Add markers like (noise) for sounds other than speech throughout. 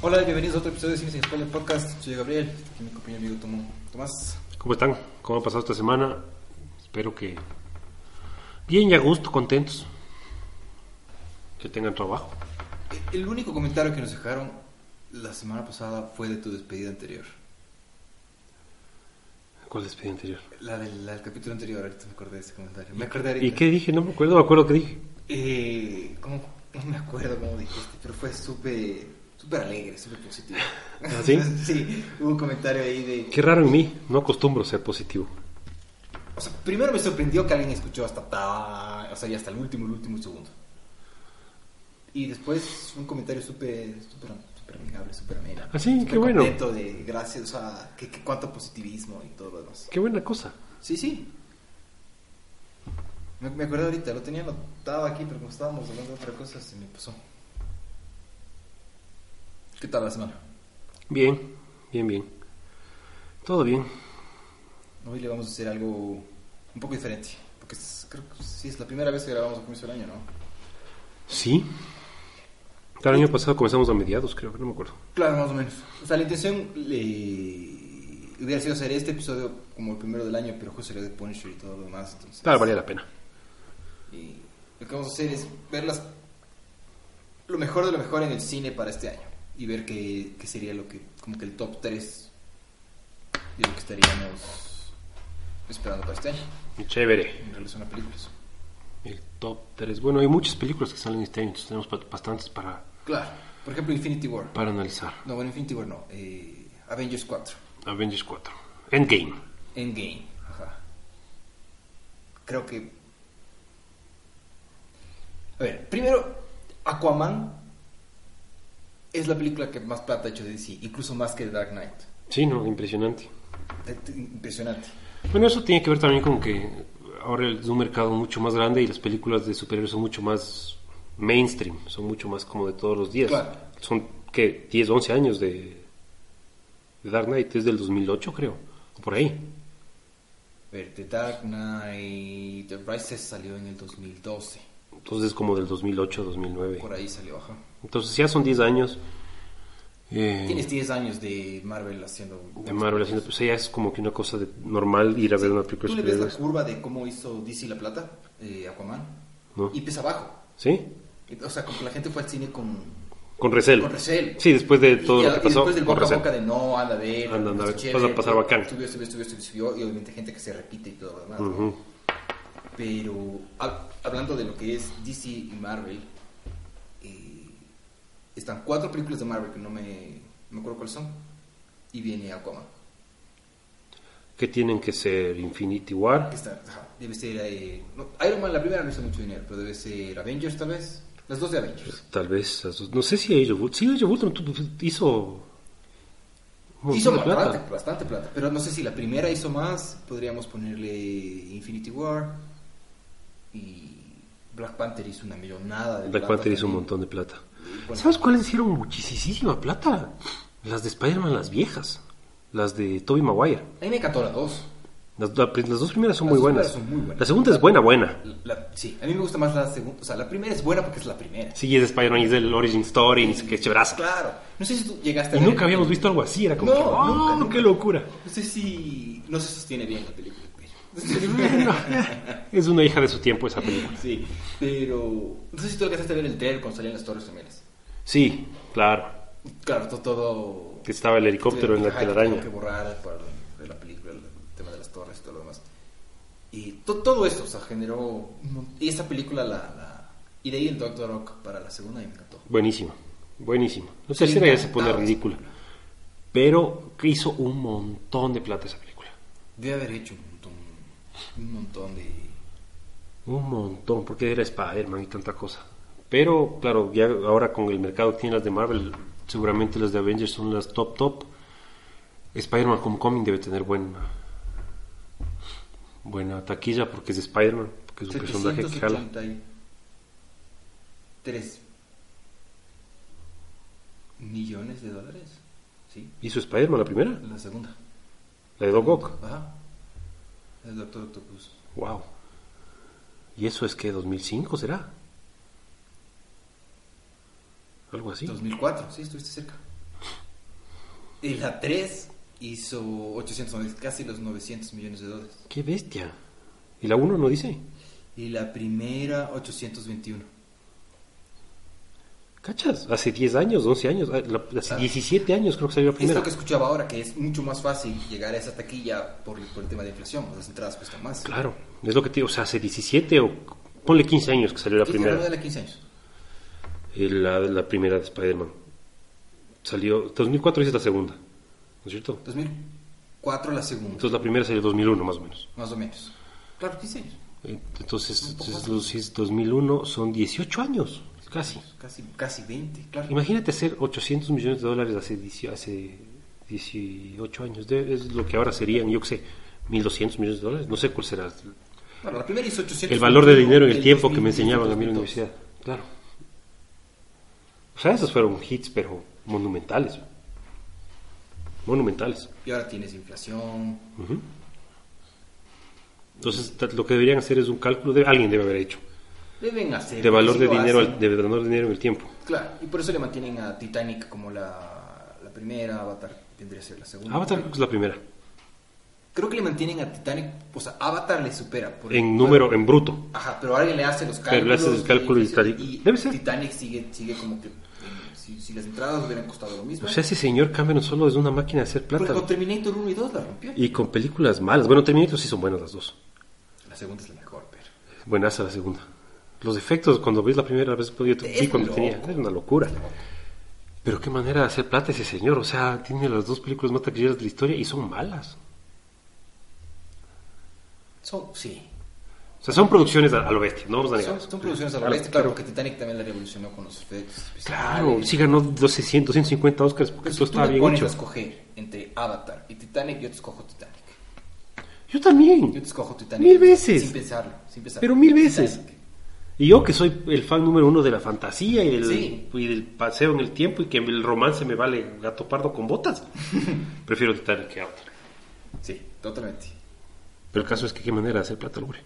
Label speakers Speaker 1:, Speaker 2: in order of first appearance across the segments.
Speaker 1: Hola, bienvenidos a otro episodio de Cine Sin Spoiler Podcast. Soy Gabriel, aquí mi compañero amigo Tomo- Tomás.
Speaker 2: ¿Cómo están? ¿Cómo ha pasado esta semana? Espero que bien y a gusto, contentos. Que tengan trabajo.
Speaker 1: El único comentario que nos dejaron la semana pasada fue de tu despedida anterior.
Speaker 2: ¿Cuál despedida anterior?
Speaker 1: La del, la del capítulo anterior, ahorita me acordé de ese comentario. Me acordé ahorita.
Speaker 2: ¿Y qué dije? No me acuerdo, me acuerdo que dije.
Speaker 1: Eh, ¿cómo? No me acuerdo cómo dijiste, pero fue súper súper alegre, súper positivo.
Speaker 2: ¿Ah, sí?
Speaker 1: (laughs) sí, hubo un comentario ahí de...
Speaker 2: Qué raro en mí, no acostumbro a ser positivo.
Speaker 1: O sea, primero me sorprendió que alguien escuchó hasta... ta- o sea, y hasta el último, el último segundo. Y después un comentario súper súper súper amigable, súper ameno.
Speaker 2: Ah, sí,
Speaker 1: Súper
Speaker 2: qué bueno.
Speaker 1: contento de gracias, o sea, que, que cuánto positivismo y todo lo demás.
Speaker 2: Qué buena cosa.
Speaker 1: Sí, sí. Me, me acuerdo ahorita, lo tenía anotado aquí, pero como estábamos hablando de otra cosa, se me pasó. ¿Qué tal la semana?
Speaker 2: Bien, bien, bien. Todo bien.
Speaker 1: Hoy le vamos a hacer algo un poco diferente, porque es- creo que sí es la primera vez que grabamos a comienzo del año, ¿no?
Speaker 2: Sí. El año pasado comenzamos a mediados, creo que no me acuerdo.
Speaker 1: Claro, más o menos. O sea, la intención eh, hubiera sido hacer este episodio como el primero del año, pero justo era de Punisher y todo lo demás, entonces...
Speaker 2: Claro, valía la pena.
Speaker 1: Y lo que vamos a hacer es ver las, lo mejor de lo mejor en el cine para este año y ver qué, qué sería lo que, como que el top 3 de lo que estaríamos esperando para este año
Speaker 2: Chévere.
Speaker 1: en relación a películas.
Speaker 2: El top 3. Bueno, hay muchas películas que salen este año, entonces tenemos ba- bastantes para,
Speaker 1: Claro, por ejemplo, Infinity War.
Speaker 2: para analizar.
Speaker 1: No, bueno, Infinity War no, eh, Avengers 4,
Speaker 2: Avengers 4. Endgame.
Speaker 1: Endgame. Ajá. Creo que. A ver, primero, Aquaman es la película que más plata ha hecho DC, incluso más que Dark Knight.
Speaker 2: Sí, no, impresionante.
Speaker 1: Impresionante.
Speaker 2: Bueno, eso tiene que ver también con que ahora es un mercado mucho más grande y las películas de superhéroes son mucho más mainstream, son mucho más como de todos los días.
Speaker 1: Claro.
Speaker 2: Son, ¿qué? 10, 11 años de, de Dark Knight, es del 2008 creo, o por ahí.
Speaker 1: A ver, The Dark Knight The Rises salió en el 2012.
Speaker 2: Entonces como del 2008, 2009.
Speaker 1: Por ahí salió, ajá.
Speaker 2: Entonces ya son 10 años eh,
Speaker 1: Tienes 10 años de Marvel haciendo.
Speaker 2: de Marvel haciendo, o sea, ya es como que una cosa de normal ir a ver una película
Speaker 1: ¿Tú le
Speaker 2: de
Speaker 1: ves la
Speaker 2: superhéroes.
Speaker 1: curva de cómo hizo DC la plata? eh, Aquaman.
Speaker 2: No.
Speaker 1: Y pesa abajo.
Speaker 2: ¿Sí?
Speaker 1: O sea, como que la gente fue al cine con,
Speaker 2: Con recelo.
Speaker 1: Con recelo.
Speaker 2: Sí, después de todo
Speaker 1: y,
Speaker 2: lo que
Speaker 1: y
Speaker 2: pasó.
Speaker 1: después del
Speaker 2: con
Speaker 1: boca a
Speaker 2: recelo.
Speaker 1: boca de no, anda a ver,
Speaker 2: Anda, anda a ver,
Speaker 1: está
Speaker 2: vas a pasar bacán.
Speaker 1: Subió, subió, subió, subió, subió, y obviamente gente que se repite y todo lo demás. ¿no?
Speaker 2: Ujú.
Speaker 1: Pero hab- hablando de lo que es DC y Marvel, eh, están cuatro películas de Marvel que no me, no me acuerdo cuáles son, y viene Aquaman.
Speaker 2: que tienen que ser Infinity War,
Speaker 1: que está- ajá, debe ser eh, no, Iron Man, la primera no hizo mucho dinero, pero debe ser Avengers tal vez. Las dos de Avengers.
Speaker 2: tal vez, las dos- no sé si Age of Ultron, sí, Age of Ultron tu- tu- hizo un montón
Speaker 1: Hizo
Speaker 2: de Pues, plata.
Speaker 1: bastante, bastante plata, pero no sé si la primera hizo más, podríamos ponerle Infinity War y Black Panther hizo una millonada de
Speaker 2: Black
Speaker 1: plata
Speaker 2: Panther hizo un
Speaker 1: también.
Speaker 2: montón de plata.
Speaker 1: Y, bueno,
Speaker 2: ¿Sabes cuáles hicieron muchísima plata? Las de Spider-Man, las viejas, las de Tobey Maguire.
Speaker 1: A mí me encantó las dos.
Speaker 2: Las, la- pues, las dos primeras son
Speaker 1: Las
Speaker 2: muy
Speaker 1: dos
Speaker 2: buenas.
Speaker 1: primeras son muy buenas.
Speaker 2: La segunda es buena, buena.
Speaker 1: La- la- sí, a mí me gusta más la segunda. O sea, la primera es buena porque es la primera.
Speaker 2: Sí, es de Spider-Man, es del Origin Story, y que es chéveraza.
Speaker 1: Claro. No sé si tú llegaste
Speaker 2: Y
Speaker 1: a ver-
Speaker 2: nunca habíamos visto algo así, era como,
Speaker 1: No,
Speaker 2: que, ¡oh,
Speaker 1: nunca, nunca.
Speaker 2: qué locura! (laughs)
Speaker 1: No sé si. No se sostiene bien la película.
Speaker 2: Es una hija de su tiempo esa película.
Speaker 1: (laughs) sí, pero. No sé si tú alcanzaste a ver el trailer cuando salían las Torres Gemelas.
Speaker 2: Sí, claro.
Speaker 1: Claro, to- todo.
Speaker 2: Que estaba el helicóptero en la
Speaker 1: Ajá, que
Speaker 2: telaraña.
Speaker 1: tengo que borrar para lo- de la película el tema de las torres y todo lo demás. Y to- todo eso, o sea, generó. un mon- Y esa película la, la- Y de ahí el Doctor Rock para la segunda y me encantó.
Speaker 2: Buenísimo, buenísimo. La
Speaker 1: Sí,
Speaker 2: tercera ya se
Speaker 1: encantado
Speaker 2: pone
Speaker 1: esa
Speaker 2: ridícula. Pero que hizo un montón de plata esa película.
Speaker 1: Debe haber hecho un montón. Un montón de.
Speaker 2: Un montón, porque era Spider-Man y tanta cosa. Pero claro, ya ahora con el mercado que tienen las de Marvel, seguramente las de Avengers son las top top. Spider-Man Homecoming debe tener buena, buena taquilla porque es Spider-Man, porque es un personaje que jala.
Speaker 1: 783 millones de dólares. Sí,
Speaker 2: ¿Hizo Spider-Man la primera?
Speaker 1: la segunda.
Speaker 2: La de Doc Ock.
Speaker 1: Ajá. El Doctor Octopus.
Speaker 2: Wow. ¿Y eso es que 2005 será? Algo así.
Speaker 1: 2004, sí, estuviste cerca. Y la 3 hizo 800, casi los 900 millones de dólares.
Speaker 2: ¡Qué bestia! ¿Y la 1 no dice?
Speaker 1: Y la primera, 821.
Speaker 2: ¿Cachas? Hace 10 años, 11 años, ah, la- hace 17 años creo que salió la
Speaker 1: Es
Speaker 2: primera.
Speaker 1: lo que escuchaba ahora, que es mucho más fácil llegar a esa taquilla por, por el tema de inflación. Las entradas cuestan más.
Speaker 2: Claro, es lo que te digo, o sea, hace 17 o ponle 15 años que salió la
Speaker 1: Yo estoy hablando
Speaker 2: primera.
Speaker 1: de la 15 años.
Speaker 2: Eh, La, la primera de Spider-Man. Salió 2004 es la segunda, ¿no es cierto?
Speaker 1: 2004 la segunda,
Speaker 2: Entonces la primera salió 2001 más o menos.
Speaker 1: más o menos. Claro, 15 años.
Speaker 2: Eh, Entonces, es los- si es 2001 son 18 años, casi.
Speaker 1: Casi, casi 20, claro.
Speaker 2: Imagínate hacer 800 millones de dólares hace, dieci- hace 18 años. de- es lo que ahora serían, yo qué sé, 1.200 millones de dólares. No sé cuál será
Speaker 1: Bueno, la primera hizo 800.
Speaker 2: el valor de dinero en el
Speaker 1: del
Speaker 2: tiempo que me
Speaker 1: 2000,
Speaker 2: enseñaban a mí en la
Speaker 1: 2002.
Speaker 2: universidad. Claro. O sea, esos fueron hits, pero monumentales. Monumentales.
Speaker 1: Y ahora tienes inflación.
Speaker 2: Ujú. Entonces, ta- lo que deberían hacer es un cálculo. De, alguien debe haber hecho.
Speaker 1: Deben hacer.
Speaker 2: De valor
Speaker 1: sí
Speaker 2: de
Speaker 1: lo
Speaker 2: dinero,
Speaker 1: hacen.
Speaker 2: al- de valor de dinero en el tiempo.
Speaker 1: Claro, y por eso le mantienen a Titanic como la, la primera, Avatar tendría que ser la segunda.
Speaker 2: Avatar creo que es la primera.
Speaker 1: Creo que le mantienen a Titanic, o sea, Avatar le supera. por-
Speaker 2: En número, en bruto.
Speaker 1: Ajá, pero alguien le hace los
Speaker 2: Pero
Speaker 1: cálculos.
Speaker 2: le hace el cálculo y Titanic- debe ser.
Speaker 1: Titanic sigue, sigue como que. eh, Si, si las entradas hubieran costado lo mismo.
Speaker 2: O sea, ese señor Cameron solo es una máquina de hacer
Speaker 1: porque
Speaker 2: plata.
Speaker 1: con Terminator 1 y 2 la rompió.
Speaker 2: Y con películas malas. Bueno, Terminator sí son buenas las dos.
Speaker 1: La segunda es la mejor, pero.
Speaker 2: Buenaza la segunda. Los efectos, cuando ves la primera vez, pues, yo te
Speaker 1: Es
Speaker 2: vi cuando
Speaker 1: loco.
Speaker 2: tenía. Era una locura. Pero qué manera de hacer plata ese señor. O sea, tiene las dos películas más taquilleras de la historia y son malas.
Speaker 1: Son, sí.
Speaker 2: O sea, son producciones a, a lo bestia, no vamos a negar.
Speaker 1: Son,
Speaker 2: eso.
Speaker 1: son producciones a la
Speaker 2: Claro,
Speaker 1: bestia, claro, que Titanic también la revolucionó con los efectos. especiales.
Speaker 2: Claro, sí ganó 200, 250 Oscars porque
Speaker 1: Pero
Speaker 2: todo
Speaker 1: si tú
Speaker 2: estaba
Speaker 1: me
Speaker 2: bien
Speaker 1: pones
Speaker 2: hecho.
Speaker 1: a escoger entre Avatar y Titanic, yo te escojo Titanic.
Speaker 2: Yo
Speaker 1: Yo te
Speaker 2: también.
Speaker 1: escojo Titanic.
Speaker 2: Mil veces.
Speaker 1: Sin pensarlo, sin pensarlo.
Speaker 2: Pero mil veces.
Speaker 1: Titanic.
Speaker 2: Y yo que soy el fan número uno de la fantasía y del,
Speaker 1: Sí.
Speaker 2: y del paseo en el tiempo y que el romance me vale gato pardo con botas. (laughs) Prefiero Titanic que Avatar.
Speaker 1: Sí, totalmente.
Speaker 2: Pero el caso es que qué manera de hacer plata, hombre.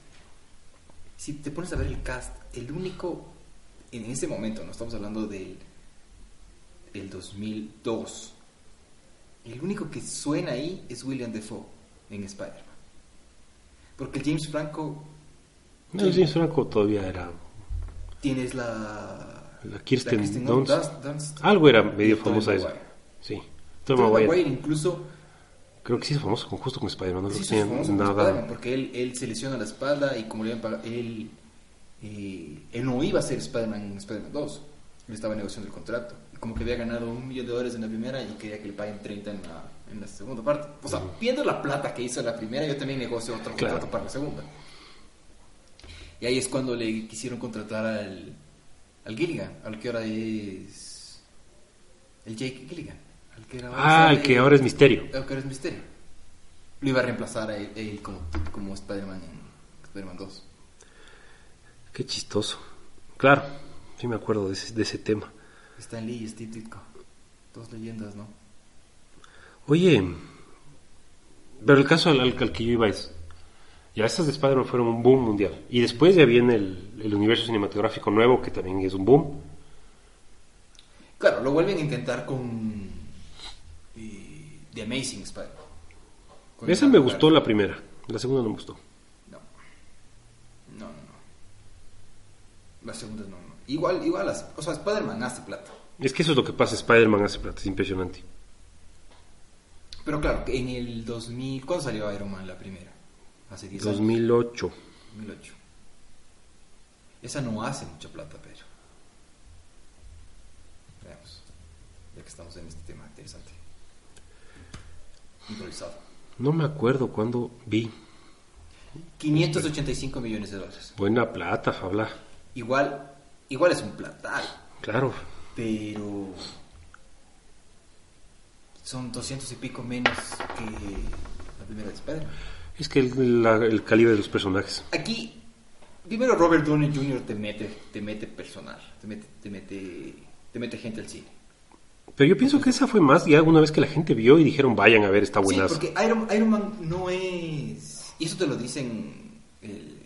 Speaker 1: Si te pones a ver el cast, el único en ese momento, no estamos hablando del el 2002. El único que suena ahí es William Defoe en Spider-Man. Porque el James Franco
Speaker 2: No,
Speaker 1: Sí.
Speaker 2: James Franco todavía era.
Speaker 1: tienes la
Speaker 2: La Kirsten
Speaker 1: ¿no?
Speaker 2: Dunst.
Speaker 1: Dunst- Dunst.
Speaker 2: Algo era medio
Speaker 1: Y Tobey
Speaker 2: famosa eso.
Speaker 1: Maguire.
Speaker 2: Sí. Tom
Speaker 1: Tobey
Speaker 2: Maguire.
Speaker 1: Maguire incluso
Speaker 2: Creo que sí es famoso con, justo con Spider-Man. No
Speaker 1: Sí,
Speaker 2: creo que
Speaker 1: eso es
Speaker 2: tenía
Speaker 1: famoso con Spider-Man,
Speaker 2: nada.
Speaker 1: porque él, él se lesiona la espalda y como le habían pagado, él, eh, él no iba a ser Spider-Man en Spider-Man 2. Él estaba negociando el contrato. Y Como que había ganado un millón de dólares en la primera y quería que le paguen 30 en la, en la segunda parte. O sea, viendo la plata que hizo en la primera, yo también negocio otro
Speaker 2: Claro.
Speaker 1: contrato para la segunda. Y ahí es cuando le quisieron contratar al, al Gilligan, al que ahora es. El Jake Gilligan. Al que era
Speaker 2: Ah, el
Speaker 1: sale-
Speaker 2: que ahora es misterio.
Speaker 1: lo que eres misterio. Lo iba a reemplazar a él, él como, como Spider-Man en Spider-Man 2.
Speaker 2: Qué chistoso. Claro, sí me acuerdo de ese, de ese tema.
Speaker 1: Stan Lee y Steve Ditko. Dos leyendas, ¿no?
Speaker 2: Oye, pero el caso al, al- al que yo iba es. Ya estas de Spider-Man fueron un boom mundial. Y después ya viene el, el universo cinematográfico nuevo, que también es un boom.
Speaker 1: Claro, lo vuelven a intentar con eh, The Amazing Spider-Man. Con
Speaker 2: Esa
Speaker 1: el-
Speaker 2: me gustó la primera. La segunda no me gustó.
Speaker 1: No. No, no, no. La segunda no, no. Igual, igual, las- o sea, Spider-Man hace plata.
Speaker 2: Es que eso es lo que pasa. Spider-Man hace plata. Es impresionante.
Speaker 1: Pero claro, en el 2000... ¿Cuándo salió Iron Man la primera? Hace 10 años.
Speaker 2: 2008.
Speaker 1: 2008. Esa no hace mucha plata, pero. Veamos. Ya que estamos en este tema interesante. Improvisado.
Speaker 2: No me acuerdo cuándo vi.
Speaker 1: 585 millones de dólares.
Speaker 2: Buena plata, Fabla.
Speaker 1: Igual, igual es un platal,
Speaker 2: Claro.
Speaker 1: pero. Son 200 y pico menos que la primera de Spider-Man.
Speaker 2: Es que el, la- el calibre de los personajes.
Speaker 1: Aquí, primero Robert Downey Jr. te mete, te mete personal, te mete, te mete, te mete gente al cine.
Speaker 2: Pero yo pienso que esa fue más ya una vez que la gente vio y dijeron, vayan a ver, está
Speaker 1: Sí,
Speaker 2: buena.
Speaker 1: porque Iron, Iron Man no es... Y eso te lo dicen el-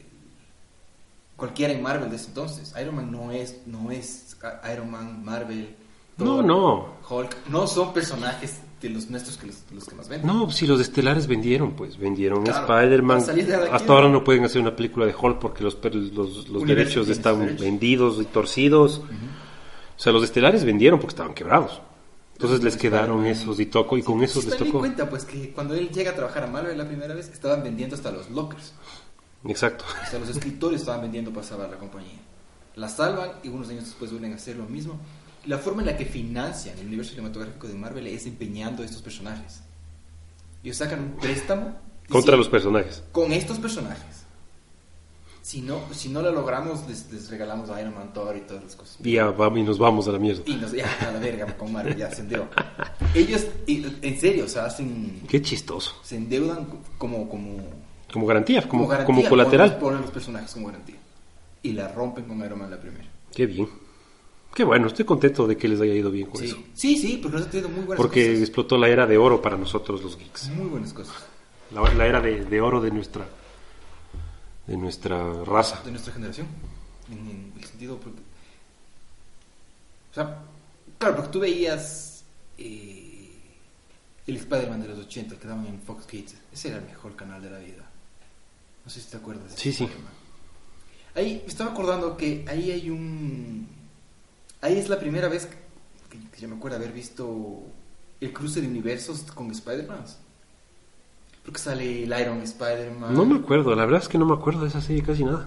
Speaker 1: cualquiera en Marvel de ese entonces. Iron Man no es, no es a- Iron Man, Marvel.
Speaker 2: No, no.
Speaker 1: Hulk. No son personajes de los nuestros que los, los que más venden.
Speaker 2: No, si los estelares vendieron, pues vendieron
Speaker 1: Claro,
Speaker 2: Spider-Man.
Speaker 1: para salir de aquí,
Speaker 2: Hasta ahora
Speaker 1: ¿no?
Speaker 2: no pueden hacer una película de Hulk porque los, per- los, los
Speaker 1: Universal
Speaker 2: derechos
Speaker 1: tiene sus
Speaker 2: están
Speaker 1: derechos.
Speaker 2: vendidos y torcidos. O sea, los estelares vendieron porque estaban quebrados. Entonces les quedaron esos y tocó y con esos
Speaker 1: Sí,
Speaker 2: les
Speaker 1: también
Speaker 2: tocó.
Speaker 1: cuenta pues que cuando él llega a trabajar a Marvel la primera vez estaban vendiendo hasta los lockers,
Speaker 2: Exacto.
Speaker 1: o sea los escritores estaban vendiendo para salvar la compañía. La salvan y unos años después vuelven a hacer lo mismo. La forma en la que financian el universo cinematográfico de Marvel es empeñando estos personajes. Ellos sacan un préstamo y
Speaker 2: Contra
Speaker 1: si-
Speaker 2: los personajes.
Speaker 1: con estos personajes. Si no, si no la logramos, les, les regalamos a Iron Man, Thor y todas las cosas.
Speaker 2: Y, ya vamos, y nos vamos a la mierda.
Speaker 1: Y nos, ya, a la verga, con Marvel, ya, se endeudó. Ellos, y- en serio, o sea, hacen,
Speaker 2: Qué chistoso.
Speaker 1: se endeudan como, como,
Speaker 2: Como garantía, como, como,
Speaker 1: garantía, ponen-
Speaker 2: colateral.
Speaker 1: Ponen los personajes como garantía. Y la rompen con Iron Man la primera.
Speaker 2: Qué bien. Qué bueno, estoy contento de que les haya ido bien con eso.
Speaker 1: Sí, sí, sí, porque nos han tenido muy buenas
Speaker 2: Pues Porque
Speaker 1: cosas.
Speaker 2: explotó la era de oro para nosotros los geeks.
Speaker 1: Muy buenas cosas
Speaker 2: La, la era de, de oro de nuestra de nuestra raza.
Speaker 1: de nuestra generación. En, en el sentido, porque. O sea, claro, porque tú veías. eh, el Spider-Man de los 80 que daban en Fox Kids. Ese era el mejor canal de la vida. No sé si te acuerdas. de
Speaker 2: Sí, sí.
Speaker 1: Spider-Man. Ahí me estaba acordando que ahí hay un. Ahí es la primera vez que, que yo me acuerdo haber visto el cruce de universos con Spider-Man. Porque sale el Iron Spider-Man.
Speaker 2: No me acuerdo, la verdad es que no me acuerdo de esa serie casi nada.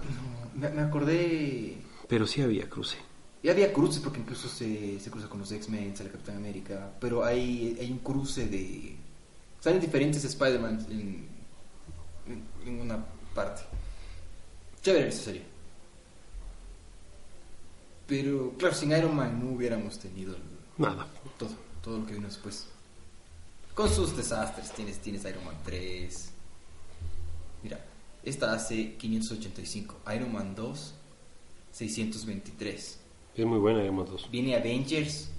Speaker 1: No, me, me acordé.
Speaker 2: Pero sí había cruce.
Speaker 1: Y había cruces, porque incluso se, se cruza con los X-Men, sale Capitán América. Pero hay, hay un cruce de. Salen diferentes Spider-Man en, en, en una parte. Chévere esa serie. Pero, claro, sin Iron Man no hubiéramos tenido el-
Speaker 2: Nada.
Speaker 1: todo, todo lo que vino después. Con sus desastres, tienes, tienes Iron Man 3. Mira, esta hace 585. Iron Man 2, 623.
Speaker 2: Es muy buena Iron Man 2.
Speaker 1: Viene Avengers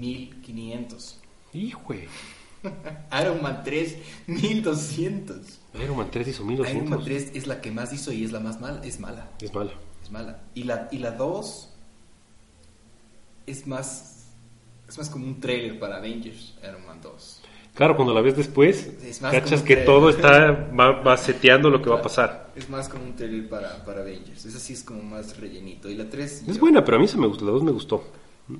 Speaker 1: 1500.
Speaker 2: Hijo,
Speaker 1: Iron Man 3 1200.
Speaker 2: Iron Man 3 hizo
Speaker 1: Iron Man
Speaker 2: 1200.
Speaker 1: 3 es la que más hizo y es la más mala. Es mala.
Speaker 2: Es mala.
Speaker 1: Es mala. Y la, y la 2 es más. Es más como un trailer para Avengers, Iron Man 2.
Speaker 2: Claro, cuando la ves después,
Speaker 1: Es más
Speaker 2: cachas
Speaker 1: como
Speaker 2: que
Speaker 1: que-
Speaker 2: todo está va, va seteando lo que va a pasar.
Speaker 1: (laughs) Es más como un trailer para, para Avengers. Esa sí es como más rellenito. Y la 3.
Speaker 2: Es buena, pero a mí se me gustó, la 2 me gustó.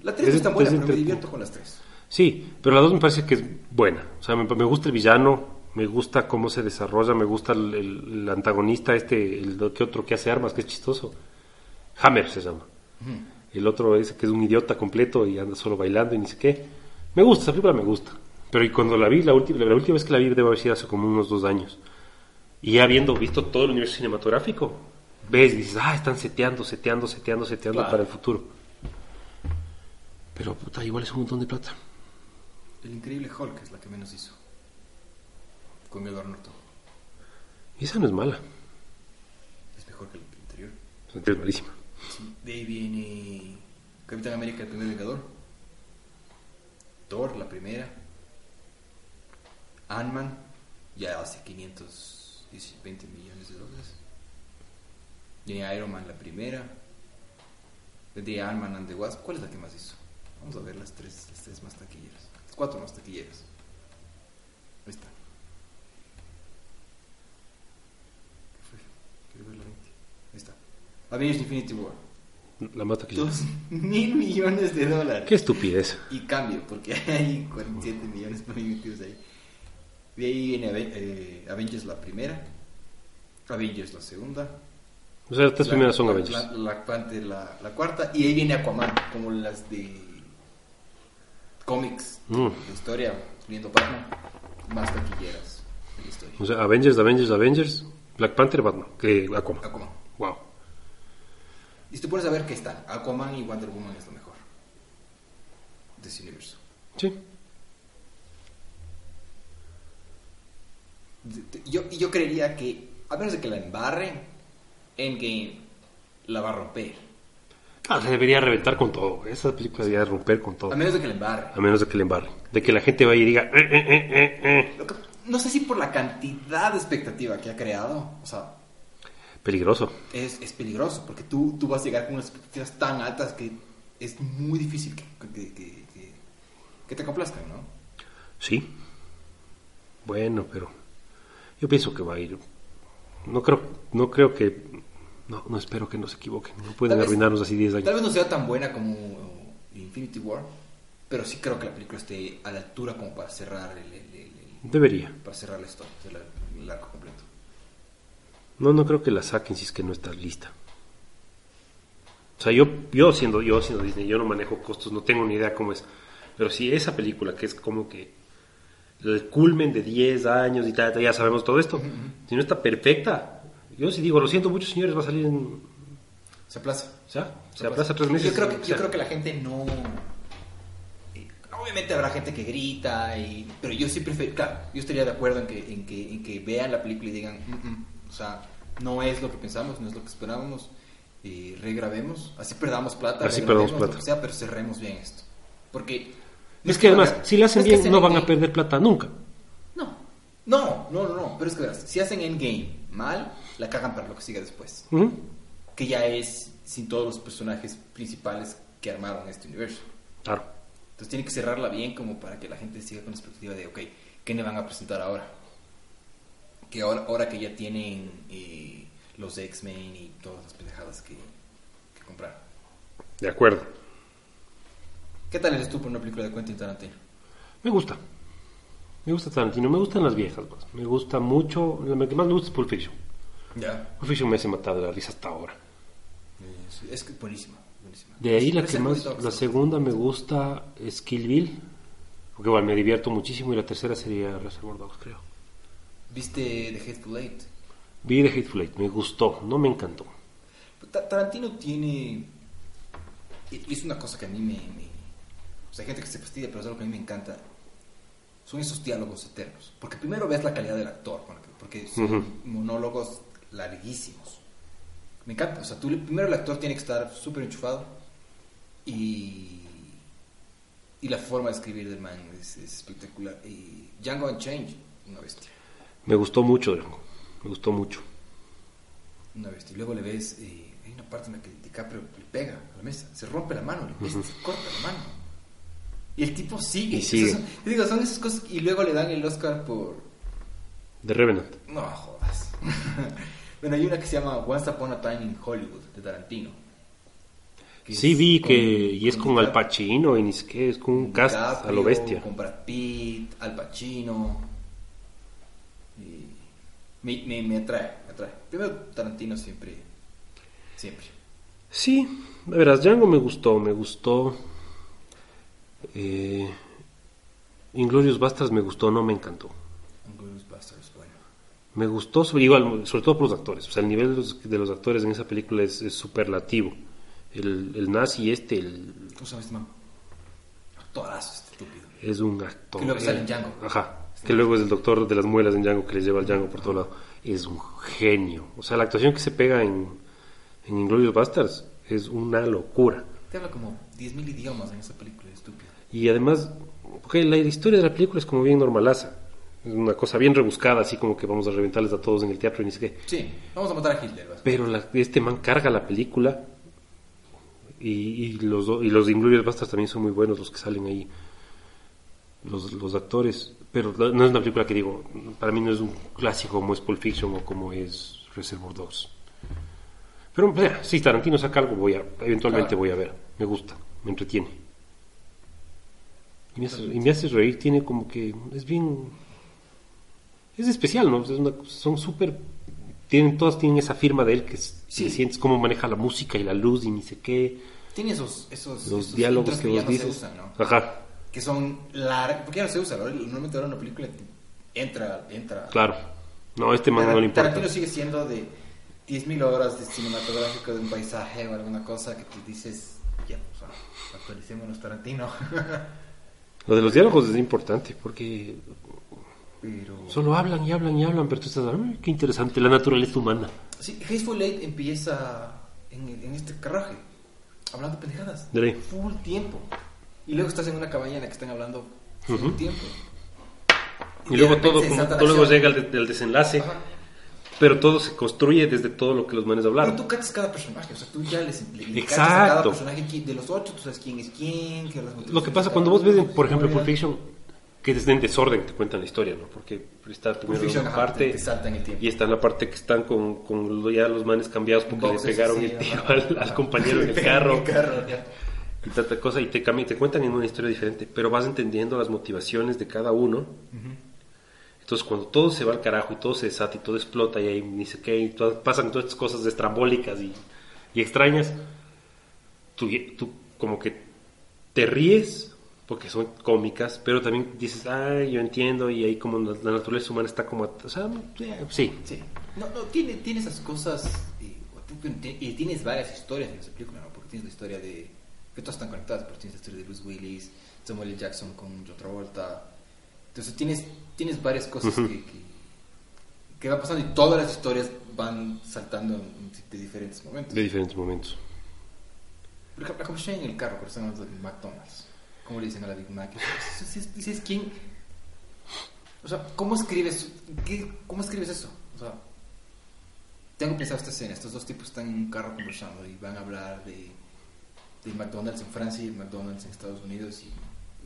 Speaker 1: La 3 no es tan buena, pero me
Speaker 2: entre-
Speaker 1: divierto con las 3.
Speaker 2: Sí, pero la 2 me parece que es buena. O sea, me, me gusta el villano, me gusta cómo se desarrolla, me gusta el, el- el antagonista, este, el que otro que hace armas, que es chistoso. Hammer se llama. El otro ese que es un idiota completo y anda solo bailando y ni sé qué. Me gusta, esa película me gusta. Pero y cuando la vi, la última, la última vez que la vi debe haber sido hace como unos dos años. Y ya habiendo visto todo el universo cinematográfico, ves y dices, ah, están seteando, seteando, seteando, seteando
Speaker 1: Claro.
Speaker 2: para el futuro. Pero puta, igual es un montón de plata.
Speaker 1: El increíble Hulk es la que menos hizo. Con Edward Norton.
Speaker 2: Y esa no es mala.
Speaker 1: Es mejor que el anterior.
Speaker 2: Es malísima.
Speaker 1: Sí, de ahí viene Capitán América, el primer Vengador. Thor, la primera. Ant-Man, ya hace 520 millones de dólares. Viene Iron Man, la primera. De Ant-Man and the Wasp, ¿cuál es la que más hizo? Vamos a ver las tres, las tres más taquilleras. Las cuatro más taquilleras. Ahí está. ¿Qué fue? Quiero ver la 20. Ahí está. Avengers Infinity War.
Speaker 2: La mata que yo.
Speaker 1: Dos mil millones de dólares.
Speaker 2: Qué estupidez.
Speaker 1: Y cambio, porque (laughs) hay 47 millones por ahí metidos ahí. De ahí viene Aven- eh, Avengers la primera, Avengers la segunda.
Speaker 2: O sea, las tres
Speaker 1: la-
Speaker 2: primeras son
Speaker 1: la-
Speaker 2: Avengers.
Speaker 1: La, Black Panther la, la cuarta, y ahí viene Aquaman, como las de cómics,
Speaker 2: Mm.
Speaker 1: de historia, incluyendo Batman, más taquilleras de la historia.
Speaker 2: O sea, Avengers, Avengers, Avengers, Black Panther, Batman, que Aquaman.
Speaker 1: Aquaman.
Speaker 2: Wow.
Speaker 1: Y si te pones a ver qué están, Aquaman y Wonder Woman es lo mejor de ese universo.
Speaker 2: Sí.
Speaker 1: Yo, yo creería que, a menos de que la embarren, Endgame la va a romper.
Speaker 2: Ah, se debería reventar con todo. Esa película debería romper con todo.
Speaker 1: A menos de que la embarren.
Speaker 2: A menos de que le embarre. De que la gente vaya y diga, "Eh, eh, eh, eh, eh".
Speaker 1: Lo que- No sé si por la cantidad de expectativa que ha creado, o sea,
Speaker 2: Peligroso.
Speaker 1: es, es peligroso, porque tú, tú vas a llegar con unas expectativas tan altas que es muy difícil que, que- que- que- que te complazcan, ¿no?
Speaker 2: Sí. Bueno, pero yo pienso que va a ir. No creo, no creo que, no, no espero que nos equivoquen. No pueden
Speaker 1: Tal vez-
Speaker 2: arruinarnos así 10
Speaker 1: Tal
Speaker 2: años.
Speaker 1: vez no sea tan buena como Infinity War, pero sí creo que la película esté a la altura como para cerrar el, el- el-
Speaker 2: Debería.
Speaker 1: el- para cerrar la historia, o sea, la- el arco completo.
Speaker 2: No, no creo que la saquen si es que no está lista. O sea, yo, yo siendo, yo siendo Disney, yo no manejo costos, no tengo ni idea cómo es. Pero si esa película que es como que el culmen de 10 años y tal, tal, ya sabemos todo esto, si no está perfecta, yo sí digo, lo siento mucho señores, va a salir en...
Speaker 1: Se aplaza.
Speaker 2: O sea, se aplaza tres meses.
Speaker 1: Yo creo que,
Speaker 2: o
Speaker 1: yo
Speaker 2: sea,
Speaker 1: creo que la gente no. eh, Obviamente habrá gente que grita, y, pero yo sí prefiero. Claro, yo estaría de acuerdo en que, en que, en que vean la película y digan, "Mm, mm", o sea, no es lo que pensamos, no es lo que esperábamos, y regrabemos, así perdamos plata,
Speaker 2: Así
Speaker 1: regrabemos,
Speaker 2: perdamos
Speaker 1: lo
Speaker 2: plata.
Speaker 1: que sea, pero cerremos bien esto. Porque. no
Speaker 2: Es que
Speaker 1: van a-
Speaker 2: además, si la hacen
Speaker 1: es que
Speaker 2: bien,
Speaker 1: hacen
Speaker 2: no van a
Speaker 1: Endgame-
Speaker 2: perder plata nunca.
Speaker 1: No, no, no, no, no, pero es que verás, si hacen Endgame mal, la cagan para lo que siga después
Speaker 2: Ujú.
Speaker 1: que ya es sin todos los personajes principales que armaron este universo.
Speaker 2: Claro.
Speaker 1: Entonces tiene que cerrarla bien como para que la gente siga con la expectativa de, ok, ¿qué me van a presentar ahora? Que ahora, ahora que ya tienen eh, los X-Men y todas las pendejadas que, que compraron.
Speaker 2: De acuerdo.
Speaker 1: ¿Qué tal eres tú por una película de Quentin Tarantino?
Speaker 2: Me gusta. Me gusta Tarantino, me gustan las viejas. pues. Me gusta mucho, la que más me gusta es Pulp Fiction.
Speaker 1: Ya.
Speaker 2: Pulp Fiction me hace matar de la risa hasta ahora.
Speaker 1: Es que buenísima, buenísima.
Speaker 2: De ahí la
Speaker 1: Es
Speaker 2: que
Speaker 1: el
Speaker 2: más,
Speaker 1: bonito-
Speaker 2: la segunda me gusta es Kill Bill, porque igual me divierto muchísimo y la tercera sería Reservoir Dogs, creo.
Speaker 1: ¿Viste The Hateful Eight?
Speaker 2: Vi The Hateful Eight, me gustó, no me encantó.
Speaker 1: Ta- Tarantino tiene. y- Es una cosa que a mí me, me- O sea, hay gente que se fastidia, pero es algo que a mí me encanta. Son esos diálogos eternos. Porque primero ves la calidad del actor, con el que- porque son
Speaker 2: Ujú.
Speaker 1: monólogos larguísimos. Me encanta. O sea, tú, le- primero el actor tiene que estar súper enchufado. Y. Y la forma de escribir del man es, es espectacular. Y Django Unchained, una bestia.
Speaker 2: Me gustó mucho, Django, me gustó mucho.
Speaker 1: Una bestia. Y luego le ves, eh, hay una parte en la que DiCaprio le pega a la mesa, se rompe la mano, le pesta, se corta la mano. Y el tipo sigue.
Speaker 2: Y sigue.
Speaker 1: Esas son- digo, son esas cosas. Y luego le dan el Oscar por.
Speaker 2: The Revenant,
Speaker 1: No jodas. (laughs) bueno, hay una que se llama Once Upon a Time in Hollywood, de Tarantino. Que
Speaker 2: sí
Speaker 1: es
Speaker 2: vi
Speaker 1: con-
Speaker 2: que, y es con Al
Speaker 1: DiCaprio,
Speaker 2: Pacino y ni siquiera es con un cast a lo
Speaker 1: DiCaprio,
Speaker 2: bestia.
Speaker 1: Con Brad Pitt, Al Pacino. Y me, me, me atrae, me atrae. Primero, Tarantino siempre. Siempre.
Speaker 2: Sí, de veras, Django me gustó, me gustó. Eh, Inglorious Bastards me gustó, no me encantó.
Speaker 1: Ghostbusters, bueno.
Speaker 2: Me gustó, sobre, igual, sobre todo por los actores. O sea, el nivel de los, de los actores en esa película es, es superlativo. El, el nazi este el-
Speaker 1: ¿Cómo se llama este man? Actorazo este estúpido.
Speaker 2: es un actor.
Speaker 1: Que luego sale en
Speaker 2: Eh,
Speaker 1: Django.
Speaker 2: Ajá. Que luego es el doctor de las muelas en Django que les lleva al Django por todo lado. Es un genio. O sea, la actuación que se pega en, en Inglourious Basterds es una locura.
Speaker 1: Te habla como 10.000 idiomas en esa película, estúpido.
Speaker 2: Y además, ok, la historia de la película es como bien normalaza. Es una cosa bien rebuscada, así como que vamos a reventarles a todos en el teatro y ni sé qué.
Speaker 1: Sí, vamos a matar a Hitler. vas.
Speaker 2: Pero la- este man carga la película. Y, y los do- y los de Inglourious Basterds también son muy buenos los que salen ahí. Los, los actores. Pero la- no es una película que digo. Para mí no es un clásico como es Pulp Fiction o como es Reservoir Dogs. Pero pues, ya, si Tarantino saca algo, voy a, eventualmente
Speaker 1: Claro.
Speaker 2: voy a ver. Me gusta, me entretiene. Y me, hace, y me hace reír, tiene como que. Es bien. Es especial, ¿no? Es una- son súper. Tienen, todas tienen esa firma de él que es-
Speaker 1: Sí.
Speaker 2: que sientes cómo maneja la música y la luz y ni sé qué.
Speaker 1: Tiene esos, esos,
Speaker 2: Los
Speaker 1: esos
Speaker 2: diálogos
Speaker 1: intros
Speaker 2: que
Speaker 1: ya
Speaker 2: vos
Speaker 1: no
Speaker 2: dices.
Speaker 1: se usan, ¿no?
Speaker 2: Ajá,
Speaker 1: Que son largos. ¿Por qué ya no se usan? Ahora, Normalmente ahora una película te- entra. entra.
Speaker 2: claro. No, a este man
Speaker 1: Tar-
Speaker 2: no le importa.
Speaker 1: Tarantino sigue siendo de 10.000 horas de cinematográfico de un paisaje o alguna cosa que tú dices, ya, o sea, actualicémonos, Tarantino. (laughs)
Speaker 2: Lo de los diálogos es importante porque
Speaker 1: Pero.
Speaker 2: solo hablan y hablan y hablan, pero tú estás. "Ah, qué interesante! La naturaleza humana.
Speaker 1: Sí, Hateful Eight empieza en, en este carraje, hablando pendejadas.
Speaker 2: De ley.
Speaker 1: Full tiempo. Y luego estás en una cabaña en la que están hablando full
Speaker 2: Ujú.
Speaker 1: tiempo.
Speaker 2: Y luego
Speaker 1: de repente
Speaker 2: todo,
Speaker 1: se
Speaker 2: como,
Speaker 1: desata la
Speaker 2: todo luego
Speaker 1: acción.
Speaker 2: llega al, de- al desenlace,
Speaker 1: Ajá.
Speaker 2: pero todo se construye desde todo lo que los manes hablaron.
Speaker 1: Pero tú cachas cada personaje, o sea, tú ya les, le- le
Speaker 2: Exacto.
Speaker 1: cachas a cada personaje qui- de los ocho, tú sabes quién es quién, qué las
Speaker 2: Lo que
Speaker 1: motivaciones
Speaker 2: pasa
Speaker 1: de
Speaker 2: cuando
Speaker 1: cada
Speaker 2: vos ves,
Speaker 1: uno,
Speaker 2: por ejemplo,
Speaker 1: sus
Speaker 2: Pulp
Speaker 1: historias.
Speaker 2: Fiction, que desde en desorden te cuentan la historia, ¿no? Porque está primero
Speaker 1: Fiction,
Speaker 2: una
Speaker 1: ajá, te-
Speaker 2: parte
Speaker 1: te salta en el tiempo.
Speaker 2: y está en la parte que están con, con lo- ya los manes cambiados porque
Speaker 1: Boxes,
Speaker 2: le pegaron
Speaker 1: sí,
Speaker 2: el tiro
Speaker 1: ajá.
Speaker 2: al, al compañero
Speaker 1: (laughs)
Speaker 2: en
Speaker 1: Le
Speaker 2: el
Speaker 1: pegan
Speaker 2: carro
Speaker 1: ya.
Speaker 2: y tanta cosa y te cambian, te cuentan en una historia diferente, pero vas entendiendo las motivaciones de cada uno. Entonces cuando todo se va al carajo y todo se desata y todo explota y ahí ni sé qué, y todas- pasan todas estas cosas estrambólicas y, y extrañas, tú, tú como que te ríes porque son cómicas, pero también dices, ah, yo entiendo y ahí como la, la naturaleza humana está como, o sea, eh, sí,
Speaker 1: Sí. No, no, tiene, tiene esas cosas. Y, y tienes varias historias en esa película, ¿no? Porque tienes la historia de. que todas están conectadas, pero tienes la historia de Bruce Willis, Samuel L. Jackson con John Travolta. Entonces tienes, tienes varias cosas
Speaker 2: Ujú.
Speaker 1: que, que, que van pasando y todas las historias van saltando en- en- de diferentes momentos.
Speaker 2: de diferentes momentos.
Speaker 1: Por ejemplo, la conversación en el carro, por eso hablando de McDonald's. ¿Cómo le dicen a la Big Mac? Dices, dices, ¿quién? O sea, ¿cómo escribes? ¿Qué- ¿Cómo escribes eso? O sea, tengo pensado esta escena. Estos dos tipos están en un carro conversando y van a hablar de, de McDonald's en Francia y McDonald's en Estados Unidos y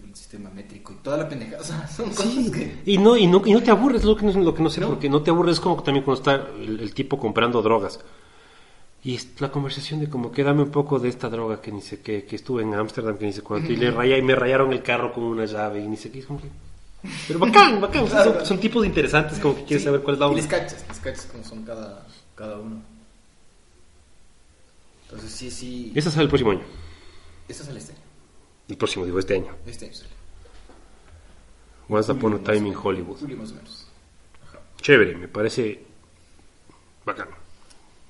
Speaker 1: el sistema métrico y toda la pendejada. (laughs) O sea, son cosas que...
Speaker 2: Y no, y no, y no te aburres, lo que no, lo que no sé,
Speaker 1: No.
Speaker 2: porque no te aburres es como que también cuando está el, el tipo comprando drogas. Y es la conversación de como que dame un poco de esta droga que ni sé qué, que estuve en Ámsterdam, que ni sé cuánto, y le raya, y me rayaron el carro con una llave, y ni sé qué, es como que...
Speaker 1: (laughs)
Speaker 2: Pero bacán, bacán, o sea, son, son tipos interesantes, como que quieres
Speaker 1: Sí,
Speaker 2: saber cuál es la
Speaker 1: Y
Speaker 2: onda.
Speaker 1: les cachas, les cachas como son cada, cada uno. Entonces, sí, sí.
Speaker 2: Esa sale el próximo año,
Speaker 1: Esa es la escena.
Speaker 2: el próximo, digo, este año.
Speaker 1: Este año sale.
Speaker 2: Once Upon a
Speaker 1: Julio, más
Speaker 2: Time in
Speaker 1: o menos.
Speaker 2: Hollywood.
Speaker 1: Julio más o menos. Ajá.
Speaker 2: Chévere, me parece bacán.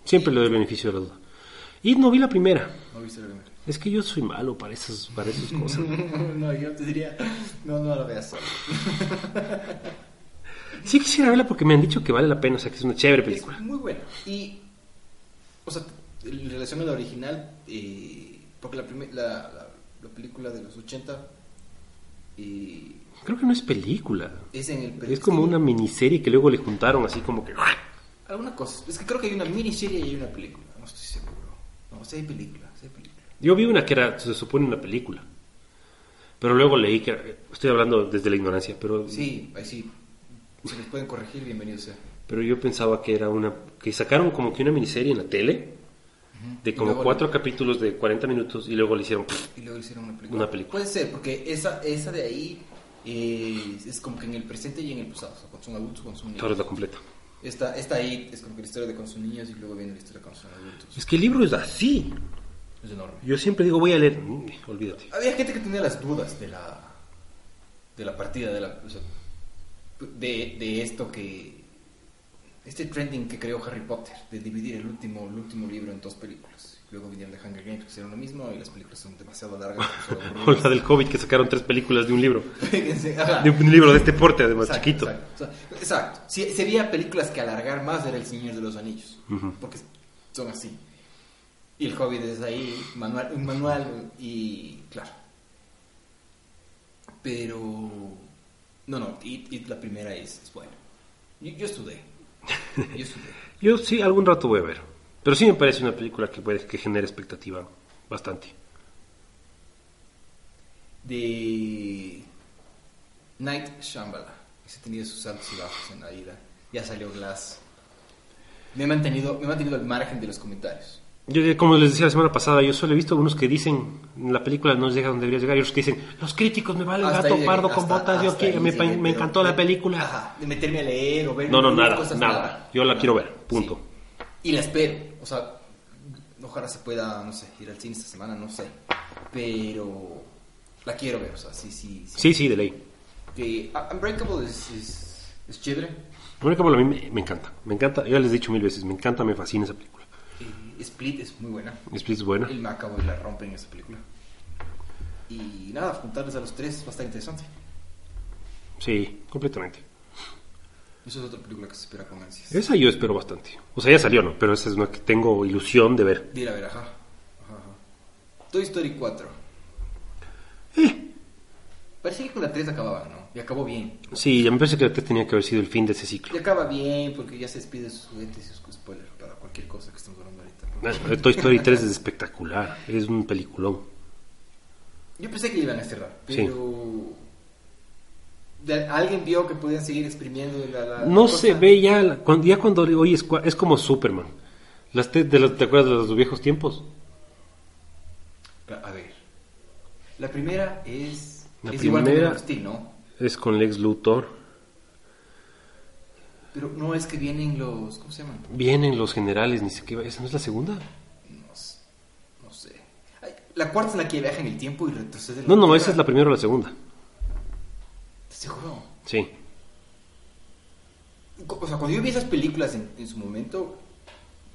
Speaker 2: Siempre le doy el beneficio de la duda. Y no vi la primera.
Speaker 1: No viste la primera.
Speaker 2: Es que yo soy malo para esas, para esas cosas.
Speaker 1: (laughs) no, yo te diría, no, no la veas.
Speaker 2: Sí quisiera verla porque me han dicho que vale la pena, o sea, que es una chévere
Speaker 1: Es
Speaker 2: película.
Speaker 1: muy buena. Y, o sea, en relación a la original, eh, porque la, primer- la, la, la película de los 80 eh,
Speaker 2: Creo que no es película.
Speaker 1: es en el...
Speaker 2: Es como una miniserie que luego le juntaron así como que... ¡ah!
Speaker 1: Alguna cosa. Es que creo que hay una miniserie y hay una película. No estoy seguro. No, sí hay película, sí hay película.
Speaker 2: Yo vi una que era, se supone, una película. Pero luego leí que... era- Estoy hablando desde la ignorancia, pero,
Speaker 1: Sí, ahí sí. Si nos pueden corregir, bienvenido sea.
Speaker 2: pero yo pensaba que era una... Que sacaron como que una miniserie en la tele de
Speaker 1: Y
Speaker 2: como
Speaker 1: luego le-
Speaker 2: cuatro capítulos de 40 minutos y luego le hicieron...
Speaker 1: y luego hicieron una película.
Speaker 2: Una película.
Speaker 1: Puede ser, porque esa, esa de ahí eh, es como que en el presente y en el pasado, o sea, con sus adultos, con sus
Speaker 2: Ahora
Speaker 1: niños.
Speaker 2: la completa.
Speaker 1: Esta, esta ahí es como que la historia de con sus niños y luego viene la historia con sus adultos.
Speaker 2: Es que el libro es así.
Speaker 1: Es enorme.
Speaker 2: Yo siempre digo, voy a leer... Mm, Olvídate.
Speaker 1: Había gente que tenía las dudas de la, de la partida, de, la, o sea, de, de esto que... Este trending que creó Harry Potter, de dividir el último, el último libro en dos películas. Luego vinieron de Hunger Games, que hicieron lo mismo y las películas son demasiado largas. son
Speaker 2: (laughs) O
Speaker 1: aburridas. (laughs)
Speaker 2: la del Hobbit que sacaron tres películas de un libro.
Speaker 1: Fíjense, ajá.
Speaker 2: De un libro de este porte, además,
Speaker 1: Exacto,
Speaker 2: chiquito.
Speaker 1: Exacto. O sea, exacto. Si, sería películas que alargar más era El Señor de los Anillos,
Speaker 2: Ujú.
Speaker 1: porque son así. Y el Hobbit es ahí, manual, un manual y claro. Pero no, no, y, y la primera es, es buena. Yo, yo estudié. Yo estudié.
Speaker 2: (laughs) Yo sí, algún rato voy a ver. Pero sí me parece una película que, puede, que genera expectativa bastante.
Speaker 1: De Night Shambhala. Se ha tenido sus altos y bajos en la vida. Ya salió Glass. Me he mantenido, me he mantenido al margen de los comentarios.
Speaker 2: Yo, eh, como les decía la semana pasada, yo solo he visto unos que dicen, la película no llega donde debería llegar, y otros que dicen, los críticos me valen
Speaker 1: Hasta
Speaker 2: gato
Speaker 1: ahí llegué,
Speaker 2: pardo con
Speaker 1: hasta-
Speaker 2: botas, yo
Speaker 1: hasta
Speaker 2: aquí,
Speaker 1: ahí
Speaker 2: me,
Speaker 1: llegué,
Speaker 2: me
Speaker 1: pero-
Speaker 2: encantó la película.
Speaker 1: Ajá, de meterme a leer o ver.
Speaker 2: No, no,
Speaker 1: unas
Speaker 2: nada, nada. Yo la quiero ver, punto.
Speaker 1: Y la espero, o sea, ojalá se pueda, no sé, ir al cine esta semana, no sé. Pero la quiero ver, o sea, sí, sí. sí.
Speaker 2: Sí, sí, de ley.
Speaker 1: Que uh, Unbreakable es, es, es chévere,
Speaker 2: Bueno, como a mí me, me encanta, me encanta, yo les he dicho mil veces, me encanta, me fascina esa película.
Speaker 1: eh, Split es muy buena.
Speaker 2: Es, es buena.
Speaker 1: El Macaboy la rompe en esa película. Y nada, juntarles a los tres va a estar interesante.
Speaker 2: Sí, completamente.
Speaker 1: Esa es otra película que se espera con ansias.
Speaker 2: Esa yo espero bastante. O sea, ya salió, ¿no? Pero esa es una que tengo ilusión de ver.
Speaker 1: Dile a ver, ajá. Ajá, ajá. Toy Story 4. Parecía que con la 3 acababa, ¿no? Y acabó bien.
Speaker 2: Sí, ya me parece que antes tenía que haber sido el fin de ese ciclo.
Speaker 1: Y acaba bien porque ya se despide sus juguetes y sus spoilers para cualquier cosa que estamos hablando ahorita. ¿no?
Speaker 2: Bueno, pero Toy Story 3 es espectacular, es un peliculón.
Speaker 1: Yo pensé que le iban a cerrar,
Speaker 2: Sí.
Speaker 1: pero de- alguien vio que podían seguir exprimiendo la, la- la
Speaker 2: No
Speaker 1: cosa?
Speaker 2: se ve ya, la- cuando, ya cuando le oyes, cua- es como Superman. Las te, de los- ¿Te acuerdas de los viejos tiempos?
Speaker 1: A ver. La primera es.
Speaker 2: La
Speaker 1: es igual que
Speaker 2: primera-
Speaker 1: Man of Steel, ¿no?
Speaker 2: Es con Lex Luthor.
Speaker 1: Pero no es que vienen los. ¿Cómo se llaman?
Speaker 2: Vienen los generales, ni siquiera. ¿Esa no es la segunda?
Speaker 1: No, s- no sé. Ay, La cuarta es la que viaja en el tiempo y retrocede.
Speaker 2: No, no, esa es la primera o la segunda.
Speaker 1: Seguro.
Speaker 2: Sí.
Speaker 1: Co- O sea, cuando yo vi esas películas en, en su momento,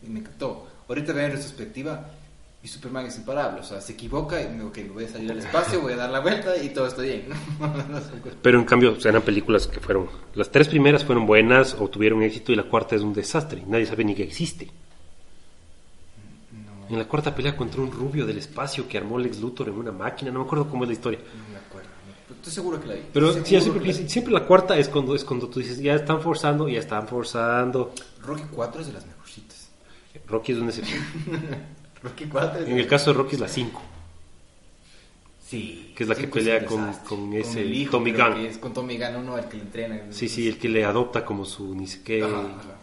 Speaker 1: me encantó. Ahorita veo en retrospectiva, y Superman es imparable. O sea, se equivoca y me digo, "Ok, me voy a salir al espacio, voy a dar la vuelta y todo está bien. (laughs) No sé.
Speaker 2: Pero en cambio, o sea, eran películas que fueron. Las tres primeras fueron buenas o tuvieron éxito y la cuarta es un desastre. Nadie sabe ni que existe.
Speaker 1: no,
Speaker 2: En la cuarta pelea contra un rubio del espacio que armó Lex Luthor en una máquina. No me acuerdo cómo es la historia.
Speaker 1: no me acuerdo. no. Pero estoy seguro que la vi.
Speaker 2: Pero
Speaker 1: Estoy
Speaker 2: sí, yo
Speaker 1: seguro
Speaker 2: siempre,
Speaker 1: que la vi.
Speaker 2: siempre la cuarta es cuando, es cuando tú dices, ya están forzando, ya están forzando.
Speaker 1: Rocky 4 es de las mejorcitas.
Speaker 2: Rocky es donde se...
Speaker 1: Rocky 4 es de
Speaker 2: En el caso de Rocky es la 5.
Speaker 1: Sí.
Speaker 2: que es la que
Speaker 1: Siempre
Speaker 2: pelea
Speaker 1: un
Speaker 2: con-
Speaker 1: desastre.
Speaker 2: con ese
Speaker 1: el hijo,
Speaker 2: Tommy
Speaker 1: creo
Speaker 2: Gunn.
Speaker 1: que Es con Tommy Gunn, uno al que le entrena.
Speaker 2: Sí, sí, el que le adopta como su ni sé qué.
Speaker 1: Ajá, ajá.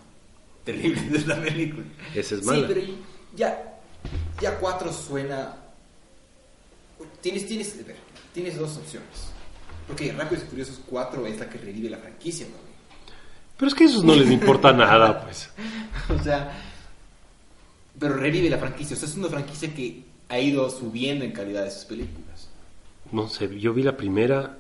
Speaker 1: Terrible es la película.
Speaker 2: Esa Eh, es
Speaker 1: Sí,
Speaker 2: mala.
Speaker 1: pero y- ya, ya cuatro suena. Tienes, tienes, a ver, tienes dos opciones. Porque Rápidos y Furiosos 4 es la que revive la franquicia, ¿no? (laughs)
Speaker 2: Pero es que a esos no les importa nada, pues.
Speaker 1: O sea, pero revive la franquicia. O sea, es una franquicia que ha ido subiendo en calidad de sus películas.
Speaker 2: No sé, yo vi la primera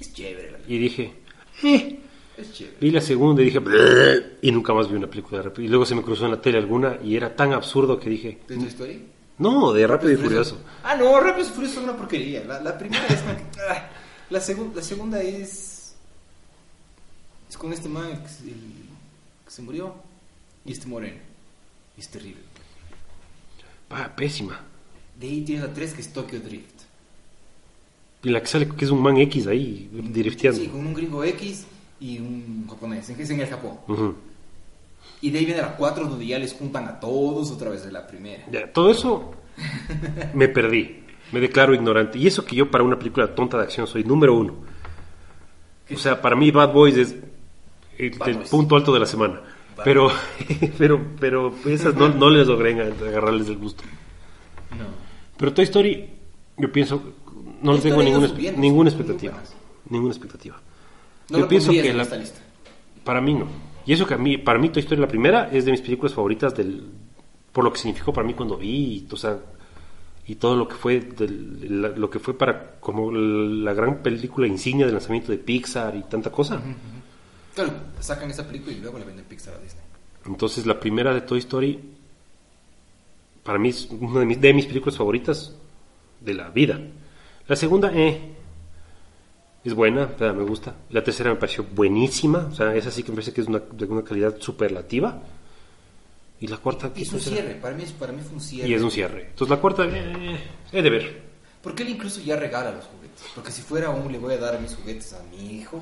Speaker 1: Es chévere la película.
Speaker 2: y dije, eh.
Speaker 1: Es chévere.
Speaker 2: Vi la segunda y dije, "Bleh", y nunca más vi una película de rápido. Y luego se me cruzó en la tele alguna y era tan absurdo que dije,
Speaker 1: ¿De tu historia?
Speaker 2: no, de rápido y furioso.
Speaker 1: Ah, no, Rápidos y Furiosos es una porquería. La, la primera es con- ah, la, segun- la segunda es. Es con este man que, se- el- que se murió. Y este moreno. Y es terrible.
Speaker 2: Ah, pésima.
Speaker 1: De ahí tienes la 3 que es Tokyo Drift.
Speaker 2: Y la que sale que es un man X ahí, drifteando.
Speaker 1: Sí, con un gringo X y un japonés. Es en el Japón.
Speaker 2: Ujú.
Speaker 1: Y de ahí viene la 4 donde ya les juntan a todos otra vez de la primera.
Speaker 2: Ya, todo eso me perdí. Me declaro ignorante. Y eso que yo para una película tonta de acción soy número uno. O sea, para mí Bad Boys es el,
Speaker 1: Bad
Speaker 2: el
Speaker 1: Boys.
Speaker 2: punto alto de la semana.
Speaker 1: Bad
Speaker 2: Pero, (laughs) pero, pero esas no, no les logré agarrarles el gusto.
Speaker 1: No.
Speaker 2: Pero Toy Story, yo pienso,
Speaker 1: Toy
Speaker 2: no le tengo
Speaker 1: Story ha ido
Speaker 2: ninguna,
Speaker 1: subiendo,
Speaker 2: ninguna
Speaker 1: son muy
Speaker 2: expectativa.
Speaker 1: buenas.
Speaker 2: Ninguna expectativa.
Speaker 1: No
Speaker 2: Yo
Speaker 1: lo
Speaker 2: pienso
Speaker 1: pondrías
Speaker 2: que
Speaker 1: en
Speaker 2: la-
Speaker 1: esta lista.
Speaker 2: Para mí no. Y eso que a mí, para mí Toy Story la primera es de mis películas favoritas del, por lo que significó para mí cuando vi, y, o sea, y todo lo que fue, del- la- lo que fue para como la gran película insignia del lanzamiento de Pixar y tanta cosa.
Speaker 1: Claro, sacan esa película y luego la venden Pixar a Disney.
Speaker 2: Entonces la primera de Toy Story, para mí es una de mis, de mis películas favoritas de la vida. La segunda, eh, es buena, o sea, me gusta. La tercera me pareció buenísima, o sea, esa sí que me parece que es una, de una calidad superlativa. Y la cuarta...
Speaker 1: Y es
Speaker 2: no
Speaker 1: un
Speaker 2: sé,
Speaker 1: cierre, para mí es, para mí fue un cierre.
Speaker 2: Y es un cierre. Entonces la cuarta, eh, he de ver.
Speaker 1: Porque él incluso ya regala los juguetes. Porque si fuera un le voy a dar mis juguetes a mi hijo,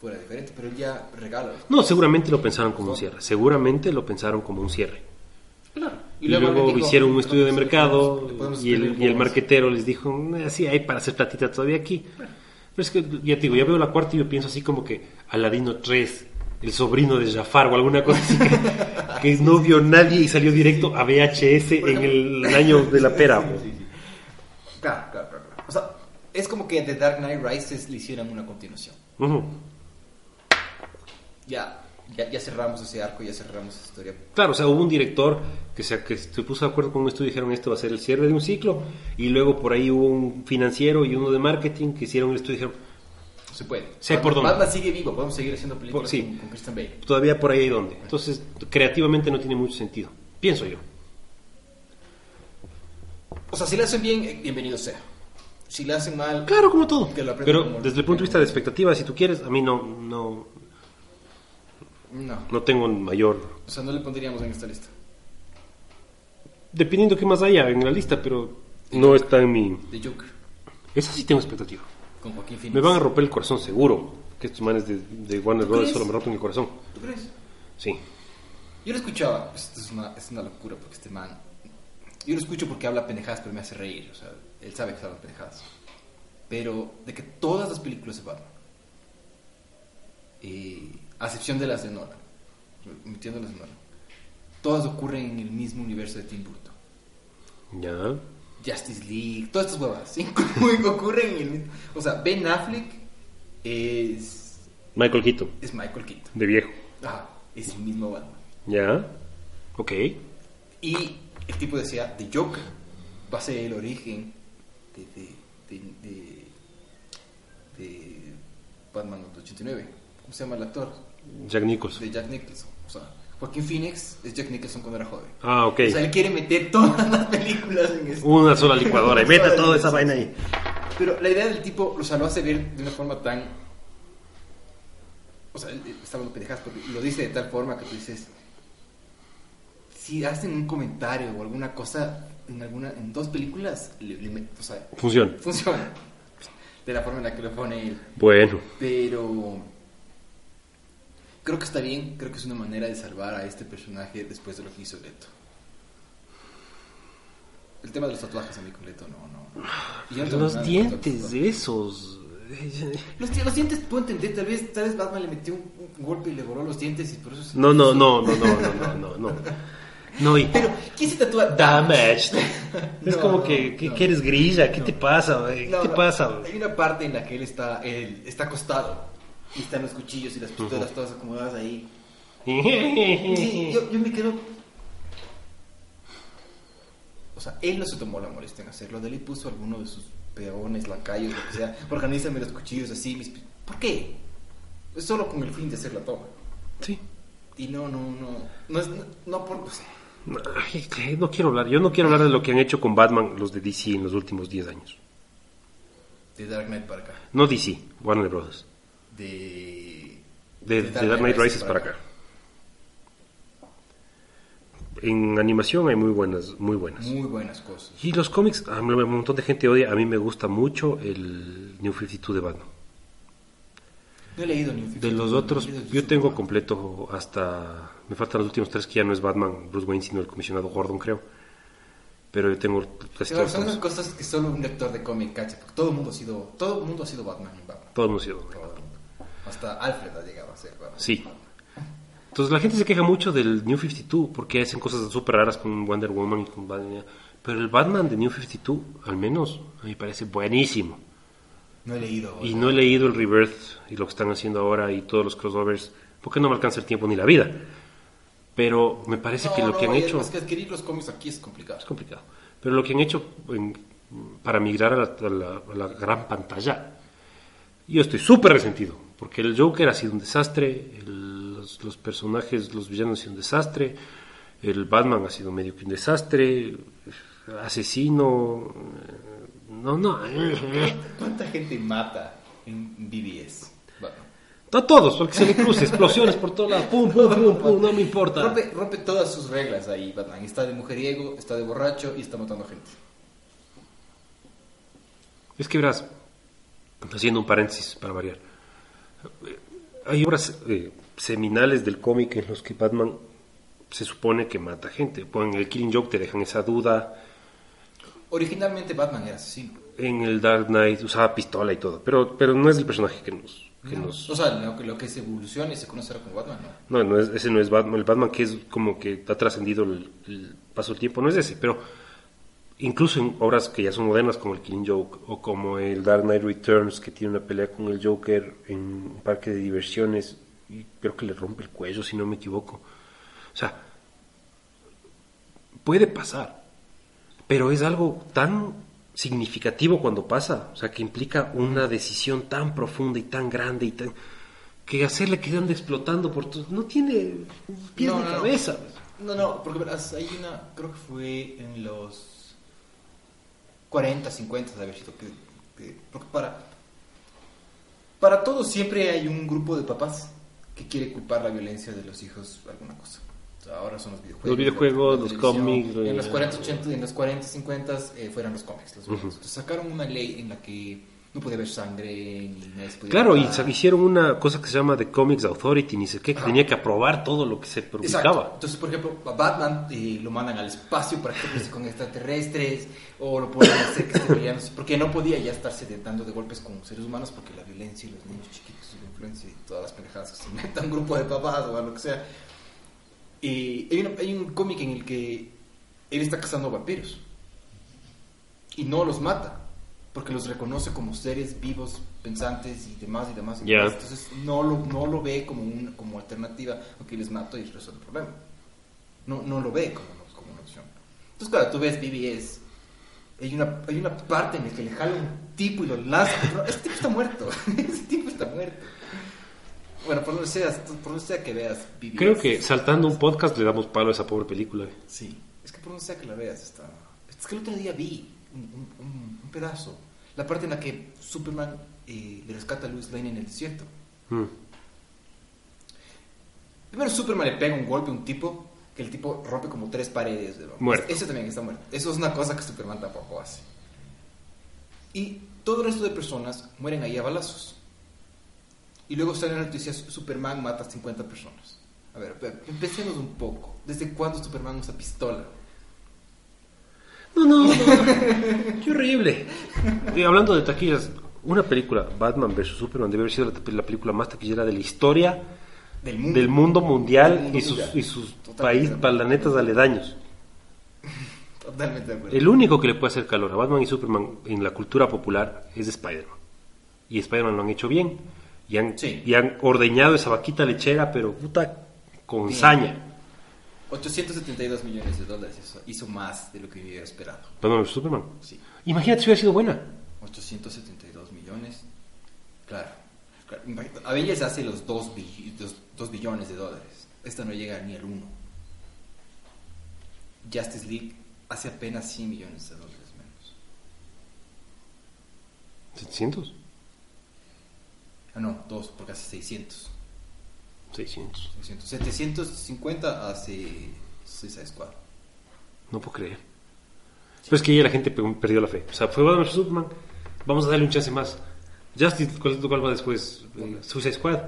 Speaker 1: fuera diferente, pero él ya regala los
Speaker 2: No, seguramente lo pensaron como un cierre, seguramente lo pensaron como un cierre.
Speaker 1: Claro.
Speaker 2: Y luego,
Speaker 1: alguien dijo,
Speaker 2: hicieron un
Speaker 1: "Le
Speaker 2: estudio de
Speaker 1: podemos-
Speaker 2: mercado
Speaker 1: le podemos
Speaker 2: y el,
Speaker 1: escribir
Speaker 2: y el
Speaker 1: cómo es".
Speaker 2: marquetero les dijo, "Mm, sí, hay para hacer platita todavía aquí. Pero es que, ya te digo, ya veo la cuarta y yo pienso así como que Aladino 3, el sobrino de Jafar o alguna cosa así
Speaker 1: (laughs)
Speaker 2: que, que no vio nadie y salió directo a VHS
Speaker 1: Por
Speaker 2: en el año de la
Speaker 1: (laughs)
Speaker 2: pera. pues.
Speaker 1: Claro, claro, claro, claro. O sea, es como que The Dark Knight Rises le hicieran una continuación.
Speaker 2: Ujú.
Speaker 1: Ya, ya, ya cerramos ese arco, ya cerramos esa historia.
Speaker 2: Claro, o sea, hubo un director que se, que se puso de acuerdo con esto y dijeron esto va a ser el cierre de un ciclo. Y luego por ahí hubo un financiero y uno de marketing que hicieron esto y dijeron,
Speaker 1: No se puede.
Speaker 2: Sí, por
Speaker 1: Batman-
Speaker 2: dónde.
Speaker 1: Batman sigue vivo, podemos seguir haciendo películas
Speaker 2: Por- sí.
Speaker 1: con, con Christian Bale.
Speaker 2: todavía por ahí hay donde. Entonces, creativamente no tiene mucho sentido, pienso yo.
Speaker 1: O sea, si le hacen bien, eh, bienvenido sea. Si le hacen mal,
Speaker 2: Claro, como todo.
Speaker 1: Que lo aprenda
Speaker 2: Pero
Speaker 1: como lo
Speaker 2: desde el punto de
Speaker 1: que-
Speaker 2: vista de expectativas, si tú quieres, a mí no, no,
Speaker 1: no.
Speaker 2: no tengo un mayor.
Speaker 1: O sea, no le pondríamos en esta lista.
Speaker 2: Dependiendo qué más haya en la lista, pero no está en mi.
Speaker 1: The Joker,
Speaker 2: Esa sí tengo expectativa.
Speaker 1: con Joaquín Phoenix.
Speaker 2: Me van a romper el corazón, seguro. Que estos manes de, de Warner Brothers
Speaker 1: crees?
Speaker 2: solo me rompen el corazón.
Speaker 1: ¿Tú crees?
Speaker 2: Sí.
Speaker 1: Yo lo escuchaba, pues, esto es una, es una locura porque este man. Yo lo escucho porque habla pendejadas, pero me hace reír. O sea, él sabe que habla pendejadas. Pero de que todas las películas de Batman eh, a excepción de las de Nolan, metiendo las de Nolan, todas ocurren en el mismo universo de Tim Burton.
Speaker 2: Ya.
Speaker 1: Justice League, todas estas huevas, (laughs) incluyen, ocurren en el mismo. O sea, Ben Affleck es,
Speaker 2: Michael Keaton,
Speaker 1: es Michael Keaton.
Speaker 2: de viejo.
Speaker 1: Ajá, es el mismo Batman.
Speaker 2: Ya. Ok.
Speaker 1: Y el tipo decía, The Joker va a ser el origen de, de, de, de- de Batman 89. ¿Cómo se llama el actor?
Speaker 2: Jack Nicholson.
Speaker 1: De Jack Nicholson. O sea, Joaquín Phoenix es Jack Nicholson cuando era joven.
Speaker 2: Ah, ok.
Speaker 1: O sea, él quiere meter todas las películas en este esto.
Speaker 2: Una sola licuadora y
Speaker 1: Una sola
Speaker 2: meta toda esa
Speaker 1: licuadora.
Speaker 2: vaina ahí.
Speaker 1: Pero la idea del tipo, o sea, lo hace ver de una forma tan. O sea, él- él está hablando pendejadas porque lo dice de tal forma que tú dices. Si hacen un comentario o alguna cosa en alguna en dos películas, le- le met- o sea,
Speaker 2: Funciona.
Speaker 1: funciona. De la forma en la que lo pone él.
Speaker 2: Bueno.
Speaker 1: Pero. Creo que está bien, creo que es una manera de salvar a este personaje después de lo que hizo Leto. El tema de los tatuajes a mí con Leto no, no. Y yo no tengo nada
Speaker 2: Los
Speaker 1: con tatuajes.
Speaker 2: dientes esos.
Speaker 1: Los, di- los dientes puedo entender, tal vez, tal vez Batman le metió un, un golpe y le borró los dientes y por eso se-
Speaker 2: No, no, no, no, no, no, no, no, no. No, y
Speaker 1: Pero, ¿quién se tatúa?
Speaker 2: damaged. es
Speaker 1: No,
Speaker 2: como que, que,
Speaker 1: no.
Speaker 2: que eres grilla, ¿qué te pasa? güey? ¿Qué
Speaker 1: No,
Speaker 2: te
Speaker 1: no,
Speaker 2: pasa? güey?
Speaker 1: Hay una parte en la que él está, él está acostado y están los cuchillos y las pistolas todas acomodadas ahí. Sí, yo, yo me quedo. O sea, él no se tomó la molestia en hacerlo. De él puso alguno de sus peones, lacayos, lo que
Speaker 2: (laughs)
Speaker 1: sea. Organízame los cuchillos así. Mis... pi-". ¿Por qué? Es solo con el fin de hacer la toma.
Speaker 2: Sí.
Speaker 1: Y no, no, no. No, es, no, no por. o sea,
Speaker 2: No, ay, que no quiero hablar. Yo no quiero hablar de lo que han hecho con Batman los de DC en los últimos 10 años.
Speaker 1: de Dark Knight para acá.
Speaker 2: No DC, Warner Bros.
Speaker 1: De.
Speaker 2: De, de Dark Knight Rises para acá. En animación hay muy buenas, muy buenas.
Speaker 1: Muy buenas cosas.
Speaker 2: Y los cómics, a mí un montón de gente odia. A mí me gusta mucho el New 52 de Batman.
Speaker 1: No he leído ni un
Speaker 2: De los otros, yo tengo completo hasta. Me faltan los últimos tres que ya no es Batman, Bruce Wayne, sino el comisionado Gordon, creo. Pero yo tengo casi
Speaker 1: Claro,
Speaker 2: todos.
Speaker 1: son
Speaker 2: los-
Speaker 1: esas cosas que solo un lector de cómic cacha. Porque todo el mundo ha sido, todo el mundo ha sido Batman en Batman.
Speaker 2: Todo el museo. güey.
Speaker 1: Todo el mundo. Hasta Alfred ha llegado a ser Batman.
Speaker 2: Sí. Entonces la gente se queja mucho del New 52 porque hacen cosas súper raras con Wonder Woman y con Batman. Pero el Batman de New 52, al menos, a mí me parece buenísimo.
Speaker 1: No he leído.
Speaker 2: Y
Speaker 1: o
Speaker 2: no he leído el Rebirth y lo que están haciendo ahora y todos los crossovers, porque no me alcanza el tiempo ni la vida. Pero me parece
Speaker 1: sea.
Speaker 2: que lo
Speaker 1: No,
Speaker 2: que han
Speaker 1: no, y
Speaker 2: hecho
Speaker 1: además que adquirir los cómics aquí es complicado.
Speaker 2: es complicado, pero lo que han hecho en- para migrar a la, a la- a la gran pantalla, yo estoy súper resentido, porque el Joker ha sido un desastre, el- los, los personajes, los villanos han sido un desastre, el Batman ha sido medio que un desastre, asesino, eh, no, no. eh.
Speaker 1: ¿Cuánta gente mata en BBS? Batman?
Speaker 2: A todos, porque se le cruce, (laughs) explosiones por todos lados, pum, pum, pum, pum, no me importa.
Speaker 1: Rompe, rompe todas sus reglas ahí, Batman. Está de mujeriego, está de borracho y está matando gente.
Speaker 2: Es que verás, haciendo un paréntesis para variar, hay obras eh, seminales del cómic en los que Batman se supone que mata gente. Pues en el Killing Joke te dejan esa duda,
Speaker 1: Originalmente Batman era asesino.
Speaker 2: en el Dark Knight usaba pistola y todo, pero, pero no es el personaje que nos... Que nos
Speaker 1: O sea, lo que, lo que se evoluciona y se conoce ahora como Batman, ¿no?
Speaker 2: No, no es- ese no es Batman. El Batman que es como que ha trascendido el, el paso del tiempo no es ese, pero incluso en obras que ya son modernas como el Killing Joke o como el Dark Knight Returns que tiene una pelea con el Joker en un parque de diversiones y creo que le rompe el cuello si no me equivoco. O sea, puede pasar, pero es algo tan significativo cuando pasa, o sea, que implica una decisión tan profunda y tan grande y tan que hacerle que ande explotando por tu... no tiene pies
Speaker 1: No,
Speaker 2: ni
Speaker 1: no, no.
Speaker 2: cabeza.
Speaker 1: No, no, porque verás, hay una, creo que fue en los 40, 50 de haber sido, que, que- porque para, para todos siempre hay un grupo de papás que quiere culpar la violencia de los hijos a alguna cosa. O sea, ahora son los videojuegos.
Speaker 2: Los videojuegos,
Speaker 1: la
Speaker 2: los
Speaker 1: televisión.
Speaker 2: cómics,
Speaker 1: En
Speaker 2: eh,
Speaker 1: los 40, 80, en los 40, 50 eh, fueron los cómics. los videojuegos. Entonces sacaron una ley en la que no podía haber sangre ni nadie se podía
Speaker 2: Claro, y
Speaker 1: matar.
Speaker 2: sa- hicieron una cosa que se llama The Comics Authority, ni sé qué, que tenía que aprobar todo lo que se
Speaker 1: Exacto.
Speaker 2: publicaba.
Speaker 1: Entonces, por ejemplo, a Batman eh, lo mandan al espacio para que pelee con extraterrestres o lo pueden hacer que esté peleando, porque no podía ya estarse de- dando de golpes con seres humanos porque la violencia y los niños chiquitos y la influencia y todas las pendejadas que se inventan (laughs) un grupo de papás o a lo que sea. Y hay, una- hay un cómic en el que él está cazando vampiros y no los mata porque los reconoce como seres vivos, pensantes y demás y demás. y
Speaker 2: Ya.
Speaker 1: demás. Entonces no lo, no lo ve como, un, como alternativa, ok, les mato y resuelvo el problema. No, no lo ve como, una- como una opción. Entonces claro, tú ves BBS, hay una, hay una parte en la que le jala un tipo y lo lanza. pero Ese tipo está muerto, (laughs) ese tipo está muerto. Bueno, por donde, seas, por donde sea que veas BBS.
Speaker 2: Creo que saltando un podcast le damos palo a esa pobre película.
Speaker 1: Sí, es que por donde sea que la veas está... Es que el otro día vi un, un- un- un pedazo, la parte en la que Superman eh, le rescata a Lois Lane en el desierto.
Speaker 2: Mm.
Speaker 1: Primero Superman le pega un golpe a un tipo, que el tipo rompe como tres paredes. de bronce.
Speaker 2: Muerto.
Speaker 1: Ese también está muerto. Eso es una cosa que Superman tampoco hace. Y todo el resto de personas mueren ahí a balazos. Y luego salen las noticias, Superman mata a 50 personas. A ver, pe- empecemos un poco. ¿Desde cuándo Superman usa pistola?
Speaker 2: No, no, no. (laughs) Qué horrible. Y hablando de taquillas, una película, Batman vs. Superman, debe haber sido la, la película más taquillera de la historia
Speaker 1: Del mundo.
Speaker 2: del mundo
Speaker 1: Del
Speaker 2: mundial
Speaker 1: mundo
Speaker 2: y sus,
Speaker 1: mundial.
Speaker 2: y sus
Speaker 1: Totalmente
Speaker 2: país,
Speaker 1: de acuerdo.
Speaker 2: planetas aledaños.
Speaker 1: Totalmente de acuerdo.
Speaker 2: El único que le puede hacer calor a Batman y Superman en la cultura popular es Spider-Man. Y Spider-Man lo han hecho bien. Y han,
Speaker 1: Sí.
Speaker 2: y han ordeñado esa vaquita lechera, pero puta, con
Speaker 1: Bien.
Speaker 2: saña.
Speaker 1: 872 millones de dólares eso hizo más de lo que hubiera esperado.
Speaker 2: Batman vs. Superman.
Speaker 1: Sí.
Speaker 2: Imagínate si hubiera sido buena.
Speaker 1: 872 millones. Claro. claro. Imagínate, Avengers hace los 2, billones de dólares. Esta no llega ni al 1. Justice League hace apenas 100 millones de dólares menos.
Speaker 2: 700,
Speaker 1: Ah, no, 2, porque hace 600.
Speaker 2: 600.
Speaker 1: 600. 750 hace Suicide Squad.
Speaker 2: No puedo creer. Pero es que ya la gente pe- perdió la fe. O sea, fue Batman vs. Superman. Vamos a darle un chance más. Justice, ¿cuál, cuál va después? Eh, Suicide Squad.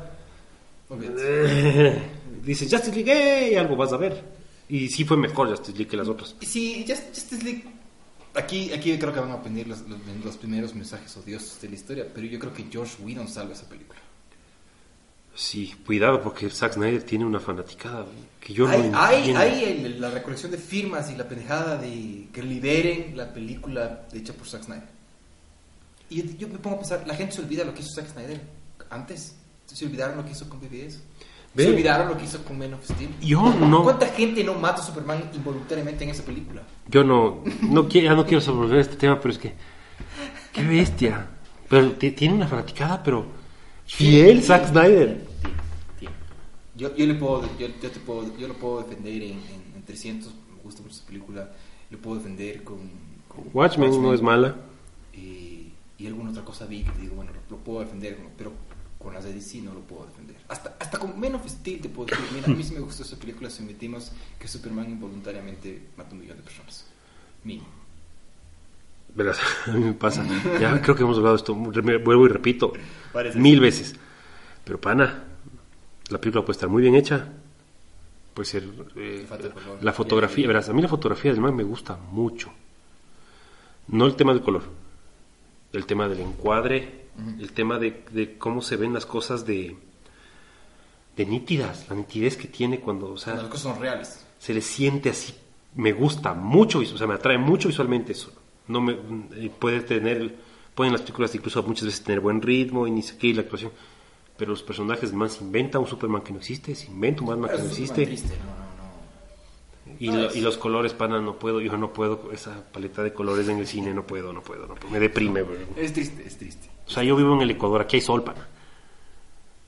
Speaker 1: Obviamente.
Speaker 2: (laughs) Dice Justice League, ¡eh! algo vas a ver. Y sí fue mejor Justice League que las otras.
Speaker 1: Sí, Just- Justice League. Aquí, aquí creo que van a venir los, los- los primeros mensajes odiosos de la historia, pero yo creo que George Whedon salva esa película.
Speaker 2: Sí, cuidado porque Zack Snyder tiene una fanaticada que yo
Speaker 1: hay
Speaker 2: no
Speaker 1: hay-
Speaker 2: entiendo.
Speaker 1: hay el- la recolección de firmas y la pendejada de que liberen la película hecha por Zack Snyder. Y yo, yo me pongo a pensar, la gente se olvida lo que hizo Zack Snyder antes. Se olvidaron lo que hizo con BBS.
Speaker 2: Ve.
Speaker 1: Se olvidaron lo que hizo con Man of Steel.
Speaker 2: Yo no,
Speaker 1: ¿Cuánta gente no mata a Superman involuntariamente en esa película?
Speaker 2: yo no, no quiero, ya no quiero sobrevolver este tema, pero es que qué bestia. Pero ti- tiene una fanaticada, pero fiel Zack Snyder.
Speaker 1: Yo, yo le puedo, yo, yo te puedo, yo lo puedo defender en, en- en 300, me gusta mucho esa película, lo puedo defender con... con
Speaker 2: Watchmen no es mala.
Speaker 1: Y, y alguna otra cosa vi que te digo, bueno, lo, lo puedo defender, ¿no? pero con las de DC no lo puedo defender. Hasta, hasta con Men of Steel te puedo decir, mira, a mí sí me gustó esa película si metimos que Superman involuntariamente mató un millón de personas. Mínimo.
Speaker 2: Verás, (laughs) a mí me pasa. Ya creo que hemos hablado de esto, me- vuelvo y repito,
Speaker 1: Parece.
Speaker 2: mil veces. Pero pana, la película puede estar muy bien hecha. Puede ser eh,
Speaker 1: Le falta el color.
Speaker 2: la fotografía. Verás, a mí la fotografía del man me gusta mucho. No el tema del color, el tema del encuadre, el tema de, de cómo se ven las cosas de, de nítidas, la nitidez que tiene cuando, o sea,
Speaker 1: Las cosas son reales.
Speaker 2: se le siente así. Me gusta mucho, vis- o sea, me atrae mucho visualmente eso. No me, eh, puede tener, pueden las películas incluso muchas veces tener buen ritmo y ni sé qué, y la actuación. Pero los personajes más se inventa un Superman que no existe, se inventa un Batman que
Speaker 1: Pero
Speaker 2: no
Speaker 1: es Superman
Speaker 2: existe.
Speaker 1: triste, no, no, no.
Speaker 2: Y, lo- y los colores, pana, no puedo, yo no puedo, esa paleta de colores en el cine, no puedo, no puedo, no puedo. Me deprime, bro.
Speaker 1: Es triste, es triste.
Speaker 2: O sea, yo vivo en el Ecuador, aquí hay sol, pana.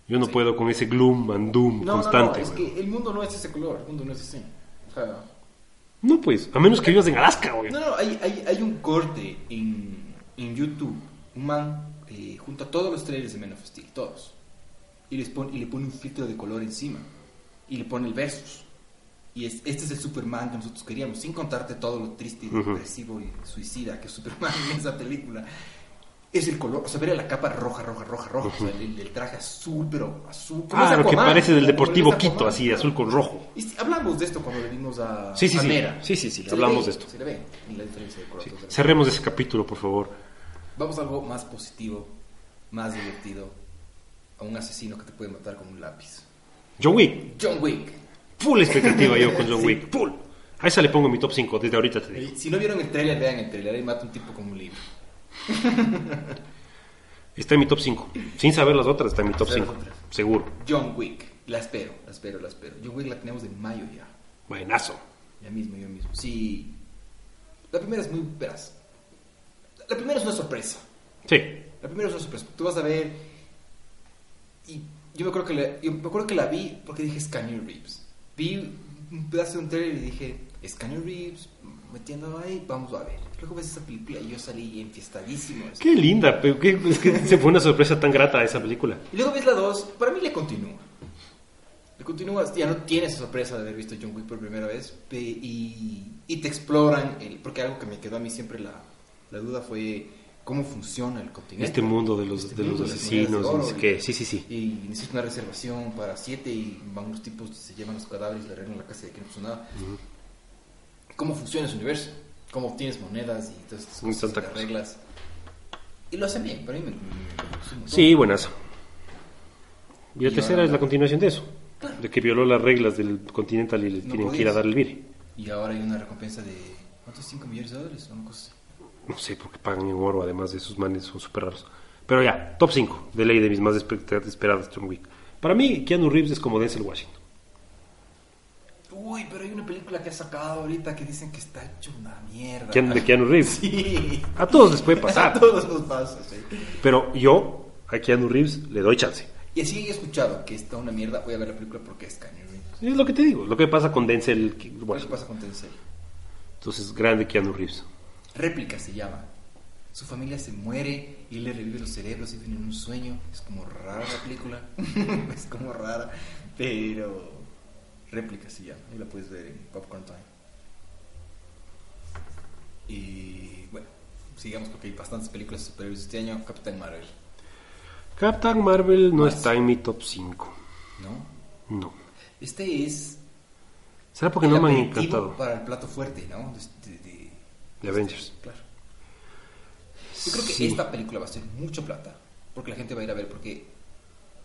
Speaker 2: Yo no puedo con ese gloom and doom
Speaker 1: No,
Speaker 2: constante.
Speaker 1: no, no, es
Speaker 2: bro.
Speaker 1: que el mundo no es ese color, el mundo no es así. O sea,
Speaker 2: No, pues, a menos que vivas en Alaska, güey.
Speaker 1: No, no, hay, hay, hay un corte en, en YouTube. Un man eh, junta todos los trailers de Men of Steel, todos. Y, les pone, y le pone un filtro de color encima. Y le pone el versus. Y es, este es el Superman que nosotros queríamos, sin contarte todo lo triste y (laughs)
Speaker 2: Ujú.
Speaker 1: depresivo y suicida que es Superman en esa película. es el color, o sea, ver la capa roja, roja, roja, roja, o sea, el, el traje azul, pero azul. como es
Speaker 2: Ah, lo que
Speaker 1: Aquaman,
Speaker 2: parece del
Speaker 1: como
Speaker 2: Deportivo
Speaker 1: es Aquaman.
Speaker 2: Quito, así, azul con rojo.
Speaker 1: Y si- hablamos de esto cuando venimos a
Speaker 2: Sí, sí,
Speaker 1: a
Speaker 2: sí.
Speaker 1: Mera.
Speaker 2: Sí, sí, sí,
Speaker 1: Se le
Speaker 2: hablamos
Speaker 1: ve,
Speaker 2: de esto.
Speaker 1: Se le ve la diferencia de color. Entonces,
Speaker 2: Cerremos ese capítulo, por favor.
Speaker 1: Vamos a algo más positivo, más divertido, a un asesino que te puede matar con un lápiz.
Speaker 2: John Wick.
Speaker 1: John Wick.
Speaker 2: Full expectativa yo con John
Speaker 1: Sí.
Speaker 2: Wick. Full. A esa le pongo mi top 5, desde ahorita te digo.
Speaker 1: El- Si no vieron el trailer, vean el trailer. Ahí mata un tipo con un libro.
Speaker 2: Está en mi top 5. Sin saber las otras, está en mi top
Speaker 1: Sin saber
Speaker 2: 5.
Speaker 1: las otras.
Speaker 2: Seguro.
Speaker 1: John Wick. La espero, la espero, la espero. John Wick la tenemos en mayo ya.
Speaker 2: Buenazo.
Speaker 1: Ya mismo, ya mismo. Sí. La primera es muy veraz. La primera es una sorpresa.
Speaker 2: Sí.
Speaker 1: La primera es una sorpresa. Tú vas a ver. Y yo me acuerdo que la, yo me acuerdo que la vi porque dije es Canyon Reeves. Vi un pedazo de un trailer y dije es Canyon Reeves metiendo ahí, vamos a ver. Luego ves esa película y yo salí enfiestadísimo.
Speaker 2: Qué linda. pero qué- es que se fue una sorpresa tan grata esa película.
Speaker 1: Y luego ves la 2, para mí le continúa. Le continúa, ya no tienes esa sorpresa de haber visto John Wick por primera vez pe- y, y te exploran, el, porque algo que me quedó a mí siempre la, la duda fue cómo funciona el continente.
Speaker 2: Este mundo de los,
Speaker 1: Este
Speaker 2: de los
Speaker 1: mundo de las
Speaker 2: asesinos,
Speaker 1: monedas de
Speaker 2: y no
Speaker 1: oro,
Speaker 2: sé
Speaker 1: y-
Speaker 2: qué. Sí, sí, sí.
Speaker 1: Y necesita una reservación para siete y van unos tipos, se llevan los cadáveres, le arreglan la casa de que no pasó nada. ¿Cómo funciona ese universo? ¿Cómo obtienes monedas y todas estas
Speaker 2: Muy
Speaker 1: cosas,
Speaker 2: tanta
Speaker 1: las
Speaker 2: cosa.
Speaker 1: reglas? Y lo hacen bien, para mí me, me- me gustó un montón.
Speaker 2: Sí, buenazo. Y la
Speaker 1: Y
Speaker 2: tercera
Speaker 1: ahora
Speaker 2: es la
Speaker 1: la-
Speaker 2: continuación de eso. De que violó las reglas del Continental y le
Speaker 1: No
Speaker 2: tienen que ir a
Speaker 1: podías.
Speaker 2: dar el vire.
Speaker 1: Y ahora hay una recompensa de. ¿Cuántos? ¿5 millones de dólares? Una cosa así.
Speaker 2: No sé por qué pagan en oro, además de esos manes son súper raros. Pero ya, top 5 de ley de mis más expect- esperadas John Wick. Para mí, Keanu Reeves es como Denzel Washington.
Speaker 1: Uy, pero hay una película que ha sacado ahorita que dicen que está hecho una mierda. (laughs)
Speaker 2: Keanu- de Keanu Reeves.
Speaker 1: Sí.
Speaker 2: A todos les puede pasar.
Speaker 1: (laughs) Todos los pasos, sí.
Speaker 2: Pero yo, a Keanu Reeves, le doy chance.
Speaker 1: Y así he escuchado que está una mierda. Voy a ver la película porque es Canyon Reeves.
Speaker 2: Es lo que te digo, lo que pasa con Denzel
Speaker 1: ¿Qué le
Speaker 2: Washington.
Speaker 1: pasa con Tencel?
Speaker 2: Entonces, grande Keanu Reeves.
Speaker 1: Réplica se llama. Su familia se muere y él le revive los cerebros y viene en un sueño. Es como rara la película. (laughs) es como rara. Pero. Réplica se llama. Y la puedes ver en Popcorn Time. Y bueno, sigamos porque hay bastantes películas de superhéroes este año. Capitán Marvel,
Speaker 2: Captain Marvel no
Speaker 1: Más.
Speaker 2: está en mi top 5.
Speaker 1: ¿no?
Speaker 2: No.
Speaker 1: Este es.
Speaker 2: ¿Será porque no
Speaker 1: el
Speaker 2: me han
Speaker 1: aperitivo
Speaker 2: encantado?
Speaker 1: Para el plato fuerte, ¿no? De, de- de- este,
Speaker 2: De Avengers.
Speaker 1: Claro. Yo creo que
Speaker 2: Sí.
Speaker 1: esta película va a ser mucho plata. Porque la gente va a ir a ver. Porque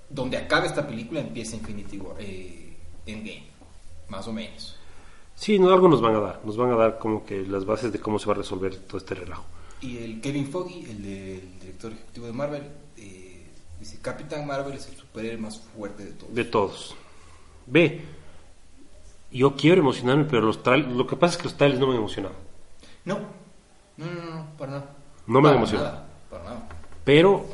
Speaker 1: donde acabe esta película empieza Infinity War. Eh, Endgame. Más o menos.
Speaker 2: Sí, no, algo nos van a dar. Nos van a dar como que las bases de cómo se va a resolver todo este relajo.
Speaker 1: Y el Kevin Foggy, el, de- el director ejecutivo de Marvel, eh, dice: Capitán Marvel es el superhéroe más fuerte de todos.
Speaker 2: de todos. Ve, yo quiero emocionarme, pero los trailers, lo que pasa es que los trailers no me han emocionado.
Speaker 1: No. No, no, no, no, para nada.
Speaker 2: No me
Speaker 1: Para
Speaker 2: emociona.
Speaker 1: nada, Para nada.
Speaker 2: Pero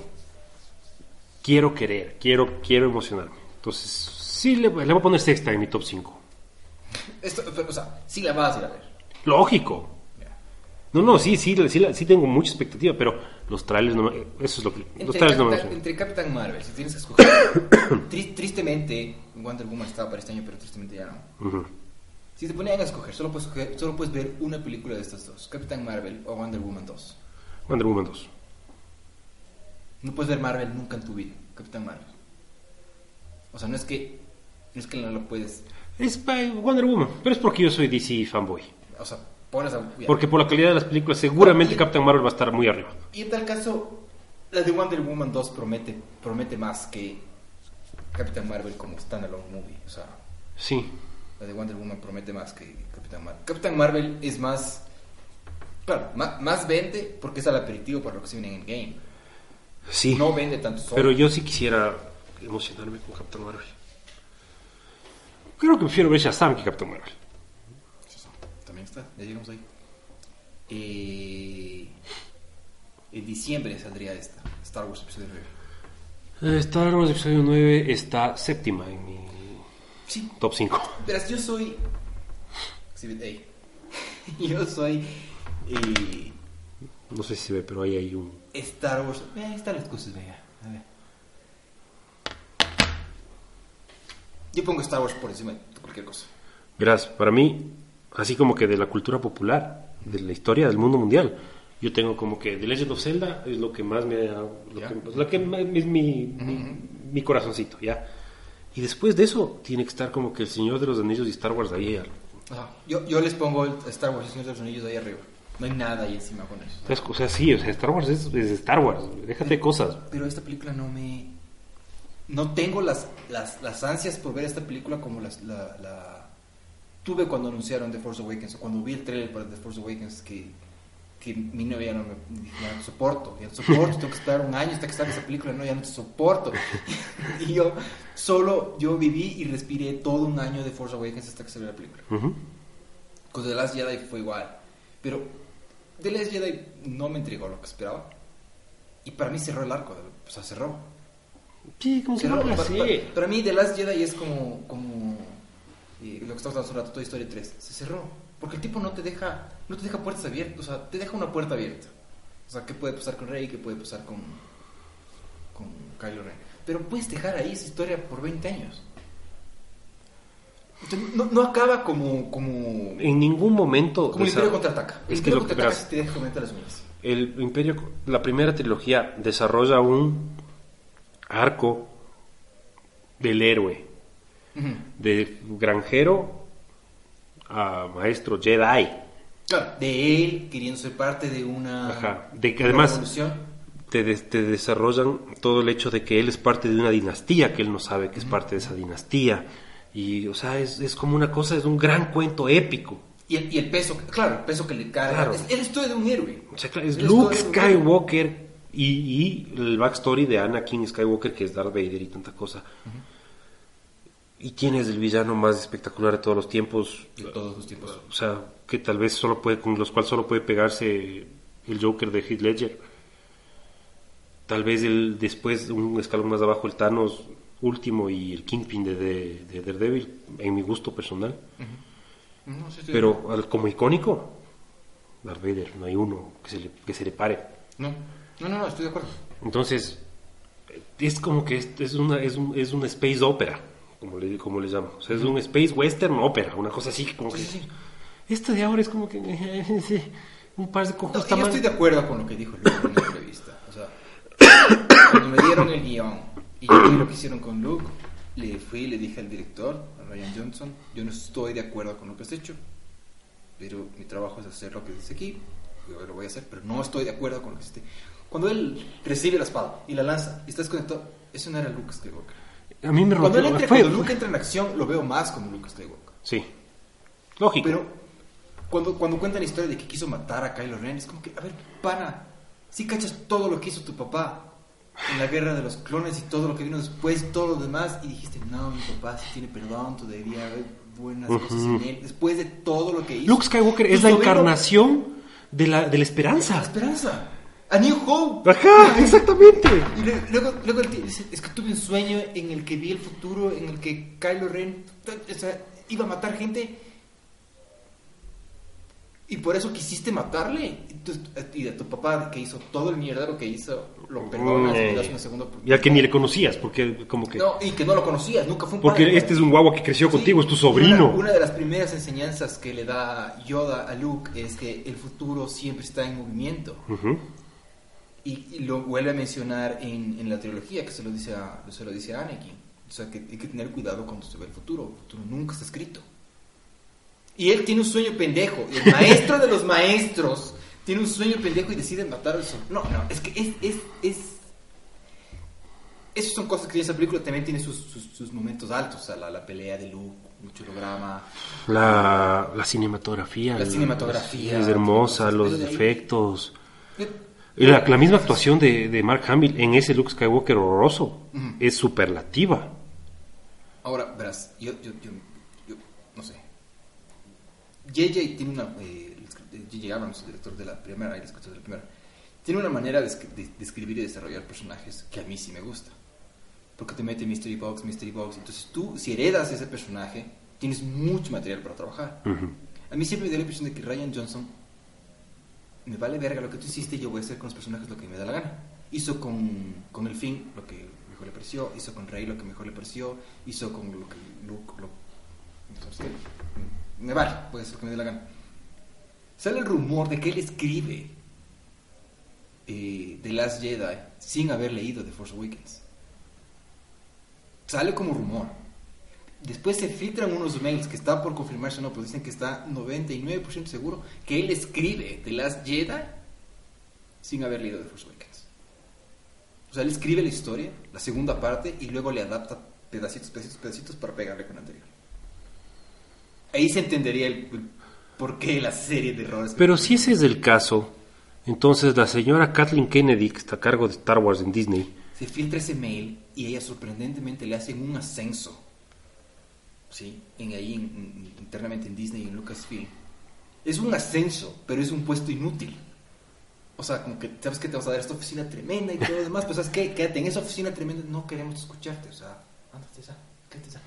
Speaker 2: quiero querer, quiero, quiero emocionarme. Entonces, sí, le, le voy a poner sexta en mi top 5.
Speaker 1: Esto, pero, o sea, sí la vas a ir a ver.
Speaker 2: Lógico.
Speaker 1: Mira.
Speaker 2: No, no, sí, sí, sí, la- sí tengo mucha expectativa, pero los trailers no me, Eso es lo que... Los
Speaker 1: Entre
Speaker 2: trailers no me
Speaker 1: Capitán,
Speaker 2: emocionan.
Speaker 1: entre Capitán Marvel, si tienes que escoger. (coughs) Tri- tristemente, Wonder Woman estaba para este año, pero tristemente ya no.
Speaker 2: Ujú.
Speaker 1: Si te ponían a escoger, solo puedes, escoger- solo puedes ver una película de estas dos: Capitán Marvel o Wonder Woman 2.
Speaker 2: Wonder Woman 2.
Speaker 1: No puedes ver Marvel nunca en tu vida, Capitán Marvel. O sea, no es que, no es que no lo puedes.
Speaker 2: Es pa- Wonder Woman, pero es porque yo soy DC fanboy.
Speaker 1: O sea, pones a. ya.
Speaker 2: Porque por la calidad de las películas seguramente Captain Marvel va a estar muy arriba.
Speaker 1: Y en tal caso, la de Wonder Woman 2 promete, promete más que Capitán Marvel como standalone movie. O sea,
Speaker 2: Sí,
Speaker 1: La de Wonder Woman promete más que Capitán Marvel. Capitán Marvel es más. Claro, ma- más vende porque es al aperitivo para lo que se viene en el game.
Speaker 2: sí.
Speaker 1: No vende tanto solo.
Speaker 2: Pero yo sí quisiera emocionarme con Captain Marvel. Creo que prefiero ver Shazam que Captain Marvel.
Speaker 1: También está, ya llegamos ahí. Eh, en diciembre saldría esta: Star Wars Episodio 9.
Speaker 2: Eh, Star Wars Episodio 9 está séptima en mi
Speaker 1: Sí,
Speaker 2: top 5.
Speaker 1: verás, yo soy. Exhibit A. (laughs) yo soy. eh,
Speaker 2: No sé si se ve, pero ahí hay un...
Speaker 1: Star Wars. Eh, ahí están las cosas, venga. A ver. Yo pongo Star Wars por encima de cualquier cosa.
Speaker 2: Verás, para mí, así como que de la cultura popular, de la historia del mundo mundial, Yo tengo como que The Legend of Zelda es lo que más me ha- lo
Speaker 1: Ya.
Speaker 2: que- lo que más es mi, mi, mi corazoncito, ya. Y después de eso tiene que estar como que El Señor de los Anillos y Star Wars ahí. al-
Speaker 1: Ajá. Yo, yo les pongo el Star Wars y Señor de los Anillos ahí arriba. No hay nada ahí encima con eso.
Speaker 2: ¿sabes? O sea, sí, o sea, Star Wars es, es Star Wars, déjate de cosas.
Speaker 1: Pero esta película no me... No tengo las, las, las ansias por ver esta película como las, la, la- tuve cuando anunciaron The Force Awakens o cuando vi el trailer para The Force Awakens que, que mi novia no me dije, ya no te soporto, ya no te soporto, tengo que esperar un año hasta que salga esa película, no, ya no te soporto. (laughs) y yo solo, yo viví y respiré todo un año de Force Awakens hasta que salió la película.
Speaker 2: Ujú.
Speaker 1: Con The Last Jedi fue igual. Pero The Last Jedi no me entregó lo que esperaba. Y para mí cerró el arco. de- O sea, cerró.
Speaker 2: Sí, como que
Speaker 1: Cerró.
Speaker 2: Pues no
Speaker 1: Pa-
Speaker 2: la
Speaker 1: pa-
Speaker 2: sé.
Speaker 1: para mí The Last Jedi es como, como eh, lo que estamos hablando hace un rato, Toy Story 3. Se cerró. Porque el tipo no te deja, no te deja puertas abiertas. O sea, te deja una puerta abierta. O sea, ¿qué puede pasar con Rey? ¿Qué puede pasar con, con Kylo Ren? Pero puedes dejar ahí esa historia por 20 años. Entonces, no, no acaba como, como
Speaker 2: En ningún momento.
Speaker 1: como
Speaker 2: o
Speaker 1: el
Speaker 2: sea,
Speaker 1: Imperio contraataca. El
Speaker 2: Es que
Speaker 1: Imperio
Speaker 2: lo que
Speaker 1: contraataca
Speaker 2: verás,
Speaker 1: sí te deja comentar las uñas.
Speaker 2: el Imperio, la primera trilogía desarrolla un arco del héroe, de granjero a maestro Jedi.
Speaker 1: Claro, de él queriendo ser parte de una,
Speaker 2: Ajá, de que
Speaker 1: una
Speaker 2: además-
Speaker 1: revolución.
Speaker 2: Te, des- te desarrollan todo el hecho de que él es parte de una dinastía, que él no sabe que es parte de esa dinastía. Y, o sea, es, es como una cosa, es un gran cuento épico.
Speaker 1: Y el, y el peso, claro, el peso que le carga.
Speaker 2: Claro.
Speaker 1: Es, es la historia de un héroe.
Speaker 2: O sea, claro, es
Speaker 1: Es la
Speaker 2: Luke
Speaker 1: historia de un héroe.
Speaker 2: Skywalker y, y el backstory de Anakin Skywalker, que es Darth Vader y tanta cosa. ¿Y quién es el villano más espectacular de todos los tiempos?
Speaker 1: De todos los tiempos.
Speaker 2: O sea, que tal vez solo puede, con los cuales solo puede pegarse el Joker de Heath Ledger. Tal vez el, después, un escalón más abajo, el Thanos último y el Kingpin de, de, de Daredevil, en mi gusto personal.
Speaker 1: No, sí, sí.
Speaker 2: Pero al- como icónico, Darth Vader, no hay uno que se le, que se le pare.
Speaker 1: No. no, no, no, estoy de acuerdo.
Speaker 2: Entonces, es como que es, es una, es, un, es una space opera, como le, como le llamo. O sea, es un space western opera, una cosa así. Como
Speaker 1: Sí,
Speaker 2: que,
Speaker 1: sí, sí.
Speaker 2: Esto de ahora es como que. (laughs) sí, un par de
Speaker 1: No,
Speaker 2: cosas.
Speaker 1: yo estoy de acuerdo con lo que dijo Luke en la entrevista. O sea, (coughs) cuando me dieron el guión y yo vi lo que hicieron con Luke, le fui y le dije al director, a Ryan Johnson, yo no estoy de acuerdo con lo que has hecho, pero mi trabajo es hacer lo que dice aquí, yo lo voy a hacer, pero no estoy de acuerdo con lo que hiciste. Cuando él recibe la espada y la lanza y está desconectado, eso no era Luke Skywalker.
Speaker 2: A mí me
Speaker 1: Cuando,
Speaker 2: rompió.
Speaker 1: él entra,
Speaker 2: fue-
Speaker 1: cuando Luke entra en acción, lo veo más como Luke Skywalker.
Speaker 2: Sí. Lógico.
Speaker 1: Pero cuando, cuando cuentan la historia de que quiso matar a Kylo Ren, es como que, a ver, pana, si cachas todo lo que hizo tu papá en la guerra de los clones y todo lo que vino después, todo lo demás, y dijiste, no, mi papá sí tiene perdón, todavía hay buenas cosas en él, después de todo lo que hizo.
Speaker 2: Luke Skywalker
Speaker 1: Tu
Speaker 2: es la
Speaker 1: sobrino-
Speaker 2: encarnación de la, de la
Speaker 1: La
Speaker 2: esperanza.
Speaker 1: esperanza. A New Hope.
Speaker 2: Ajá, exactamente.
Speaker 1: Y lue- luego, luego el tío dice, es que tuve un sueño en el que vi el futuro, en el que Kylo Ren o sea, iba a matar gente. Y por eso quisiste matarle. Y, tú- y a tu papá que hizo todo el mierdero que hizo, lo perdonas y le das una segunda
Speaker 2: Mm, eh, Y al que ni le
Speaker 1: oportunidad.
Speaker 2: conocías, porque como que.
Speaker 1: No, y que no lo conocías, nunca fue un
Speaker 2: porque
Speaker 1: padre.
Speaker 2: este es un guagua que creció
Speaker 1: Sí,
Speaker 2: contigo, es tu
Speaker 1: una-
Speaker 2: sobrino.
Speaker 1: Una, de las primeras enseñanzas que le da Yoda a Luke es que el futuro siempre está en movimiento.
Speaker 2: Ujú.
Speaker 1: Y, y lo vuelve a mencionar en, en la trilogía, que se lo dice a, se lo dice a Anakin. O sea, que hay que tener cuidado cuando se ve el futuro. El futuro nunca está escrito. Y él tiene un sueño pendejo. y el maestro de los maestros tiene un sueño pendejo y decide matar al sol. No, no, es que es... es, es esas son cosas que tiene esa película. También tiene sus, sus- sus momentos altos. O sea, la, la pelea de Luke, mucho holograma.
Speaker 2: La, la cinematografía.
Speaker 1: La cinematografía.
Speaker 2: Es hermosa, los
Speaker 1: Pero de ahí-
Speaker 2: efectos.
Speaker 1: Eh,
Speaker 2: Y La, la misma actuación de, de Mark Hamill en ese Luke Skywalker horroroso
Speaker 1: Ujú.
Speaker 2: es superlativa.
Speaker 1: Ahora, verás, yo, yo, yo, yo no sé. JJ tiene una. eh, el escr- eh, JJ Abrams, el director de la primera, el escritor de la primera, tiene una manera de, escri- de- de escribir y desarrollar personajes que a mí sí me gusta. Porque te mete Mystery Box, Mystery Box. Entonces tú, si heredas ese personaje, tienes mucho material para trabajar.
Speaker 2: Ujú.
Speaker 1: A mí siempre me dio la impresión de que Ryan Johnson me vale verga lo que tú hiciste, yo voy a hacer con los personajes lo que me da la gana. Hizo con, con el Finn lo que mejor le pareció, hizo con Rey lo que mejor le pareció, hizo con lo que Luke lo... ¿sabes pues, qué? Me vale, voy a hacer lo que me dé la gana. Sale el rumor de que él escribe eh, The Last Jedi sin haber leído The Force Awakens. Sale como rumor. Después se filtran unos mails que está por confirmarse o no, pero dicen que está 99% seguro que él escribe The Last Jedi sin haber leído The Force Awakens. O sea, él escribe la historia, la segunda parte, y luego le adapta pedacitos, pedacitos, pedacitos para pegarle con la anterior. Ahí se entendería el, el por qué la serie de errores. que
Speaker 2: Pero
Speaker 1: tiene.
Speaker 2: si ese es el caso, entonces la señora Kathleen Kennedy, que está a cargo de Star Wars en Disney,
Speaker 1: Se filtra ese mail y ella sorprendentemente le hacen un ascenso. ¿Sí? En ahí, en- en- internamente en Disney y en Lucasfilm. Es un ascenso, pero es un puesto inútil. O sea, como que sabes que te vas a dar esta oficina tremenda y todo lo demás, pero sabes qué, quédate en esa oficina tremenda, no queremos escucharte, o sea, ándate ya, quédate ya.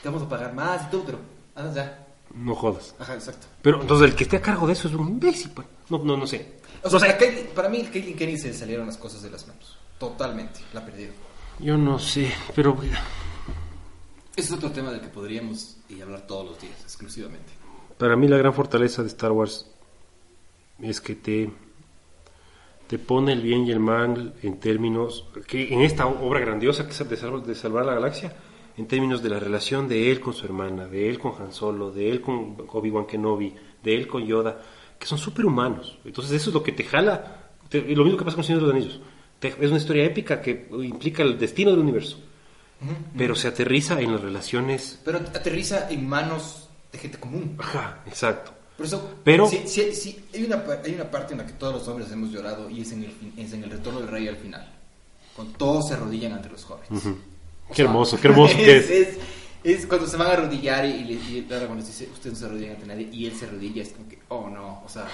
Speaker 1: Te vamos a pagar más y todo, pero ándate ya.
Speaker 2: no jodas.
Speaker 1: Ajá, exacto.
Speaker 2: Pero entonces el que esté a cargo de eso es un imbécil. pues. No, no, no sé.
Speaker 1: O sea, para, Caitlyn- para mí, Caitlyn Kennedy se le salieron las cosas de las manos. Totalmente, la perdieron.
Speaker 2: Yo no sé, pero
Speaker 1: Ese es otro tema del que podríamos eh, hablar todos los días, exclusivamente.
Speaker 2: para mí la gran fortaleza de Star Wars es que te, te pone el bien y el mal en términos, que en esta obra grandiosa que es de, salv- de salvar la galaxia, en términos de la relación de él con su hermana, de él con Han Solo, de él con Obi-Wan Kenobi, de él con Yoda, que son superhumanos. Entonces eso es lo que te jala, te- lo mismo que pasa con Señor de los Anillos. Te- es una historia épica que implica el destino del universo, pero se aterriza en las relaciones...
Speaker 1: Pero aterriza en manos de gente común.
Speaker 2: Ajá, exacto.
Speaker 1: Por eso,
Speaker 2: Pero-
Speaker 1: sí, sí, sí, hay, una, pa- hay una parte en la que todos los hombres hemos llorado y es en el, fin- es en el retorno del rey al final. Con todos se arrodillan ante los jóvenes. O
Speaker 2: Qué
Speaker 1: sea,
Speaker 2: hermoso, qué
Speaker 1: (laughs)
Speaker 2: hermoso que es.
Speaker 1: es. es cuando se van a arrodillar y, y le- y el dragón les dice, ustedes no se arrodillan ante nadie, y él se arrodilla, es como que, oh no, o sea,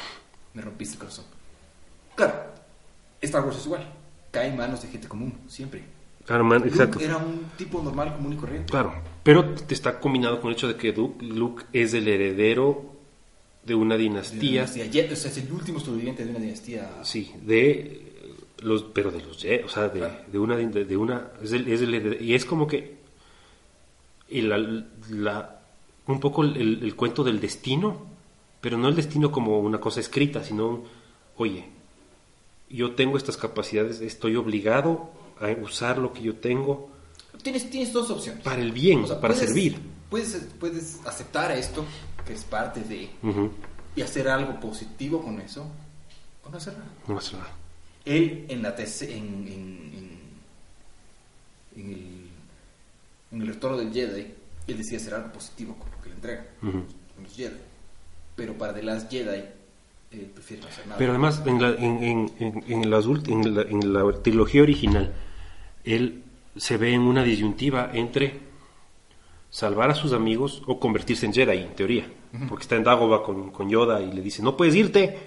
Speaker 1: me rompiste el corazón. Claro, Star Wars es igual, cae en manos de gente común, siempre.
Speaker 2: Claro, man,
Speaker 1: Luke
Speaker 2: exacto.
Speaker 1: Era un tipo normal, común y corriente.
Speaker 2: Claro, pero te está combinado con el hecho de que Luke, Luke es el heredero de una dinastía,
Speaker 1: Dinastía Jedi, o sea, es el último sobreviviente de una dinastía.
Speaker 2: sí, de los, pero de los, Ye- o sea, de,
Speaker 1: Claro.
Speaker 2: de una, de, de una, es el- es el heredero- y es como que y la, la- un poco el, el- el cuento del destino, pero no el destino como una cosa escrita, sino, oye, yo tengo estas capacidades, estoy obligado a usar lo que yo tengo
Speaker 1: Tienes, tienes dos opciones.
Speaker 2: para el bien,
Speaker 1: O sea,
Speaker 2: para
Speaker 1: puedes-
Speaker 2: servir.
Speaker 1: Puedes, puedes aceptar esto, que es parte de,
Speaker 2: Ujú.
Speaker 1: y hacer algo positivo con eso, o no hacer nada.
Speaker 2: No pasa nada.
Speaker 1: Él en la terce- en, en- en- en el, en el retorno del Jedi, él decide hacer algo positivo con lo que le entregan
Speaker 2: Ujú.
Speaker 1: con los Jedi. Pero para The Last Jedi, él prefiere no hacer nada.
Speaker 2: Pero además, en la, en, en- en- en las ult- en la- en la trilogía original, él se ve en una disyuntiva entre salvar a sus amigos o convertirse en Jedi, en teoría. Porque está en Dagobah con, con Yoda y le dice, no puedes irte.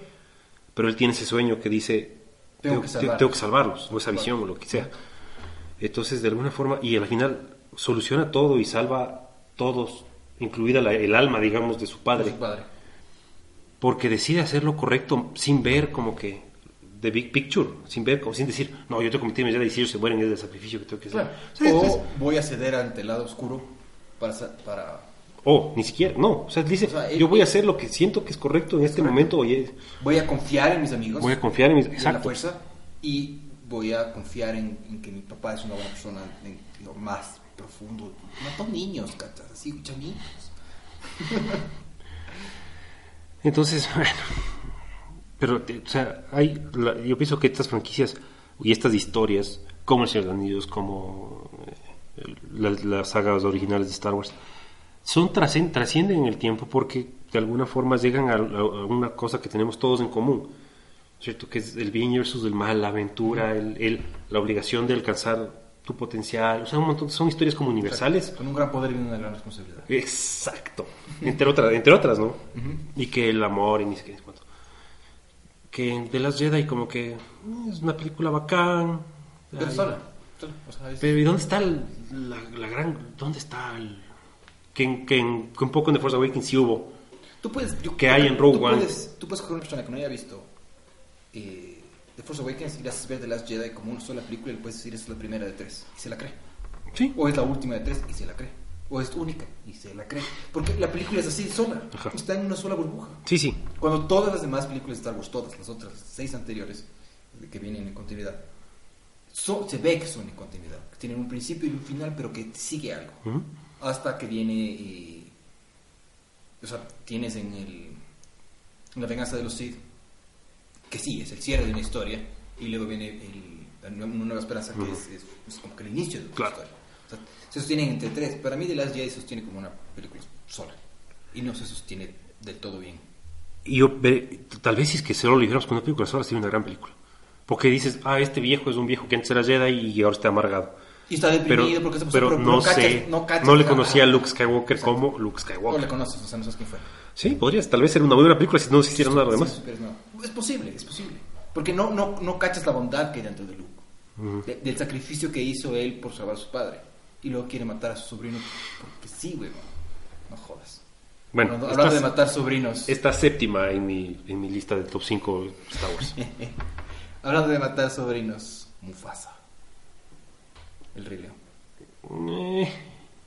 Speaker 2: Pero él tiene ese sueño que dice,
Speaker 1: Tengo
Speaker 2: tengo,
Speaker 1: que
Speaker 2: te-
Speaker 1: salvarlos".
Speaker 2: tengo que salvarlos, o esa visión, o lo que sea. Entonces, de alguna forma, y al final soluciona todo y salva a todos, incluida la- el alma, digamos, de su
Speaker 1: Con
Speaker 2: padre
Speaker 1: su padre.
Speaker 2: porque decide hacer lo correcto sin ver como que the big picture, sin ver como sin decir, no, yo te cometí en y si ellos se mueren es el sacrificio que tengo que hacer.
Speaker 1: Claro.
Speaker 2: O, sea,
Speaker 1: o
Speaker 2: es-
Speaker 1: voy a ceder ante el lado oscuro para, sa- para
Speaker 2: o ni siquiera, no, o sea, dice,
Speaker 1: O sea, él-
Speaker 2: yo voy a hacer lo que siento que es correcto en este momento, oye,
Speaker 1: voy a confiar en mis amigos.
Speaker 2: voy a confiar en mis
Speaker 1: y en la
Speaker 2: exacto.
Speaker 1: fuerza y voy a confiar en, en que mi papá es una buena persona en lo más profundo. Mató niños, cachas, así, chamitos.
Speaker 2: Entonces, (laughs) bueno, pero te- o sea, hay la- yo pienso que estas franquicias y estas historias, como el Señor de los Anillos, como eh, el- las, las sagas originales de Star Wars, son trascen- trascienden en el tiempo porque de alguna forma llegan a, a- a una cosa que tenemos todos en común, ¿cierto? Que es el bien versus el mal, la aventura, el, el- la obligación de alcanzar tu potencial, o sea, un montón, son historias como universales.
Speaker 1: Con un gran poder y una gran responsabilidad.
Speaker 2: Exacto. Entre otras, entre otras ¿no? Y que el amor y ni sé qué ni sé cuánto. Que en The Last Jedi como que eh, es una película bacán.
Speaker 1: Pero
Speaker 2: Ay,
Speaker 1: sola. sola, o sea, es-
Speaker 2: Pero ¿y dónde está el- la, la gran... ¿Dónde está el...? Que, en- que, en- que un poco en The Force Awakens sí hubo.
Speaker 1: tú puedes, yo-
Speaker 2: que hay en Rogue
Speaker 1: tú
Speaker 2: One.
Speaker 1: Puedes, tú puedes coger una persona que no haya visto eh, The Force Awakens y le haces ver The Last Jedi como una sola película y le puedes decir es la primera de tres y se la cree.
Speaker 2: Sí.
Speaker 1: O es la última de tres y se la cree. O es única y se la cree. Porque la película es así, sola.
Speaker 2: Ajá.
Speaker 1: Está en una sola burbuja.
Speaker 2: Sí, sí.
Speaker 1: Cuando todas las demás películas de Star Wars, todas las otras seis anteriores, de que vienen en continuidad. So- se ve que son en continuidad, que tienen un principio y un final, pero que sigue algo.
Speaker 2: Ujú.
Speaker 1: Hasta que viene. eh, o sea, tienes en el. En la venganza de los Sith, que sí, es el cierre de una historia, y luego viene el- la nue- una nueva esperanza, que
Speaker 2: Ujú.
Speaker 1: es, es- es como que el inicio de una
Speaker 2: Claro.
Speaker 1: historia. O sea, se sostienen entre tres. Para mí, The Last Jedi se sostiene como una película sola, y no se sostiene del todo bien.
Speaker 2: Y yo, ve- tal vez si es que se lo libramos con una película sola, sería una gran película. Porque dices, ah, este viejo es un viejo que antes era Jedi y ahora está amargado.
Speaker 1: Y está deprimido
Speaker 2: Pero,
Speaker 1: porque se
Speaker 2: pero no,
Speaker 1: cachas-
Speaker 2: sé, no,
Speaker 1: cachas
Speaker 2: le
Speaker 1: nada.
Speaker 2: conocía a Luke Skywalker
Speaker 1: Exacto.
Speaker 2: como Luke
Speaker 1: No
Speaker 2: Skywalker.
Speaker 1: le conoces, o sea, no sabes quién fue.
Speaker 2: Sí, podrías, tal vez era una buena película si no se hiciera nada
Speaker 1: Sí,
Speaker 2: además.
Speaker 1: pero no. Es posible, es posible. Porque no, no, no cachas la bondad que hay dentro de Luke. De- del sacrificio que hizo él por salvar a su padre. Y luego quiere matar a su sobrino. Porque sí, güey. No jodas.
Speaker 2: Bueno,
Speaker 1: Hablando-
Speaker 2: esta,
Speaker 1: hablando de matar sobrinos.
Speaker 2: esta séptima en mi, en mi lista de top 5 Star
Speaker 1: (laughs)
Speaker 2: Wars.
Speaker 1: Eh. Hablando de matar sobrinos. Mufasa. El Rey León.
Speaker 2: Eh,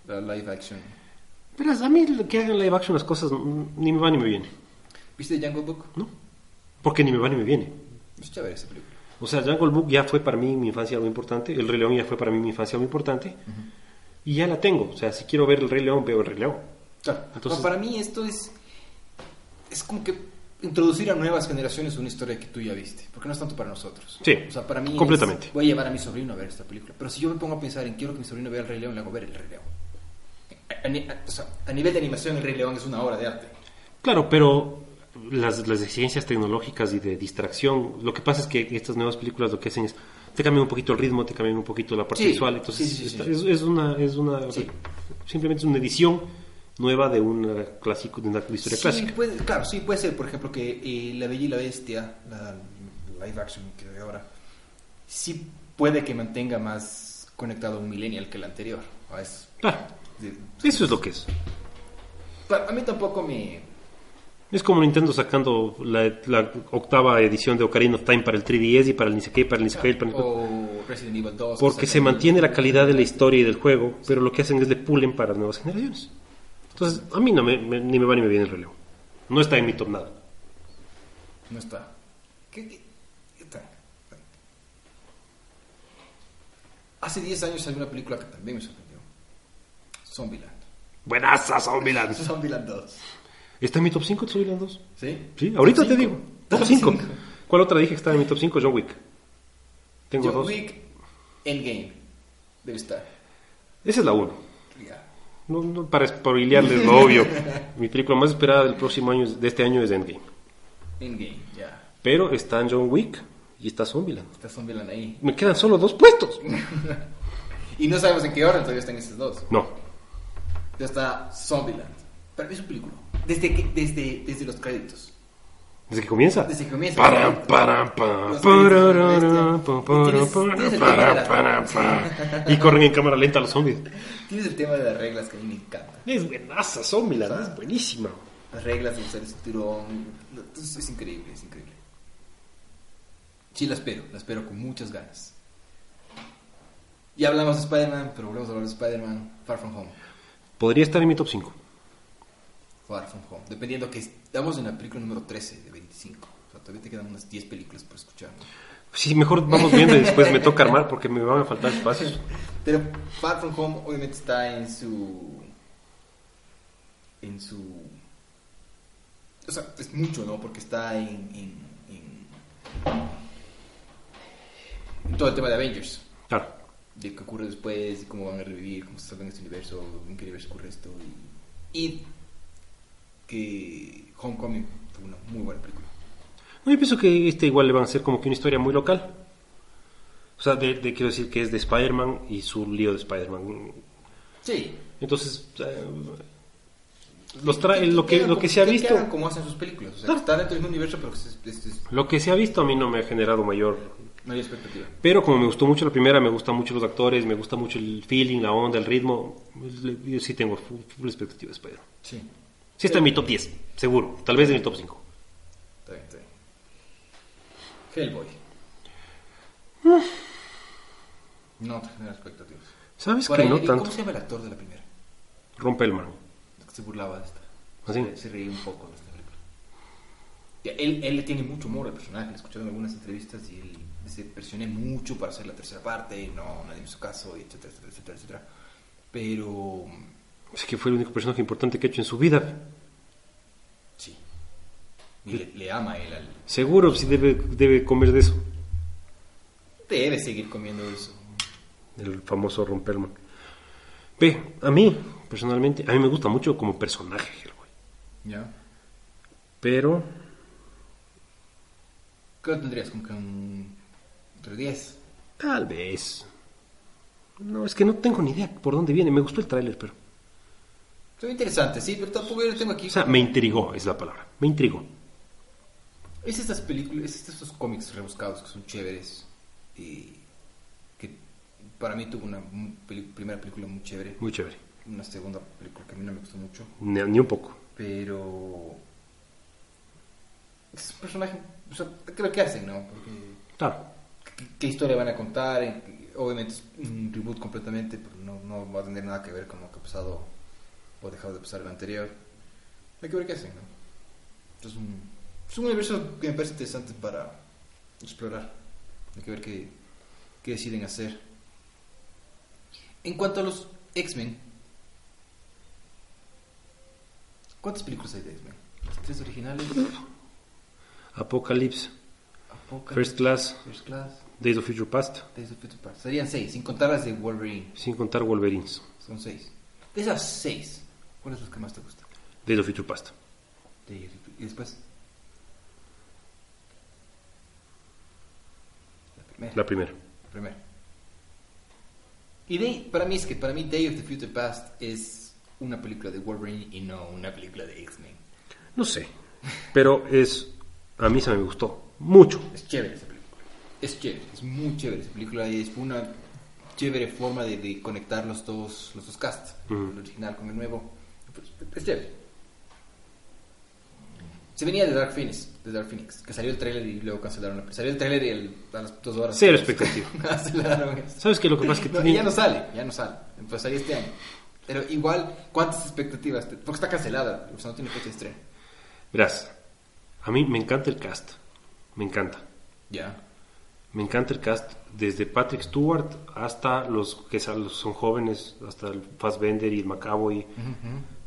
Speaker 1: La live action.
Speaker 2: verás, a mí que hagan live action las cosas mm, ni me va ni me viene.
Speaker 1: ¿Viste Jungle Book?
Speaker 2: ¿No? Porque ni me va ni me viene.
Speaker 1: Es chévere esa película.
Speaker 2: O sea, Jungle Book ya fue para mí mi infancia algo importante, El Rey León ya fue para mí mi infancia algo importante, y ya la tengo. O sea, si quiero ver El Rey León, veo El Rey León.
Speaker 1: Claro.
Speaker 2: Entonces-
Speaker 1: No, para mí esto es es como que introducir a nuevas generaciones una historia que tú ya viste, porque no es tanto para nosotros.
Speaker 2: Sí,
Speaker 1: o sea, para mí es,
Speaker 2: completamente.
Speaker 1: voy a llevar a mi sobrino a ver esta película, pero si yo me pongo a pensar en quiero que mi sobrino vea el Rey León, le hago ver el Rey León. A, a ni- a- o sea, a nivel de animación el Rey León es una obra de arte.
Speaker 2: Claro, pero las, las exigencias tecnológicas y de distracción, lo que pasa es que estas nuevas películas lo que hacen es, te cambian un poquito el ritmo, te cambian un poquito la parte
Speaker 1: Sí,
Speaker 2: visual, entonces
Speaker 1: sí, sí, sí,
Speaker 2: está-
Speaker 1: sí.
Speaker 2: Es, es una, es una
Speaker 1: Sí.
Speaker 2: simplemente es una edición nueva de una, clásico, de una historia
Speaker 1: Sí,
Speaker 2: clásica.
Speaker 1: puede- claro, sí, puede ser, por ejemplo, que eh, La Bella y la Bestia, la live action que hay ahora, sí puede que mantenga más conectado a un millennial que el anterior. A eso.
Speaker 2: Claro,
Speaker 1: De-
Speaker 2: eso es lo que es.
Speaker 1: Pa- A mí tampoco me...
Speaker 2: Es como Nintendo sacando la, la octava edición de Ocarina of Time para el 3DS y para el ni sé qué, para el ni sé qué, para el ni sé qué.
Speaker 1: O Resident Evil 2.
Speaker 2: Porque
Speaker 1: que
Speaker 2: se
Speaker 1: sacan-
Speaker 2: mantiene la calidad de la historia y del juego, pero lo que hacen es le pulen para nuevas generaciones. Entonces, a mí no me, me- ni me va ni me viene el relevo. No está en mi top nada.
Speaker 1: No está. ¿Qué, qué- qué tal? Hace 10 años salió una película que también me sorprendió. Zombieland. (laughs)
Speaker 2: Buenaza, Zombieland.
Speaker 1: Zombieland 2.
Speaker 2: ¿Está en mi top 5 Zombieland 2?
Speaker 1: ¿Sí?
Speaker 2: Sí, ahorita
Speaker 1: Top
Speaker 2: te
Speaker 1: cinco.
Speaker 2: digo. Top 5.
Speaker 1: cinco.
Speaker 2: ¿Cuál otra dije que estaba en mi top 5? John Wick. Tengo
Speaker 1: John
Speaker 2: dos.
Speaker 1: Wick, Endgame. Debe estar.
Speaker 2: Esa es la 1.
Speaker 1: Ya.
Speaker 2: No, no, para spoilearles lo obvio. Mi película más esperada del próximo año, es- de este año es Endgame.
Speaker 1: Endgame, ya.
Speaker 2: Pero están John Wick y está Zombieland.
Speaker 1: Está Zombieland ahí.
Speaker 2: Me quedan solo dos puestos.
Speaker 1: Y no sabemos en qué orden todavía están esos dos.
Speaker 2: No.
Speaker 1: Ya está Zombieland. Para mí es un película. Desde, que, desde, desde los créditos.
Speaker 2: ¿Desde que comienza?
Speaker 1: Desde que comienza.
Speaker 2: Para, para,
Speaker 1: Los
Speaker 2: para,
Speaker 1: créditos,
Speaker 2: para,
Speaker 1: ¿viste?
Speaker 2: para,
Speaker 1: Tienes- tienes el tema de
Speaker 2: para,
Speaker 1: la-
Speaker 2: para, para. Y corren en cámara lenta los zombies.
Speaker 1: Tienes el tema de las reglas que a mí me encanta.
Speaker 2: Es buenaza, Zombieland, es buenísima.
Speaker 1: Las reglas de usar el cinturón. no, Es es increíble, es increíble. Sí, la espero, la espero con muchas ganas. Ya hablamos de Spider-Man, pero volvemos a hablar de Spider-Man Far From Home.
Speaker 2: Podría estar en mi top 5.
Speaker 1: Far From Home. Dependiendo que estamos en la película número 13 de 25. O sea, todavía te quedan unas 10 películas por escuchar.
Speaker 2: Sí, mejor vamos viendo y después me toca armar porque me van a faltar espacios.
Speaker 1: Pero Far From Home obviamente está en su... En su... O sea, es mucho, ¿no? Porque está en... En, en- en todo el tema de Avengers.
Speaker 2: Claro.
Speaker 1: De qué ocurre después, y cómo van a revivir, cómo se salvan de este universo, en qué universo ocurre esto. Y, y que Homecoming fue una muy buena película.
Speaker 2: No, yo pienso que este igual le van a hacer como que una historia muy local. O sea, de, de- quiero decir que es de Spider-Man y su lío de Spider-Man.
Speaker 1: Sí.
Speaker 2: Entonces, eh, los trae, lo, que, lo que se ha visto...
Speaker 1: como hacen sus películas. O sea,
Speaker 2: Claro.
Speaker 1: está dentro del mismo universo, pero es, es- es-
Speaker 2: Lo que se ha visto a mí no me ha generado mayor
Speaker 1: no hay expectativa.
Speaker 2: Pero como me gustó mucho la primera, me gustan mucho los actores, me gusta mucho el feeling, la onda, el ritmo, pues, le- yo sí tengo full, full expectativa de Spider.
Speaker 1: Sí.
Speaker 2: Sí está en mi top 10, seguro. Tal vez en mi top 5.
Speaker 1: Está bien, está bien. Hellboy. No te genera expectativas.
Speaker 2: ¿Sabes
Speaker 1: Por
Speaker 2: que
Speaker 1: ahí,
Speaker 2: no
Speaker 1: ¿y
Speaker 2: tanto?
Speaker 1: ¿Cómo se llama el actor de la primera?
Speaker 2: Rompelman.
Speaker 1: Que se burlaba de esta.
Speaker 2: ¿Ah, sí?
Speaker 1: Se reía un poco de esta película. Ya, Él, él le tiene mucho humor al personaje. Le he escuchado en algunas entrevistas y él se presioné mucho para hacer la tercera parte, no, nadie me hizo caso, y etcétera, etcétera, etcétera, etcétera. Pero
Speaker 2: Es que fue el único personaje importante que ha hecho en su vida.
Speaker 1: sí, Y le, le ama él al...
Speaker 2: Seguro, sí debe, debe comer de eso.
Speaker 1: Debe seguir comiendo eso.
Speaker 2: El famoso Romperman. Ve, a mí, personalmente, a mí me gusta mucho como personaje Hellboy.
Speaker 1: ¿Ya?
Speaker 2: Pero
Speaker 1: ¿Qué lo tendrías? Como que un... entre 10.
Speaker 2: Tal vez. No, es que no tengo ni idea por dónde viene. Me gustó el tráiler, pero...
Speaker 1: Fue interesante, sí, pero tampoco yo lo tengo aquí.
Speaker 2: O sea, me intrigó, es la palabra. Me intrigó.
Speaker 1: Es estas películas, es estos cómics rebuscados que son chéveres. Y que para mí tuvo una mu- peli- primera película muy chévere.
Speaker 2: Muy chévere.
Speaker 1: Una segunda película que a mí no me gustó mucho.
Speaker 2: Ni, ni un poco.
Speaker 1: Pero. Es un personaje. O sea, hay que ver qué hacen, ¿no? Porque.
Speaker 2: Claro.
Speaker 1: ¿Qué, qué historia van a contar? en qué- Obviamente es un reboot completamente, pero no, no va a tener nada que ver con lo que ha pasado o dejado de pasar en el anterior. Hay que ver qué hacen, ¿no? Es un, es un universo que me parece interesante para explorar. Hay que ver qué, qué deciden hacer. En cuanto a los X-Men, ¿cuántas películas hay de X-Men? ¿Las tres originales?
Speaker 2: Apocalypse,
Speaker 1: Apocalypse,
Speaker 2: First Class,
Speaker 1: First Class.
Speaker 2: Days of Future Past,
Speaker 1: Days of Future Past. Serían seis, sin contar las de Wolverine.
Speaker 2: sin contar Wolverines.
Speaker 1: Son seis. De esas seis, ¿cuál es la que más te gusta?
Speaker 2: Days of Future Past.
Speaker 1: De- y después. La primera.
Speaker 2: La primera.
Speaker 1: La primera. Y de, para mí es que para mí Day of the Future Past es una película de Wolverine y no una película de X-Men.
Speaker 2: No sé. Pero es... A mí se me gustó. Mucho.
Speaker 1: Es chévere esa película. Es chévere, es muy chévere esa película y es una chévere forma de, de conectar los dos, los dos casts,
Speaker 2: Ujú.
Speaker 1: el original con el nuevo. Pues, es chévere. Se venía de Dark Phoenix, de Dark Phoenix, que salió el tráiler y luego cancelaron. la- Salió el tráiler y el- a las dos horas.
Speaker 2: Cero expectativa.
Speaker 1: (laughs) cancelaron eso.
Speaker 2: ¿Sabes qué? Lo que pasa es
Speaker 1: (laughs)
Speaker 2: que
Speaker 1: No, y
Speaker 2: tiene-
Speaker 1: ya no sale, ya no sale. Pues salió este año. Pero igual, ¿cuántas expectativas? te- Porque está cancelada, o sea, no tiene fecha de estreno.
Speaker 2: Verás, a mí me encanta el cast. Me encanta.
Speaker 1: Ya.
Speaker 2: Me encanta el cast, desde Patrick Stewart hasta los que sal- son jóvenes, hasta el Fassbender y el McAvoy,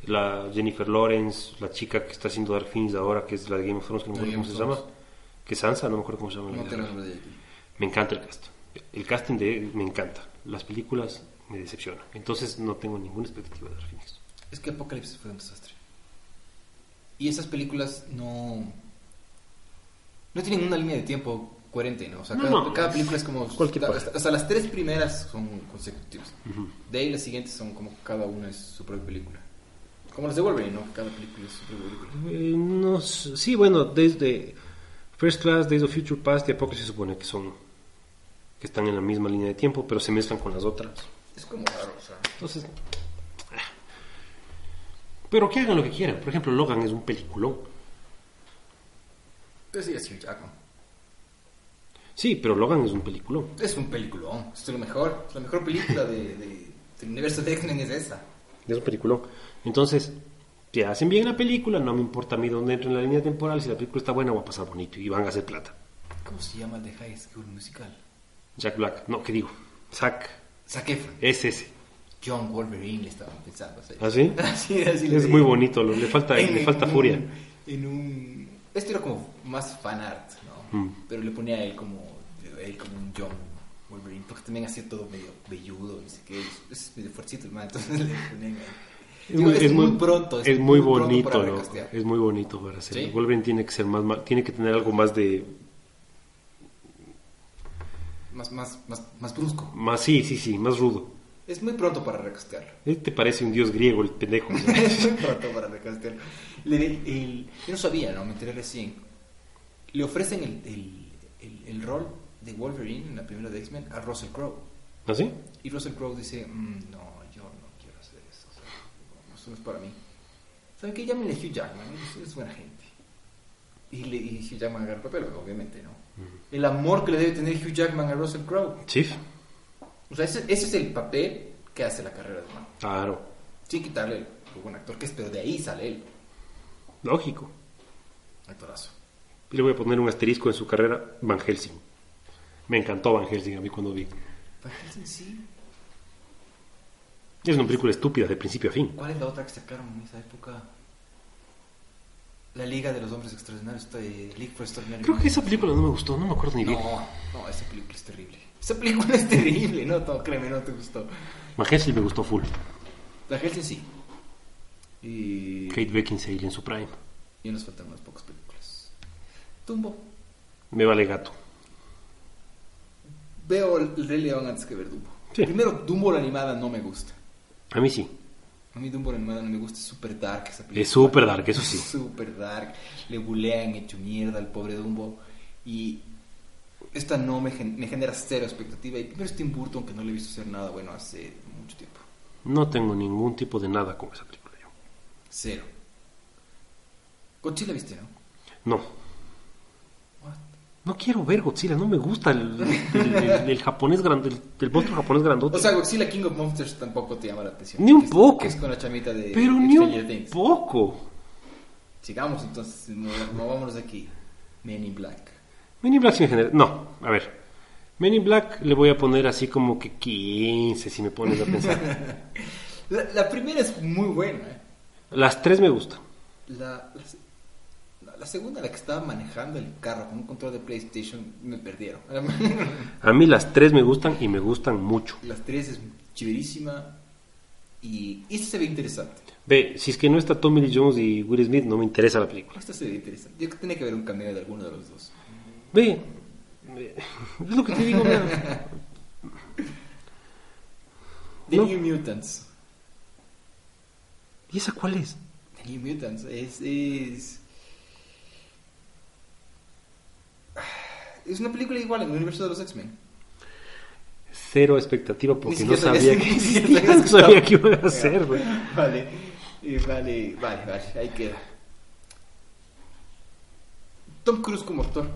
Speaker 2: la Jennifer Lawrence, la chica que está haciendo Dark Phoenix ahora, que es la de Game of Thrones, que no me
Speaker 1: La
Speaker 2: acuerdo
Speaker 1: de
Speaker 2: cómo
Speaker 1: Game
Speaker 2: se
Speaker 1: of
Speaker 2: llama,
Speaker 1: Thrones.
Speaker 2: que es Sansa, no me acuerdo cómo se llama. en la
Speaker 1: No
Speaker 2: vida
Speaker 1: tengo
Speaker 2: real.
Speaker 1: nombre de aquí.
Speaker 2: Me encanta el cast. El casting de me encanta. Las películas me decepcionan. Entonces no tengo ninguna expectativa de Dark Phoenix.
Speaker 1: Es que Apocalipsis fue un desastre. Y esas películas no. No tienen una línea de tiempo coherente, ¿no? O sea,
Speaker 2: No,
Speaker 1: cada,
Speaker 2: no.
Speaker 1: cada película es como.
Speaker 2: Cualquier
Speaker 1: hasta,
Speaker 2: cosa.
Speaker 1: hasta- hasta las tres primeras son consecutivas. De ahí las siguientes son como cada una es su propia película. Como las de Wolverine, ¿no? Cada película es su propia película.
Speaker 2: Eh, no sé. Sí, bueno, desde First Class, Days of Future Past y Apocalypse se supone que son que están en la misma línea de tiempo, pero se mezclan con las otras.
Speaker 1: Es como raro, o sea.
Speaker 2: Entonces, ah. pero que hagan lo que quieran. Por ejemplo, Logan es un peliculón.
Speaker 1: Es Hugh Jackman.
Speaker 2: Sí, pero Logan es un peliculón.
Speaker 1: Es un peliculón. Esto es lo mejor. Es la mejor película de, de- del universo de X-Men es esa.
Speaker 2: Es un peliculón. Entonces, si hacen bien la película, no me importa a mí dónde entra en la línea temporal. Si la película está buena, va a pasar bonito y van a hacer plata.
Speaker 1: ¿Cómo se llama el de High School Musical?
Speaker 2: Jack Black, no, ¿qué digo? Zack,
Speaker 1: Zac Efron.
Speaker 2: es ese.
Speaker 1: John Wolverine le estaban pensando. así. (laughs)
Speaker 2: ¿Ah, sí? Eh, mm.
Speaker 1: Así, así lo
Speaker 2: Es
Speaker 1: vi.
Speaker 2: muy bonito, lo- le falta,
Speaker 1: En-
Speaker 2: le
Speaker 1: en
Speaker 2: falta
Speaker 1: un-
Speaker 2: furia.
Speaker 1: En un. Esto era como más fan art, ¿no?
Speaker 2: Mm.
Speaker 1: Pero le ponía a él como. Él como un John Wolverine, porque también hacía todo medio velludo, no sé qué. Es, es medio fuertecito el man, (laughs) entonces le ponían a él.
Speaker 2: Es,
Speaker 1: Digo,
Speaker 2: muy- es muy
Speaker 1: pronto.
Speaker 2: Es, muy,
Speaker 1: pronto
Speaker 2: bonito,
Speaker 1: para
Speaker 2: ¿no?
Speaker 1: recastear.
Speaker 2: Es muy bonito para hacer.
Speaker 1: Sí.
Speaker 2: Wolverine tiene que ser más, ma- tiene que tener algo más de,
Speaker 1: Más, más, más, más brusco.
Speaker 2: más sí, sí, sí, más rudo.
Speaker 1: Es muy pronto para recastearlo.
Speaker 2: Él te parece un dios griego, el
Speaker 1: (laughs)
Speaker 2: pendejo. ¿no?
Speaker 1: Es muy pronto para recastearlo. Le- el- yo no sabía, ¿no? Me enteré recién. Le ofrecen el, el, el, el rol de Wolverine en la primera de X-Men a Russell Crowe.
Speaker 2: ¿No sí?
Speaker 1: Y Russell Crowe dice, "Mm, no, yo no quiero hacer eso. o sea, no, eso no es para mí. ¿Saben qué? Llámenle a Hugh Jackman, es, es buena gente. Y, le, y Hugh Jackman agarra el papel, obviamente, ¿no? El amor que le debe tener Hugh Jackman a Russell Crowe.
Speaker 2: Chief,
Speaker 1: O sea, ese, ese es el papel que hace la carrera de man.
Speaker 2: claro,
Speaker 1: Sin quitarle el lo buen actor que es, pero de ahí sale él.
Speaker 2: lógico.
Speaker 1: Actorazo.
Speaker 2: Y le voy a poner un asterisco en su carrera, Van Helsing. Me encantó Van Helsing a mí cuando vi.
Speaker 1: Van Helsing sí.
Speaker 2: Es una película estúpida de principio a fin.
Speaker 1: ¿Cuál es la otra que sacaron en esa época? La Liga de los Hombres Extraordinarios, esta de League for Extraordinary
Speaker 2: Creo que
Speaker 1: Men.
Speaker 2: esa película no me gustó, no me acuerdo ni bien.
Speaker 1: No, no, esa película es terrible. Esa película es terrible, no, no, créeme, no te gustó.
Speaker 2: Van Helsing me gustó full.
Speaker 1: La Helsing sí. Y,
Speaker 2: Kate Beckinsale en su prime.
Speaker 1: y nos faltan unas pocas películas. Tumbo.
Speaker 2: Me vale gato.
Speaker 1: Veo el Rey León antes que ver Dumbo.
Speaker 2: Sí.
Speaker 1: Primero, Dumbo la animada no me gusta.
Speaker 2: A mí sí.
Speaker 1: A mí Dumbo la animada no me gusta, es súper dark esa película.
Speaker 2: Es súper dark, eso sí.
Speaker 1: Es (laughs) súper dark. Le bulean hecho mierda al pobre Dumbo. Y esta no me, gen- me genera cero expectativa. Y primero es Tim Burton, que no le he visto hacer nada bueno hace mucho tiempo.
Speaker 2: No tengo ningún tipo de nada con esa película yo.
Speaker 1: Cero. Godzilla viste, ¿no?
Speaker 2: No.
Speaker 1: What?
Speaker 2: No quiero ver Godzilla, no me gusta el, el- el- el japonés grande, el, el monstruo japonés grandote.
Speaker 1: O sea, Godzilla King of Monsters tampoco te llama la atención.
Speaker 2: Ni un
Speaker 1: Que es-
Speaker 2: poco.
Speaker 1: que es con la chamita de
Speaker 2: pero
Speaker 1: de
Speaker 2: ni
Speaker 1: Stranger
Speaker 2: un
Speaker 1: Things.
Speaker 2: poco.
Speaker 1: Sigamos entonces, mov- movámonos de aquí. Men in Black.
Speaker 2: Men in Black sí me genera- No, a ver. Men in Black le voy a poner así como que 15, si me pones a pensar.
Speaker 1: La, la primera es muy buena. ¿eh?
Speaker 2: Las tres me gustan.
Speaker 1: La, la se- la, la segunda, la que estaba manejando el carro con un control de PlayStation, me perdieron. (laughs)
Speaker 2: A mí las tres me gustan y me gustan mucho.
Speaker 1: Las tres es chiverísima y esta se ve interesante.
Speaker 2: Ve, si es que no está Tommy Lee Jones y Will Smith, no me interesa la película.
Speaker 1: Esta se ve interesante. Yo creo que tiene que haber un cameo de alguno de los dos.
Speaker 2: Ve, ve, (laughs) es lo que te digo. mira.
Speaker 1: The
Speaker 2: No.
Speaker 1: New Mutants.
Speaker 2: ¿Y esa cuál es?
Speaker 1: The New Mutants es, es. Es una película igual en el universo de los X-Men.
Speaker 2: Cero expectativa porque no
Speaker 1: siquiera sabías
Speaker 2: sabía que
Speaker 1: que- ni siquiera sabías
Speaker 2: existía, (laughs) no
Speaker 1: que
Speaker 2: sabía
Speaker 1: estaba.
Speaker 2: que iban a
Speaker 1: Ya.
Speaker 2: hacer, güey.
Speaker 1: (laughs) Vale, Eh, vale, vale, vale, ahí queda. Tom Cruise como actor.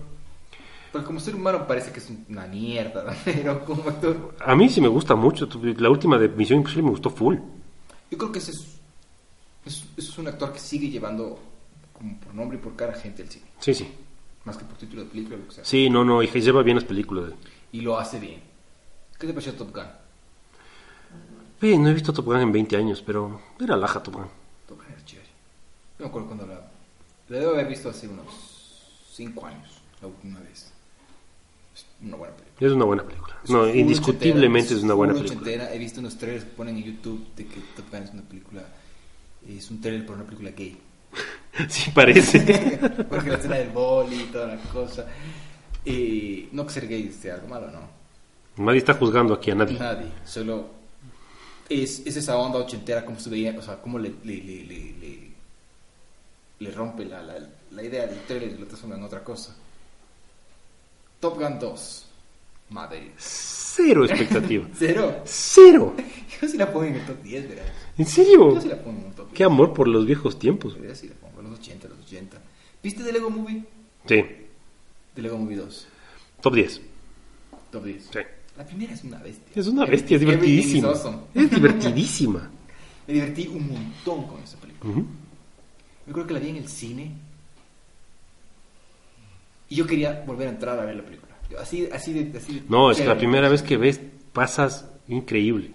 Speaker 1: Pero como ser humano parece que es una mierda, (laughs) ¿no? pero como actor.
Speaker 2: A mí sí me gusta mucho. tu- La última de Misión Imposible me gustó full.
Speaker 1: Yo creo que ese es, es, es un actor que sigue llevando como por nombre y por cara gente al cine.
Speaker 2: Sí, sí.
Speaker 1: Más que por título de película o lo que sea.
Speaker 2: Sí, no, no, y lleva bien las películas.
Speaker 1: Y lo hace bien. ¿Qué te pareció Top Gun?
Speaker 2: Ve, no he visto Top Gun en 20 años, pero era laja Top Gun.
Speaker 1: Top Gun era chévere. No me acuerdo cuándo la... La debo haber visto hace unos 5 años, la última vez. Es una buena película.
Speaker 2: Es una buena película.
Speaker 1: Es
Speaker 2: No,
Speaker 1: full
Speaker 2: indiscutiblemente
Speaker 1: ochentera,
Speaker 2: es una buena
Speaker 1: full
Speaker 2: película.
Speaker 1: ochentera. He visto unos trailers que ponen en YouTube de que Top Gun es una película. Es un trailer para una película gay.
Speaker 2: (laughs) Sí, parece.
Speaker 1: Porque la escena del boli y toda la cosa. Eh, no que ser gay sea algo malo, ¿no?
Speaker 2: Nadie está juzgando aquí a nadie.
Speaker 1: Nadie. Solo es, es esa onda ochentera, como se veía, o sea, cómo le, le, le, le, le- le rompe la, la, la idea del trailer y lo transforma en otra cosa. Top Gun 2. Madre.
Speaker 2: Cero expectativa. (laughs)
Speaker 1: Cero. (laughs)
Speaker 2: Cero.
Speaker 1: Yo sí la pongo en el top 10, verás.
Speaker 2: ¿En serio?
Speaker 1: Yo sí la pongo en el top 10.
Speaker 2: Qué amor por los viejos tiempos.
Speaker 1: Yo sí la pongo, los 80, los 80. ¿Viste The Lego Movie?
Speaker 2: Sí.
Speaker 1: The Lego Movie 2.
Speaker 2: Top 10.
Speaker 1: Top 10.
Speaker 2: Sí.
Speaker 1: La primera es una bestia.
Speaker 2: Es una bestia, es
Speaker 1: Everything is
Speaker 2: divertidísima.
Speaker 1: awesome.
Speaker 2: Es divertidísima.
Speaker 1: Me divertí un montón con esa película.
Speaker 2: Ujú.
Speaker 1: Yo creo que la vi en el cine. Y yo quería volver a entrar a ver la película. Yo Así, así de. Así de
Speaker 2: No, es que la
Speaker 1: chévere.
Speaker 2: primera vez que ves pasas increíble.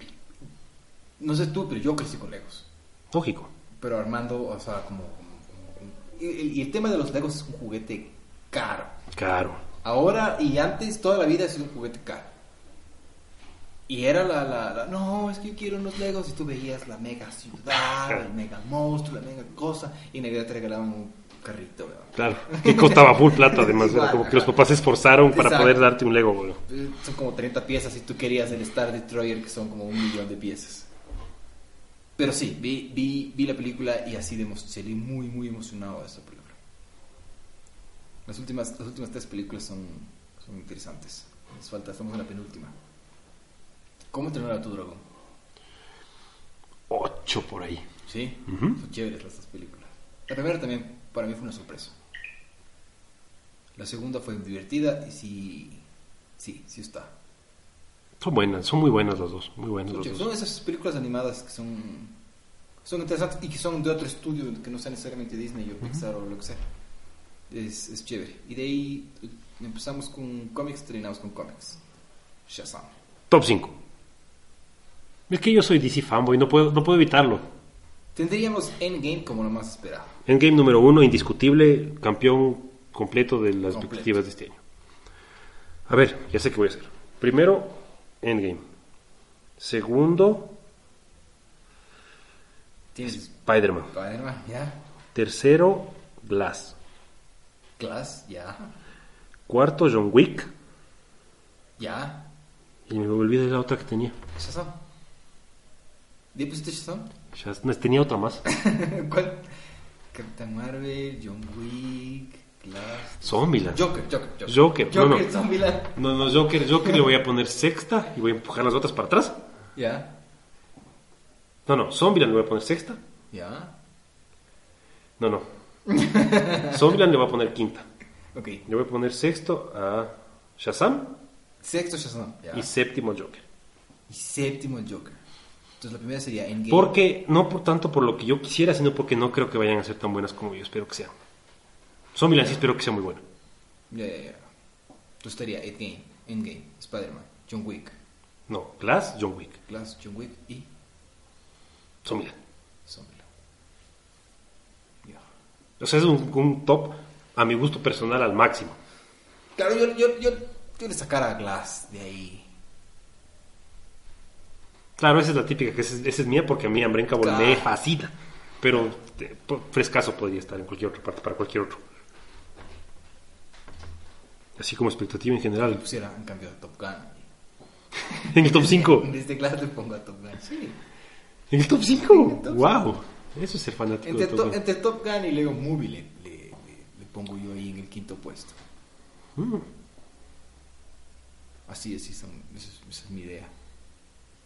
Speaker 1: No sé tú, pero yo crecí con Legos.
Speaker 2: Lógico.
Speaker 1: Pero armando, o sea, como. como- como- y, y el tema de los Legos es un juguete caro.
Speaker 2: Claro.
Speaker 1: Ahora y antes, toda la vida ha sido un juguete caro. Y era la, la, la, no, es que yo quiero unos Legos. Y tú veías la mega ciudad, el mega monstruo, la mega cosa. Y en Navidad te regalaban un carrito, ¿verdad?
Speaker 2: Claro. Que costaba full plata además. Era
Speaker 1: Igual,
Speaker 2: como que
Speaker 1: ajá.
Speaker 2: los papás se esforzaron para
Speaker 1: Exacto.
Speaker 2: poder darte un Lego. güey.
Speaker 1: Eh, Son como 30 piezas si tú querías el Star Destroyer, que son como un millón de piezas. Pero sí, vi, vi, vi la película y así de emo- salí muy, muy emocionado de esta película. Las últimas, las últimas tres películas son, son interesantes. Nos falta, estamos en la penúltima. ¿Cómo entrenar a tu dragón?
Speaker 2: Ocho por ahí.
Speaker 1: Sí,
Speaker 2: Ujú.
Speaker 1: son chéveres las dos películas. La primera también para mí fue una sorpresa. La segunda fue divertida y sí, sí, sí está.
Speaker 2: Son buenas, son muy buenas las dos. Muy buenas
Speaker 1: Son
Speaker 2: las
Speaker 1: chéveres.
Speaker 2: dos.
Speaker 1: Son esas películas animadas que son, son interesantes y que son de otro estudio que no sea necesariamente Disney o Pixar o lo que sea. es, es chévere. Y de ahí eh, empezamos con cómics, terminamos con cómics. Shazam.
Speaker 2: Top 5. Es que yo soy DC fanboy, no puedo, no puedo evitarlo.
Speaker 1: Tendríamos Endgame como lo más esperado.
Speaker 2: Endgame número uno, indiscutible, campeón completo de las
Speaker 1: Completo.
Speaker 2: expectativas de este año. A ver, ya sé qué voy a hacer. Primero, Endgame. Segundo,
Speaker 1: Tienes
Speaker 2: Spider-Man.
Speaker 1: Spider-Man, ya.
Speaker 2: Tercero, Glass.
Speaker 1: Glass, ya.
Speaker 2: Cuarto, John Wick.
Speaker 1: Ya.
Speaker 2: Y me olvidé de la otra que tenía.
Speaker 1: Shazam. ¿Ya pusiste Shazam? (laughs)
Speaker 2: Ya no, tenía otra más.
Speaker 1: ¿Cuál? Captain Marvel, John Wick, Glass.
Speaker 2: Zombieland.
Speaker 1: Joker, Joker, Joker.
Speaker 2: Joker, no, no.
Speaker 1: Zombieland.
Speaker 2: No, no, Joker, Joker le voy a poner sexta y voy a empujar las otras para atrás.
Speaker 1: Ya.
Speaker 2: No, no, Zombieland le voy a poner sexta.
Speaker 1: Ya. (laughs)
Speaker 2: No, no. Zombieland le voy a poner quinta.
Speaker 1: Ok.
Speaker 2: Le voy a poner sexto a Shazam
Speaker 1: Sexto Shazam. Ya.
Speaker 2: y séptimo Joker.
Speaker 1: Y séptimo el Joker. Entonces la primera sería Endgame.
Speaker 2: Porque, no por tanto por lo que yo quisiera, sino porque no creo que vayan a ser tan buenas como yo espero que sean. Zombieland sí espero que sea muy buena.
Speaker 1: Ya, ya, ya. Entonces estaría Endgame, Endgame, Spider-Man, John Wick,
Speaker 2: No, Glass, John Wick.
Speaker 1: Glass, John Wick y
Speaker 2: Zombieland.
Speaker 1: Zombieland. Ya.
Speaker 2: O sea, es un, un top a mi gusto personal al máximo.
Speaker 1: Claro, yo, yo, yo, yo le sacara a Glass de ahí.
Speaker 2: Claro, esa es la típica, que esa es, esa es mía porque a mí Ambrenca
Speaker 1: Claro.
Speaker 2: me fascina. Pero eh, po- frescaso podría estar en cualquier otra parte, para cualquier otro. Así como expectativa en general.
Speaker 1: Pusiera en cambio a Top Gun.
Speaker 2: En el top 5.
Speaker 1: Desde Glass le pongo a Top Gun. Sí.
Speaker 2: En el top
Speaker 1: En
Speaker 2: 5.
Speaker 1: el top
Speaker 2: Wow. Eso es ser fanático
Speaker 1: Entre,
Speaker 2: de
Speaker 1: to-
Speaker 2: todo.
Speaker 1: entre Top Gun y Lego Movie le, le- le- le pongo yo ahí en el quinto puesto.
Speaker 2: Mm.
Speaker 1: Así, así son. Esa es, esa es mi idea.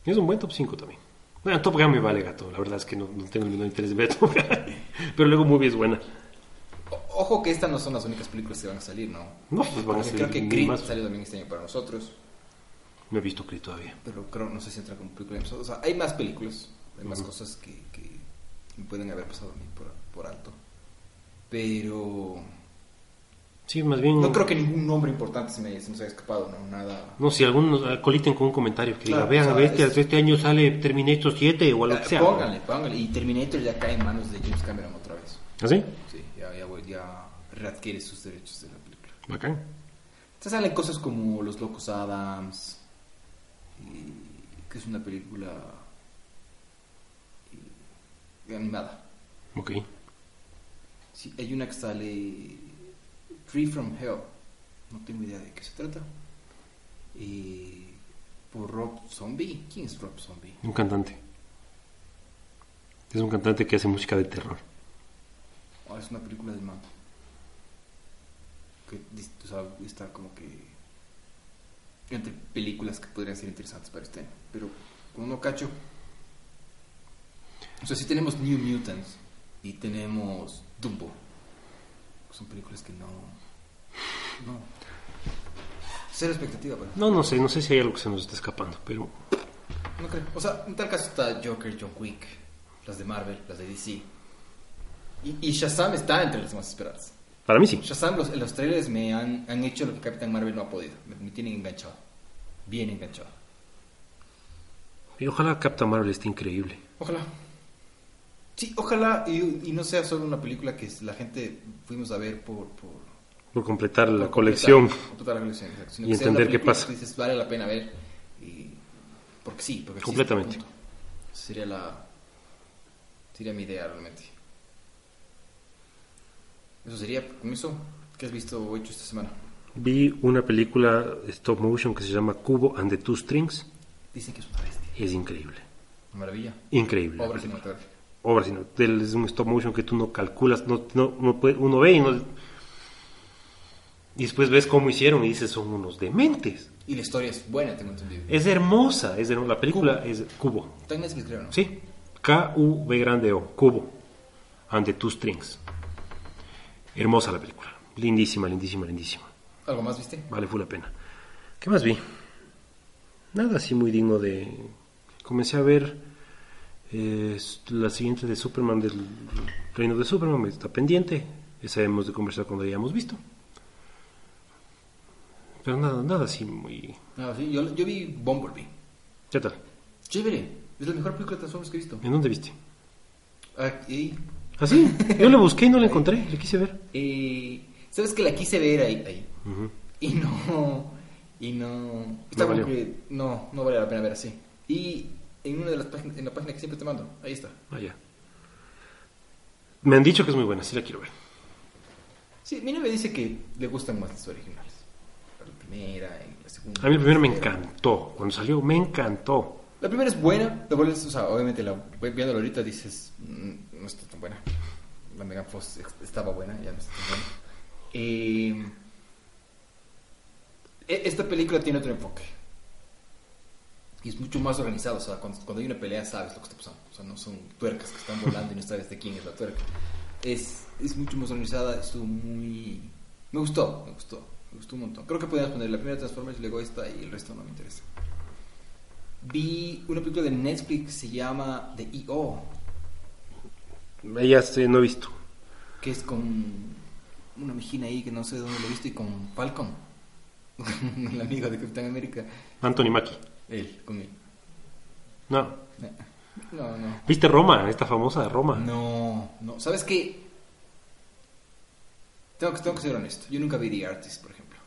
Speaker 2: Es un buen top 5 también. Bueno, Top Gun me vale gato. La verdad es que no, no tengo el menor interés de ver Top Gun. (laughs) Pero luego Movie es buena.
Speaker 1: O- ojo que estas no son las únicas películas que van a salir, ¿no?
Speaker 2: No, pues van a
Speaker 1: Porque
Speaker 2: ser
Speaker 1: creo que
Speaker 2: mil
Speaker 1: Creed
Speaker 2: más.
Speaker 1: salió también este año para nosotros.
Speaker 2: No he visto Creed todavía.
Speaker 1: Pero creo, no sé si entra como película de nosotros. O sea, hay más películas. Hay más cosas que, que me pueden haber pasado a mí por, por alto. Pero...
Speaker 2: Sí, más bien.
Speaker 1: No creo que ningún nombre importante se, me, se nos haya escapado, ¿no? Nada...
Speaker 2: No, si algunos eh, coliten con un comentario que
Speaker 1: Claro,
Speaker 2: diga, vean,
Speaker 1: o sea,
Speaker 2: a ver, este,
Speaker 1: es-
Speaker 2: este año sale Terminator 7 o algo que sea.
Speaker 1: Ah, Pónganle, pónganle. Y Terminator ya cae en manos de James Cameron otra vez.
Speaker 2: ¿Así?
Speaker 1: Sí, ya, ya, vuel- ya readquiere sus derechos de la película.
Speaker 2: Bacán.
Speaker 1: Te salen cosas como Los Locos Adams, y- que es una película y- animada.
Speaker 2: Ok.
Speaker 1: Sí, hay una que sale Tree from Hell, no tengo idea de qué se trata. Y por Rob Zombie, ¿quién es Rob Zombie?
Speaker 2: Un cantante. Es un cantante que hace música de terror.
Speaker 1: Ah, es una película del man. Que dis- o sea, está como que entre películas que podrían ser interesantes para este año. Pero como no cacho. O sea, si tenemos New Mutants y tenemos Dumbo. Son películas que no. No. Cero expectativa para
Speaker 2: No, no sé, no sé si hay algo que se nos está escapando, pero
Speaker 1: No creo. O sea, en tal caso está Joker, John Wick, las de Marvel, las de DC. Y, y Shazam está entre las más esperadas.
Speaker 2: para mí sí.
Speaker 1: Shazam, los, los trailers me han, han hecho lo que Captain Marvel no ha podido. Me, me tienen enganchado. Bien enganchado.
Speaker 2: Y ojalá Captain Marvel esté increíble.
Speaker 1: Ojalá. Sí, ojalá. Y, y no sea solo una película que la gente fuimos a ver por... por
Speaker 2: Por completar la
Speaker 1: por
Speaker 2: colección.
Speaker 1: completar- completar la colección, exacto. Sino
Speaker 2: Y
Speaker 1: que sea una
Speaker 2: entender qué
Speaker 1: película
Speaker 2: pasa.
Speaker 1: que dices, vale la pena ver. y- porque sí, porque existe,
Speaker 2: Completamente.
Speaker 1: punto. Sería la... Sería mi idea realmente. Eso sería, con eso, ¿qué has visto o hecho esta semana?
Speaker 2: Vi una película stop motion que se llama Cubo and the Two Strings.
Speaker 1: Dicen que es una bestia.
Speaker 2: Es increíble.
Speaker 1: Maravilla.
Speaker 2: Increíble. la
Speaker 1: Pobre
Speaker 2: película.
Speaker 1: cinematográfico.
Speaker 2: obra, sino del- es un stop motion que tú no calculas, no, no, no puede- uno ve y, no- y después ves cómo hicieron y dices, son unos dementes.
Speaker 1: Y la historia es buena, tengo entendido.
Speaker 2: Es hermosa, es hermosa. la película es Cubo,
Speaker 1: Está en Netflix, creo, ¿no?
Speaker 2: ¿sí? K-U-B grande O, Cubo, and the Two Strings. Hermosa la película, lindísima, lindísima, lindísima.
Speaker 1: ¿Algo más viste?
Speaker 2: Vale, fue la pena. ¿Qué más vi? Nada así muy digno de... Comencé a ver eh, s- la siguiente de Superman del Reino de Superman, me está pendiente. Esa hemos de conversar cuando ya hemos visto. Pero nada, nada así muy...
Speaker 1: No, Ah, sí, yo, yo vi Bumblebee.
Speaker 2: ¿Qué tal?
Speaker 1: Chévere. Es la mejor película de Transformers que he visto.
Speaker 2: ¿En dónde viste?
Speaker 1: Aquí.
Speaker 2: ¿Ah, sí? Yo le busqué y no la encontré, le quise ver.
Speaker 1: Eh, Sabes que la quise ver ahí. ahí.
Speaker 2: Ujú.
Speaker 1: Y no. Y no. Está
Speaker 2: No
Speaker 1: como
Speaker 2: valió.
Speaker 1: que no, no vale la pena ver así. Y en una de las páginas, en la página que siempre te mando, ahí está.
Speaker 2: Ah, ya. Me han dicho que es muy buena, sí la quiero ver.
Speaker 1: Sí, mi novia dice que le gustan más las originales. La primera, y la segunda.
Speaker 2: A mí la primera me
Speaker 1: la tercera.
Speaker 2: encantó. Cuando salió, me encantó.
Speaker 1: La primera es buena, la vuelves, o sea, obviamente la viéndola ahorita dices, "Mm, no está tan buena. La Megan Fox ex- estaba buena, ya no está tan buena. Eh, e- esta película tiene otro enfoque. Y es mucho más organizado, o sea, cuando, cuando hay una pelea sabes lo que está pasando. O sea, no son tuercas que están volando y no sabes de quién es la tuerca. Es, es mucho más organizada, estuvo muy... Me gustó, me gustó, me gustó un montón. Creo que podíamos poner la primera Transformers, luego esta y el resto no me interesa. Vi una película de Netflix que se llama The E E.O.,
Speaker 2: Ella sí, no he visto.
Speaker 1: que es con una mejina ahí que no sé dónde lo he visto y con Falcon, (laughs) el amigo de Capitán América.
Speaker 2: Anthony Mackie.
Speaker 1: Él, con él.
Speaker 2: No.
Speaker 1: No, no.
Speaker 2: ¿Viste Roma? Esta famosa Roma.
Speaker 1: No, no. ¿Sabes qué? Tengo que, tengo que ser honesto. Yo nunca vi The Artist, por ejemplo.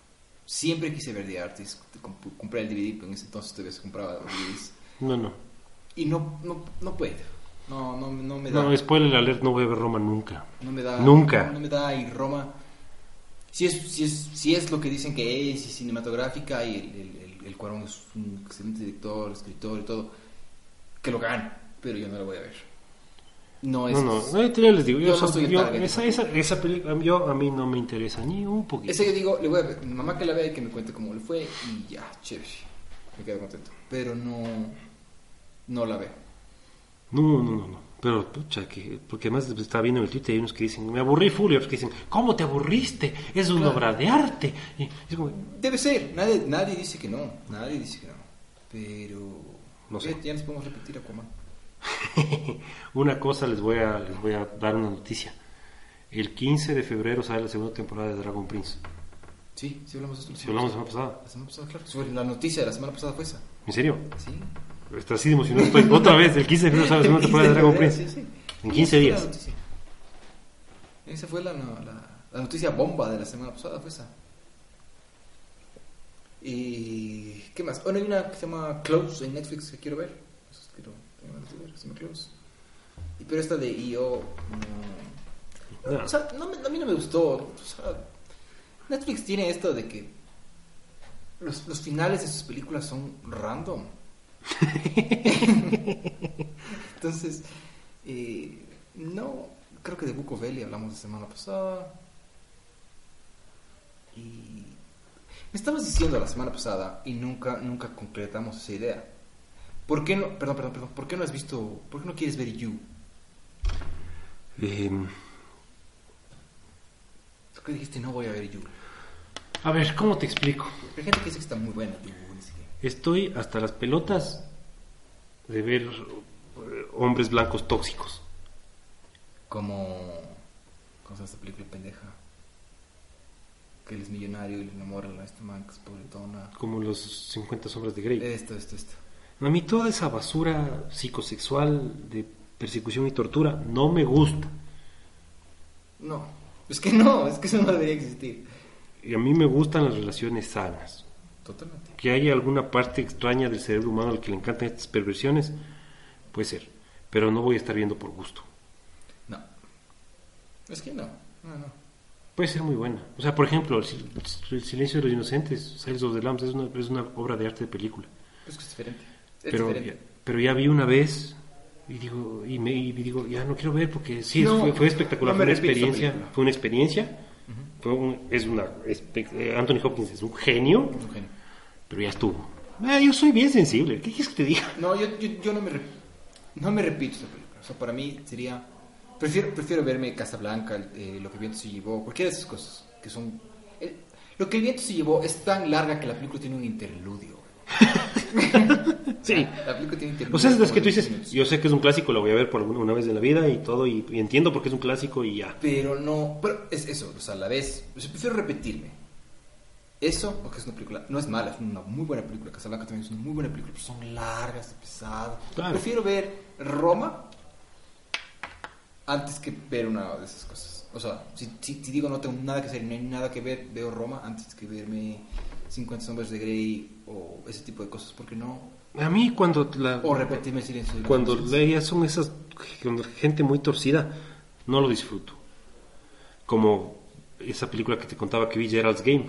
Speaker 1: Siempre quise ver The Artist. Comp- Compré el DVD, pero en ese entonces todavía se compraba DVDs.
Speaker 2: No, no.
Speaker 1: Y no, no, no puedo. No, no, no me da.
Speaker 2: No, spoiler alert, no voy a ver Roma nunca.
Speaker 1: No me da.
Speaker 2: Nunca.
Speaker 1: No, me da. Y Roma. Si es, si, es, si es lo que dicen que es, y cinematográfica, y el, el, el- el Cuarón es un excelente director, escritor y todo, que lo gane. Pero yo no lo voy a ver. No es.
Speaker 2: No, no, no, yo les digo, yo,
Speaker 1: Yo no
Speaker 2: soy-
Speaker 1: soy el
Speaker 2: yo-
Speaker 1: target.
Speaker 2: esa, esa, esa película, yo, a mí no me interesa ni un poquito.
Speaker 1: Ese yo digo, le voy a ver. Mi mamá que la vea y que me cuente cómo le fue, y ya, chévere. Me quedo contento. Pero no. No la veo.
Speaker 2: No, no, no, no. Pero, pucha, que, porque además estaba viendo el Twitter y hay unos que dicen, me aburrí full, y otros que dicen, ¿cómo te aburriste? Es una
Speaker 1: Claro.
Speaker 2: obra de arte. Y es como, (laughs)
Speaker 1: Debe ser. Nadie, nadie dice que no. Nadie dice que no. Pero. eh,
Speaker 2: No sé.
Speaker 1: Ya- Ya nos podemos repetir a Aquaman.
Speaker 2: Una cosa les voy, a, les voy a dar una noticia. El 15 de febrero sale la segunda temporada de Dragon Prince.
Speaker 1: Sí, sí hablamos de esto.
Speaker 2: Si hablamos la semana pasada.
Speaker 1: La semana pasada, claro. Sobre la noticia de la semana pasada fue esa.
Speaker 2: ¿En serio?
Speaker 1: Sí.
Speaker 2: Estás así de emocionado. Estoy otra vez. El 15 de febrero sale la
Speaker 1: (laughs)
Speaker 2: segunda temporada de Dragon Prince.
Speaker 1: Sí, sí.
Speaker 2: En 15
Speaker 1: Esa fue
Speaker 2: días.
Speaker 1: la noticia. Esa fue la, no- la- la noticia bomba de la semana pasada, fue esa. ¿Y qué más? Bueno, hay una que se llama Close en Netflix que quiero ver. Eso es que quiero, tengo ganas de ver, se llama Close. Y, pero esta de I.O. no.
Speaker 2: No.
Speaker 1: O sea, no me- a mí no me gustó. O sea, Netflix tiene esto de que los, los finales de sus películas son random. Entonces, eh, no, creo que de Book of Eli hablamos la semana pasada. Y me estabas diciendo la semana pasada y nunca, nunca concretamos esa idea. ¿Por qué no, perdón, perdón, perdón, por qué no has visto, por qué no quieres ver You?
Speaker 2: Eh,
Speaker 1: ¿Por qué dijiste no voy a ver You?
Speaker 2: a ver, ¿cómo te explico?
Speaker 1: Hay gente que dice que está muy buena, tío. ni siquiera.
Speaker 2: Estoy hasta las pelotas de ver eh, hombres blancos tóxicos.
Speaker 1: Como. ¿Cómo se llama esta película pendeja? Que él es millonario y le enamora a esta man que es pobretona.
Speaker 2: Como los 50 sombras de Grey.
Speaker 1: Esto, esto, esto.
Speaker 2: A mí toda esa basura psicosexual de persecución y tortura no me gusta.
Speaker 1: No. Es que no, es que eso no debería existir.
Speaker 2: Y a mí me gustan las relaciones sanas.
Speaker 1: Totalmente.
Speaker 2: que haya alguna parte extraña del cerebro humano al que le encantan estas perversiones, puede ser, pero no voy a estar viendo por gusto.
Speaker 1: No. Es que no. No, no.
Speaker 2: Puede ser muy buena. O sea, por ejemplo, El, sil- el Silencio de los Inocentes, Silence of the Lambs, es una, es una obra de arte de película.
Speaker 1: Es que es diferente. Es
Speaker 2: Pero, ya,
Speaker 1: diferente.
Speaker 2: pero ya vi una vez y digo, y me, y digo, ya no quiero ver porque sí, es-
Speaker 1: No,
Speaker 2: fue, fue espectacular,
Speaker 1: no
Speaker 2: fue
Speaker 1: me
Speaker 2: una
Speaker 1: repito
Speaker 2: experiencia.
Speaker 1: película.
Speaker 2: Fue una experiencia. Fue un- es una, espe- eh, Anthony Hopkins es un genio,
Speaker 1: Es un genio.
Speaker 2: pero ya estuvo. Ah, yo soy bien sensible, ¿qué quieres que te diga?
Speaker 1: No, yo, yo, yo no me re- no me repito esa película. O sea, para mí sería prefiero prefiero verme Casablanca, eh, lo que el viento se llevó, cualquiera de esas cosas que son el- lo que el viento se llevó es tan larga que la película tiene un interludio. güey.
Speaker 2: Sí.
Speaker 1: La película tiene
Speaker 2: Ah, O sea, es las
Speaker 1: las
Speaker 2: que tú dices, yo sé que es un clásico, la voy a ver por alguna una vez en la vida y todo, y, y entiendo por qué es un clásico y ya.
Speaker 1: Pero no, pero es eso, o sea, a la vez, o sea, prefiero repetirme. Eso, porque es una película, no es mala, es una muy buena película, Casablanca también es una muy buena película, pero son largas, pesadas.
Speaker 2: Claro.
Speaker 1: Prefiero ver Roma antes que ver una de esas cosas. O sea, si, si- si digo no tengo nada que hacer, no hay nada que ver, veo Roma antes que verme 50 sombras de Grey o ese tipo de cosas, porque no.
Speaker 2: A mí cuando la,
Speaker 1: O repetirme el silencio. de los
Speaker 2: cuando
Speaker 1: inocentes.
Speaker 2: leía son esas cuando gente muy torcida, no lo disfruto. Como esa película que te contaba que vi Gerald's Game,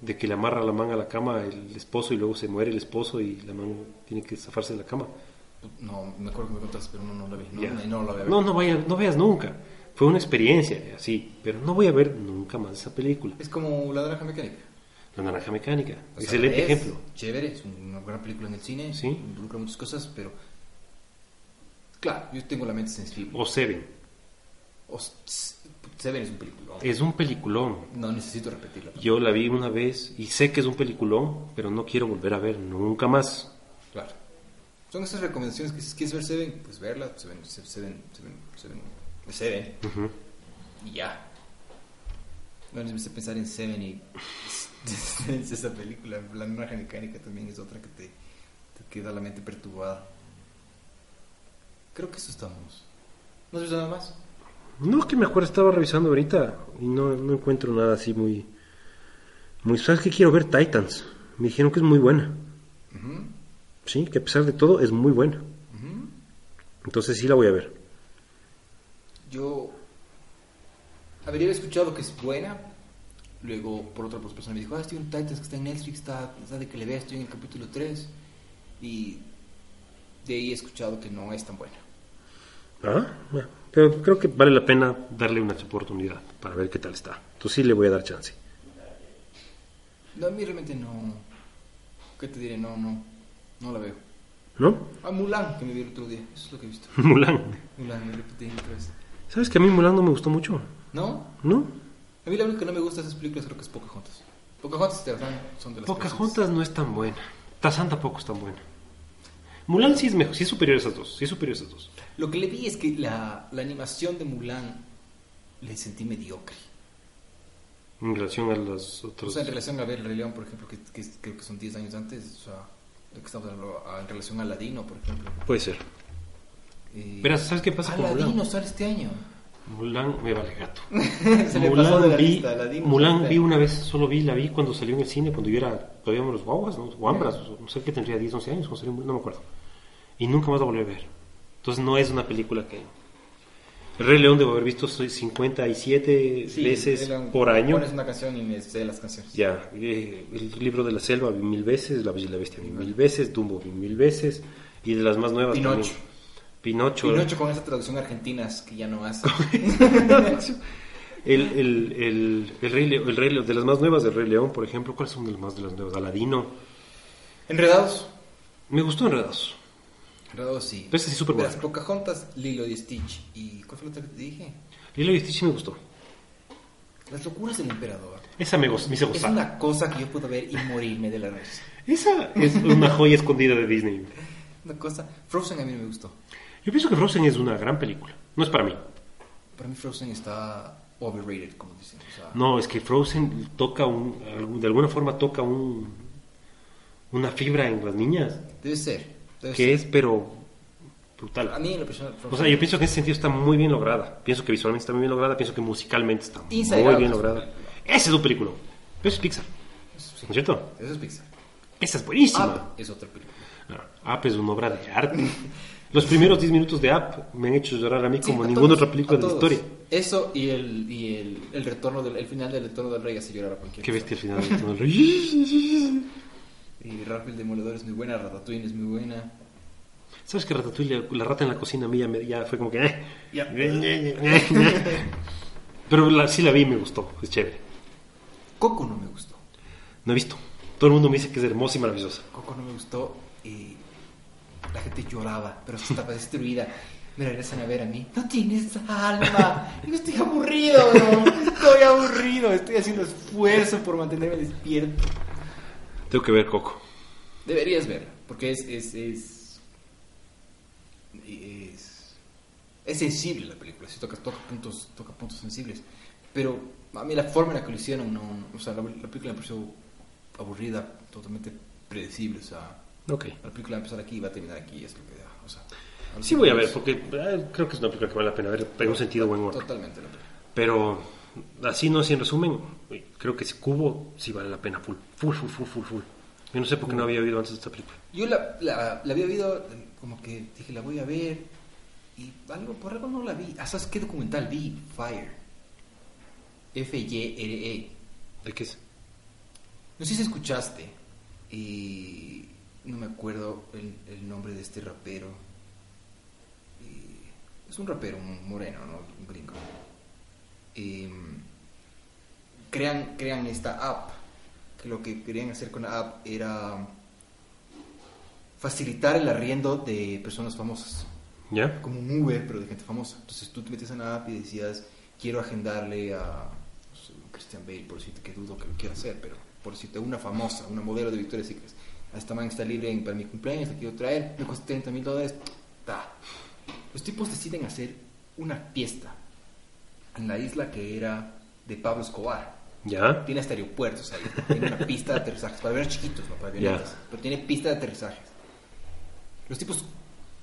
Speaker 2: de que le amarra la manga a la cama el esposo y luego se muere el esposo y la mano tiene que zafarse de la cama.
Speaker 1: No, me acuerdo que me contaste, pero no, no la vi. No,
Speaker 2: Ya.
Speaker 1: no, no la voy a ver.
Speaker 2: no, no vaya- no veas nunca. Fue una experiencia así, pero no voy a ver nunca más esa película.
Speaker 1: Es como la granja mecánica.
Speaker 2: La naranja mecánica,
Speaker 1: O sea,
Speaker 2: excelente
Speaker 1: es
Speaker 2: ejemplo.
Speaker 1: Chévere, es una gran película en el cine,
Speaker 2: Sí.
Speaker 1: involucra muchas cosas, pero claro, yo tengo la mente sensible.
Speaker 2: O Seven,
Speaker 1: O s- Seven es un película.
Speaker 2: es un peliculón.
Speaker 1: No necesito repetirla.
Speaker 2: Yo la vi una vez y sé que es un peliculón, pero no quiero volver a ver nunca más.
Speaker 1: Claro. Son esas recomendaciones que si quieres ver Seven, pues verla, Seven, Se- Seven, Seven, Seven, Seven,
Speaker 2: Ujú.
Speaker 1: y ya. No les empecé a pensar en Seven y (laughs) es esa película, la naranja mecánica también es otra que te, te queda la mente perturbada. Creo que eso estamos. ¿No has visto nada más?
Speaker 2: No, que me acuerdo, estaba revisando ahorita y no, no encuentro nada así muy... muy ¿Sabes qué? Quiero ver Titans. Me dijeron que es muy buena.
Speaker 1: Ujú,
Speaker 2: Sí, que a pesar de todo es muy buena.
Speaker 1: ujú.
Speaker 2: Entonces sí la voy a ver.
Speaker 1: Yo habría escuchado que es buena. Luego, por otra persona me dijo, ah, estoy en Titans que está en Netflix, está, está de que le veas, estoy en el capítulo 3. Y de ahí he escuchado que no es tan buena.
Speaker 2: Ah, bueno, pero creo que vale la pena darle una oportunidad para ver qué tal está. Entonces sí le voy a dar chance.
Speaker 1: No, a mí realmente no. ¿Qué te diré? No, no. No la veo.
Speaker 2: ¿No?
Speaker 1: Ah, Mulan, que me vi el otro día. Eso es lo que he visto.
Speaker 2: (laughs) Mulan.
Speaker 1: Mulan, me repetí otra vez.
Speaker 2: ¿Sabes que a mí Mulan no me gustó mucho?
Speaker 1: ¿No?
Speaker 2: ¿No?
Speaker 1: A mí la única que no me gusta de esas películas creo que es Pocahontas. Pocahontas de verdad son de las personas-
Speaker 2: Pocahontas no es tan buena. Tazán tampoco es tan buena. Mulan sí es mejor, sí es superior a esas dos, sí es superior a esas dos.
Speaker 1: Lo que le vi es que la, la animación de Mulan le sentí mediocre.
Speaker 2: En relación a las otras.
Speaker 1: O sea, en relación a ver el Rey León, por ejemplo, que, que es- creo que son 10 años antes, o sea, lo que estamos hablando, a- en relación a Aladino, por ejemplo.
Speaker 2: Puede ser.
Speaker 1: Eh,
Speaker 2: Verás, ¿sabes qué pasa con
Speaker 1: Aladino
Speaker 2: Mulan?
Speaker 1: sale este año.
Speaker 2: Mulan me vale gato.
Speaker 1: (laughs) Se le pasó de la
Speaker 2: vi,
Speaker 1: lista, Aladino
Speaker 2: Mulan
Speaker 1: sale
Speaker 2: vi
Speaker 1: este
Speaker 2: una vez, solo vi, la vi cuando salió en el cine, cuando yo era todavía unos guaguas, ¿no? guambras, no sé qué tendría 10, 11 años, cuando salió Mulan, no me acuerdo. Y nunca más la volví a ver. Entonces no es una película que... El Rey León debo haber visto soy 57
Speaker 1: año. Sí,
Speaker 2: veces
Speaker 1: era un-
Speaker 2: por año.
Speaker 1: Pones una canción y me sé las canciones.
Speaker 2: Ya, eh, el libro de la selva vi mil veces, La Bella y la Bestia vi mil veces, Dumbo vi mil veces, y de las más nuevas
Speaker 1: Pinocho.
Speaker 2: también. Pinocho.
Speaker 1: Pinocho con esa traducción argentina es que ya no hace. (laughs)
Speaker 2: El, el, el, el Rey León, el Rey León, de las más nuevas, del Rey León, por ejemplo, ¿cuáles son de las más de las nuevas? Aladino.
Speaker 1: Enredados.
Speaker 2: Me gustó Enredados.
Speaker 1: Enredados sí.
Speaker 2: Pero ese sí es súper
Speaker 1: Verás,
Speaker 2: bueno.
Speaker 1: Pocahontas, Lilo y Stitch. ¿Y cuál fue la otra que te dije?
Speaker 2: Lilo y Stitch me gustó.
Speaker 1: Las locuras del emperador.
Speaker 2: Esa me, gustó, me hizo
Speaker 1: Es
Speaker 2: gozar.
Speaker 1: una cosa que yo puedo ver y morirme de la risa.
Speaker 2: Esa es una joya escondida de Disney.
Speaker 1: Una cosa. Frozen a mí no me gustó.
Speaker 2: Yo pienso que Frozen es una gran película. No es para mí.
Speaker 1: Para mí Frozen está overrated, como dicen. O sea,
Speaker 2: No, es que Frozen toca un, algún- de alguna forma toca un, una fibra en las niñas,
Speaker 1: Debe ser. Debe
Speaker 2: que
Speaker 1: ser.
Speaker 2: es pero
Speaker 1: A
Speaker 2: brutal.
Speaker 1: mí en lo personal Frozen.
Speaker 2: O sea, yo pienso que en ese sentido está muy bien lograda. Pienso que visualmente está muy bien lograda, pienso que musicalmente está
Speaker 1: Inside
Speaker 2: muy
Speaker 1: Out
Speaker 2: bien
Speaker 1: es una
Speaker 2: lograda. Ese es un película. Pero eso es Pixar, ¿no
Speaker 1: Eso sí.
Speaker 2: es cierto?
Speaker 1: Eso es Pixar.
Speaker 2: Esa es buenísima.
Speaker 1: Up es otra película.
Speaker 2: No, Up es una obra de
Speaker 1: (laughs)
Speaker 2: arte. Los primeros 10 minutos de Up me han hecho llorar a mí como
Speaker 1: Sí, a
Speaker 2: ninguna
Speaker 1: todos,
Speaker 2: otra película
Speaker 1: a
Speaker 2: de la
Speaker 1: todos.
Speaker 2: historia.
Speaker 1: Eso y el, y el, el retorno del el final del retorno del rey hace llorar a cualquier
Speaker 2: Qué bestia el final. de
Speaker 1: (laughs)
Speaker 2: todo el-
Speaker 1: Y Ralph el Demoledor es muy buena, Ratatouille es muy buena.
Speaker 2: (laughs) (laughs) ¿Sabes que Ratatouille, la rata en la cocina mía, me- ya fue como que... eh.
Speaker 1: Ya.
Speaker 2: Pero la- sí la vi y me gustó, es chévere.
Speaker 1: Coco no me gustó.
Speaker 2: No he visto. Todo el mundo me dice que es hermosa y maravillosa.
Speaker 1: Coco no me gustó y la gente lloraba, pero se estaba (laughs) destruida. Me regresan a ver a mí. No tienes alma. (laughs) Yo estoy aburrido, bro. Estoy aburrido. Estoy haciendo esfuerzo por mantenerme despierto.
Speaker 2: Tengo que ver Coco.
Speaker 1: Deberías verla, porque es es, es, es, es sensible la película, si toca, toca, puntos, toca puntos sensibles. Pero a mí la forma en la que lo hicieron, no, no, o sea, la, la película me pareció aburrida, totalmente predecible, o sea,
Speaker 2: Ok.
Speaker 1: la película va a empezar aquí y va a terminar aquí, es lo que da, o sea, los
Speaker 2: Sí voy a ver,
Speaker 1: puntos-
Speaker 2: porque eh, creo que es una película que vale la pena ver, pero en un sentido buen humor.
Speaker 1: Totalmente la película.
Speaker 2: Pero así no, así en resumen, creo que si Cubo sí vale la pena, full, full, full, full, full, full. Yo no sé por qué no había oído antes de esta película.
Speaker 1: Yo la, la, la había oído, eh, como que dije, la voy a ver. Y algo, por algo no la vi. Ah, ¿Sabes qué documental vi? Fire. F-Y-R-E.
Speaker 2: ¿De qué es?
Speaker 1: No sé si escuchaste. Y no me acuerdo el, el nombre de este rapero. Y es un rapero, un moreno, ¿no? Un gringo. Em, crean, crean esta app. Que lo que querían hacer con la app era facilitar el arriendo de personas famosas
Speaker 2: ¿Ya?
Speaker 1: como un Uber, pero de gente famosa. Entonces tú te metes en la app y decías, quiero agendarle a no sé, un Christian Bale, por decirte que dudo que lo quiera hacer, pero por decirte una famosa, una modelo de Victoria's Secret. A esta man está libre en- para mi cumpleaños, la quiero traer, me cuesta 30 mil dólares. Ta. Los tipos deciden hacer una fiesta en la isla que era de Pablo Escobar.
Speaker 2: ¿Ya?
Speaker 1: Tiene hasta aeropuertos ahí. Tiene una pista de aterrizajes. Para aviones chiquitos, no para avionetas.
Speaker 2: Ya.
Speaker 1: Pero tiene pista de aterrizajes. Los tipos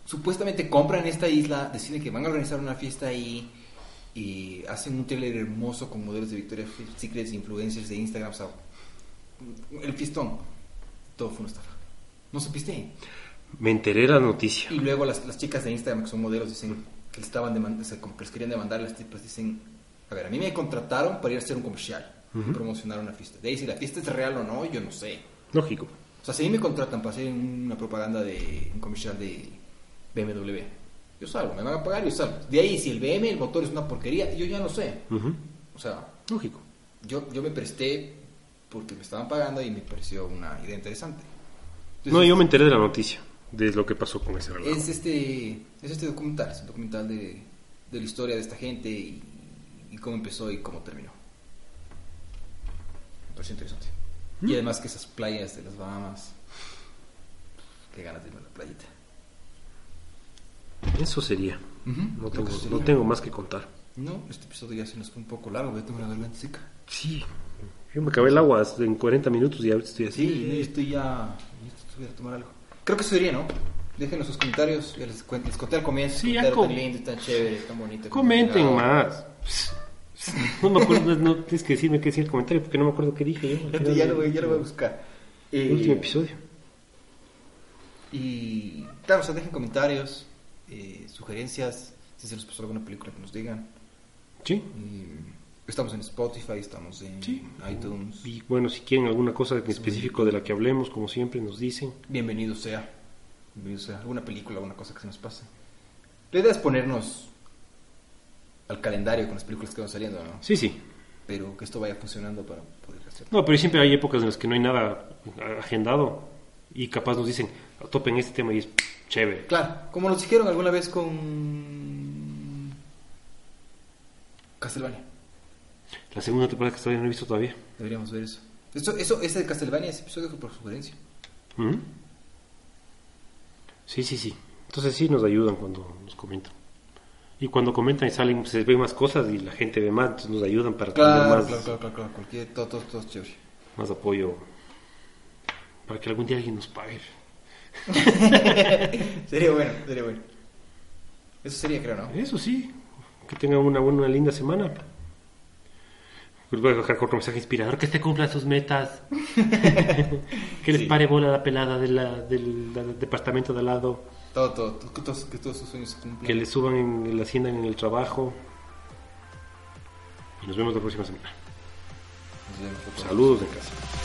Speaker 1: supuestamente compran esta isla, deciden que van a organizar una fiesta ahí y hacen un trailer hermoso con modelos de Victoria's Secrets, influencers de Instagram. O sea, el fiestón. Todo fue una estafa. No supiste.
Speaker 2: Me enteré la noticia.
Speaker 1: Y luego las, las chicas de Instagram que son modelos dicen que les estaban demandando, o sea, como que les querían demandar, las tipas dicen, a ver, a mí me contrataron para ir a hacer un comercial, y promocionar una fiesta. De ahí si la fiesta es real o no, yo no sé.
Speaker 2: Lógico.
Speaker 1: O sea, si a mí me contratan para hacer una propaganda de un comercial de BMW, yo salgo, me van a pagar y yo salgo. De ahí si el BM, el motor es una porquería, yo ya no sé.
Speaker 2: Ujú.
Speaker 1: O sea,
Speaker 2: Lógico.
Speaker 1: yo, yo me presté porque me estaban pagando y me pareció una idea interesante. Entonces,
Speaker 2: No, yo me enteré de la noticia, de lo que pasó con ese relato.
Speaker 1: Es este, es este documental, es un documental de, de la historia de esta gente y, y cómo empezó y cómo terminó. Me pareció interesante.
Speaker 2: Mm.
Speaker 1: Y además que esas playas de las Bahamas, qué ganas de ir a la playita.
Speaker 2: Eso sería.
Speaker 1: Ujú,
Speaker 2: No
Speaker 1: creo
Speaker 2: tengo,
Speaker 1: que
Speaker 2: no
Speaker 1: sería.
Speaker 2: tengo más que contar.
Speaker 1: No, este episodio ya se nos fue un poco largo, voy a tomar una garganta seca.
Speaker 2: Sí. Yo me acabé el agua en 40 minutos y ahorita estoy así.
Speaker 1: Sí, yo estoy ya, yo voy a tomar algo. Creo que eso sería, ¿no? Déjenos sus comentarios, ya les, cuen- les conté al comienzo,
Speaker 2: Sí, ya
Speaker 1: comentario
Speaker 2: com-
Speaker 1: tan lindo, tan chévere, tan bonito.
Speaker 2: Comenten
Speaker 1: complicado.
Speaker 2: más. No me acuerdo, no tienes que decirme qué decía el comentario porque no me acuerdo qué dije yo.
Speaker 1: Espérate, ya, lo voy, ya lo voy a buscar.
Speaker 2: El
Speaker 1: Eh,
Speaker 2: último episodio.
Speaker 1: Y claro, o sea, dejen comentarios, eh, sugerencias, si se les pasó alguna película que nos digan.
Speaker 2: Sí.
Speaker 1: Y estamos en Spotify, estamos en
Speaker 2: Sí.
Speaker 1: iTunes.
Speaker 2: Y bueno, si quieren alguna cosa en específico de la que hablemos, como siempre nos dicen.
Speaker 1: Bienvenido sea. Bienvenido sea. Alguna película, alguna cosa que se nos pase. La idea es ponernos al calendario con las películas que van saliendo, ¿no?
Speaker 2: Sí, sí.
Speaker 1: Pero que esto vaya funcionando para poder hacerlo.
Speaker 2: No, pero siempre hay épocas en las que no hay nada agendado y capaz nos dicen, topen este tema y es chévere.
Speaker 1: Claro, como nos dijeron alguna vez con Castlevania.
Speaker 2: La segunda temporada que todavía no he visto todavía.
Speaker 1: Deberíamos ver eso. Eso, eso ese de Castlevania, ese episodio fue por sugerencia.
Speaker 2: Ujú. Sí, sí, sí. Entonces sí nos ayudan cuando nos comentan. Y cuando comentan y salen, se ven más cosas y la gente ve más, entonces nos ayudan para tener
Speaker 1: Claro,
Speaker 2: más,
Speaker 1: claro, claro, claro, claro, Cualquier, todo, todo, todo chévere.
Speaker 2: más apoyo. Para que algún día alguien nos pague.
Speaker 1: sería bueno, sería bueno. Eso sería, creo, ¿no?
Speaker 2: Eso sí. Que tengan una buena, linda semana. Pues Voy a dejar con otro mensaje inspirador. Que este cumpla
Speaker 1: (laughs)
Speaker 2: sus metas. que les
Speaker 1: Sí.
Speaker 2: pare bola la pelada de la- del, del departamento de al lado.
Speaker 1: Todo, todo, todo, que todos, que todos sus sueños se cumplan.
Speaker 2: que le suban en la hacienda en el trabajo. Y nos vemos la próxima semana.
Speaker 1: Nos vemos, por favor.
Speaker 2: Saludos de casa.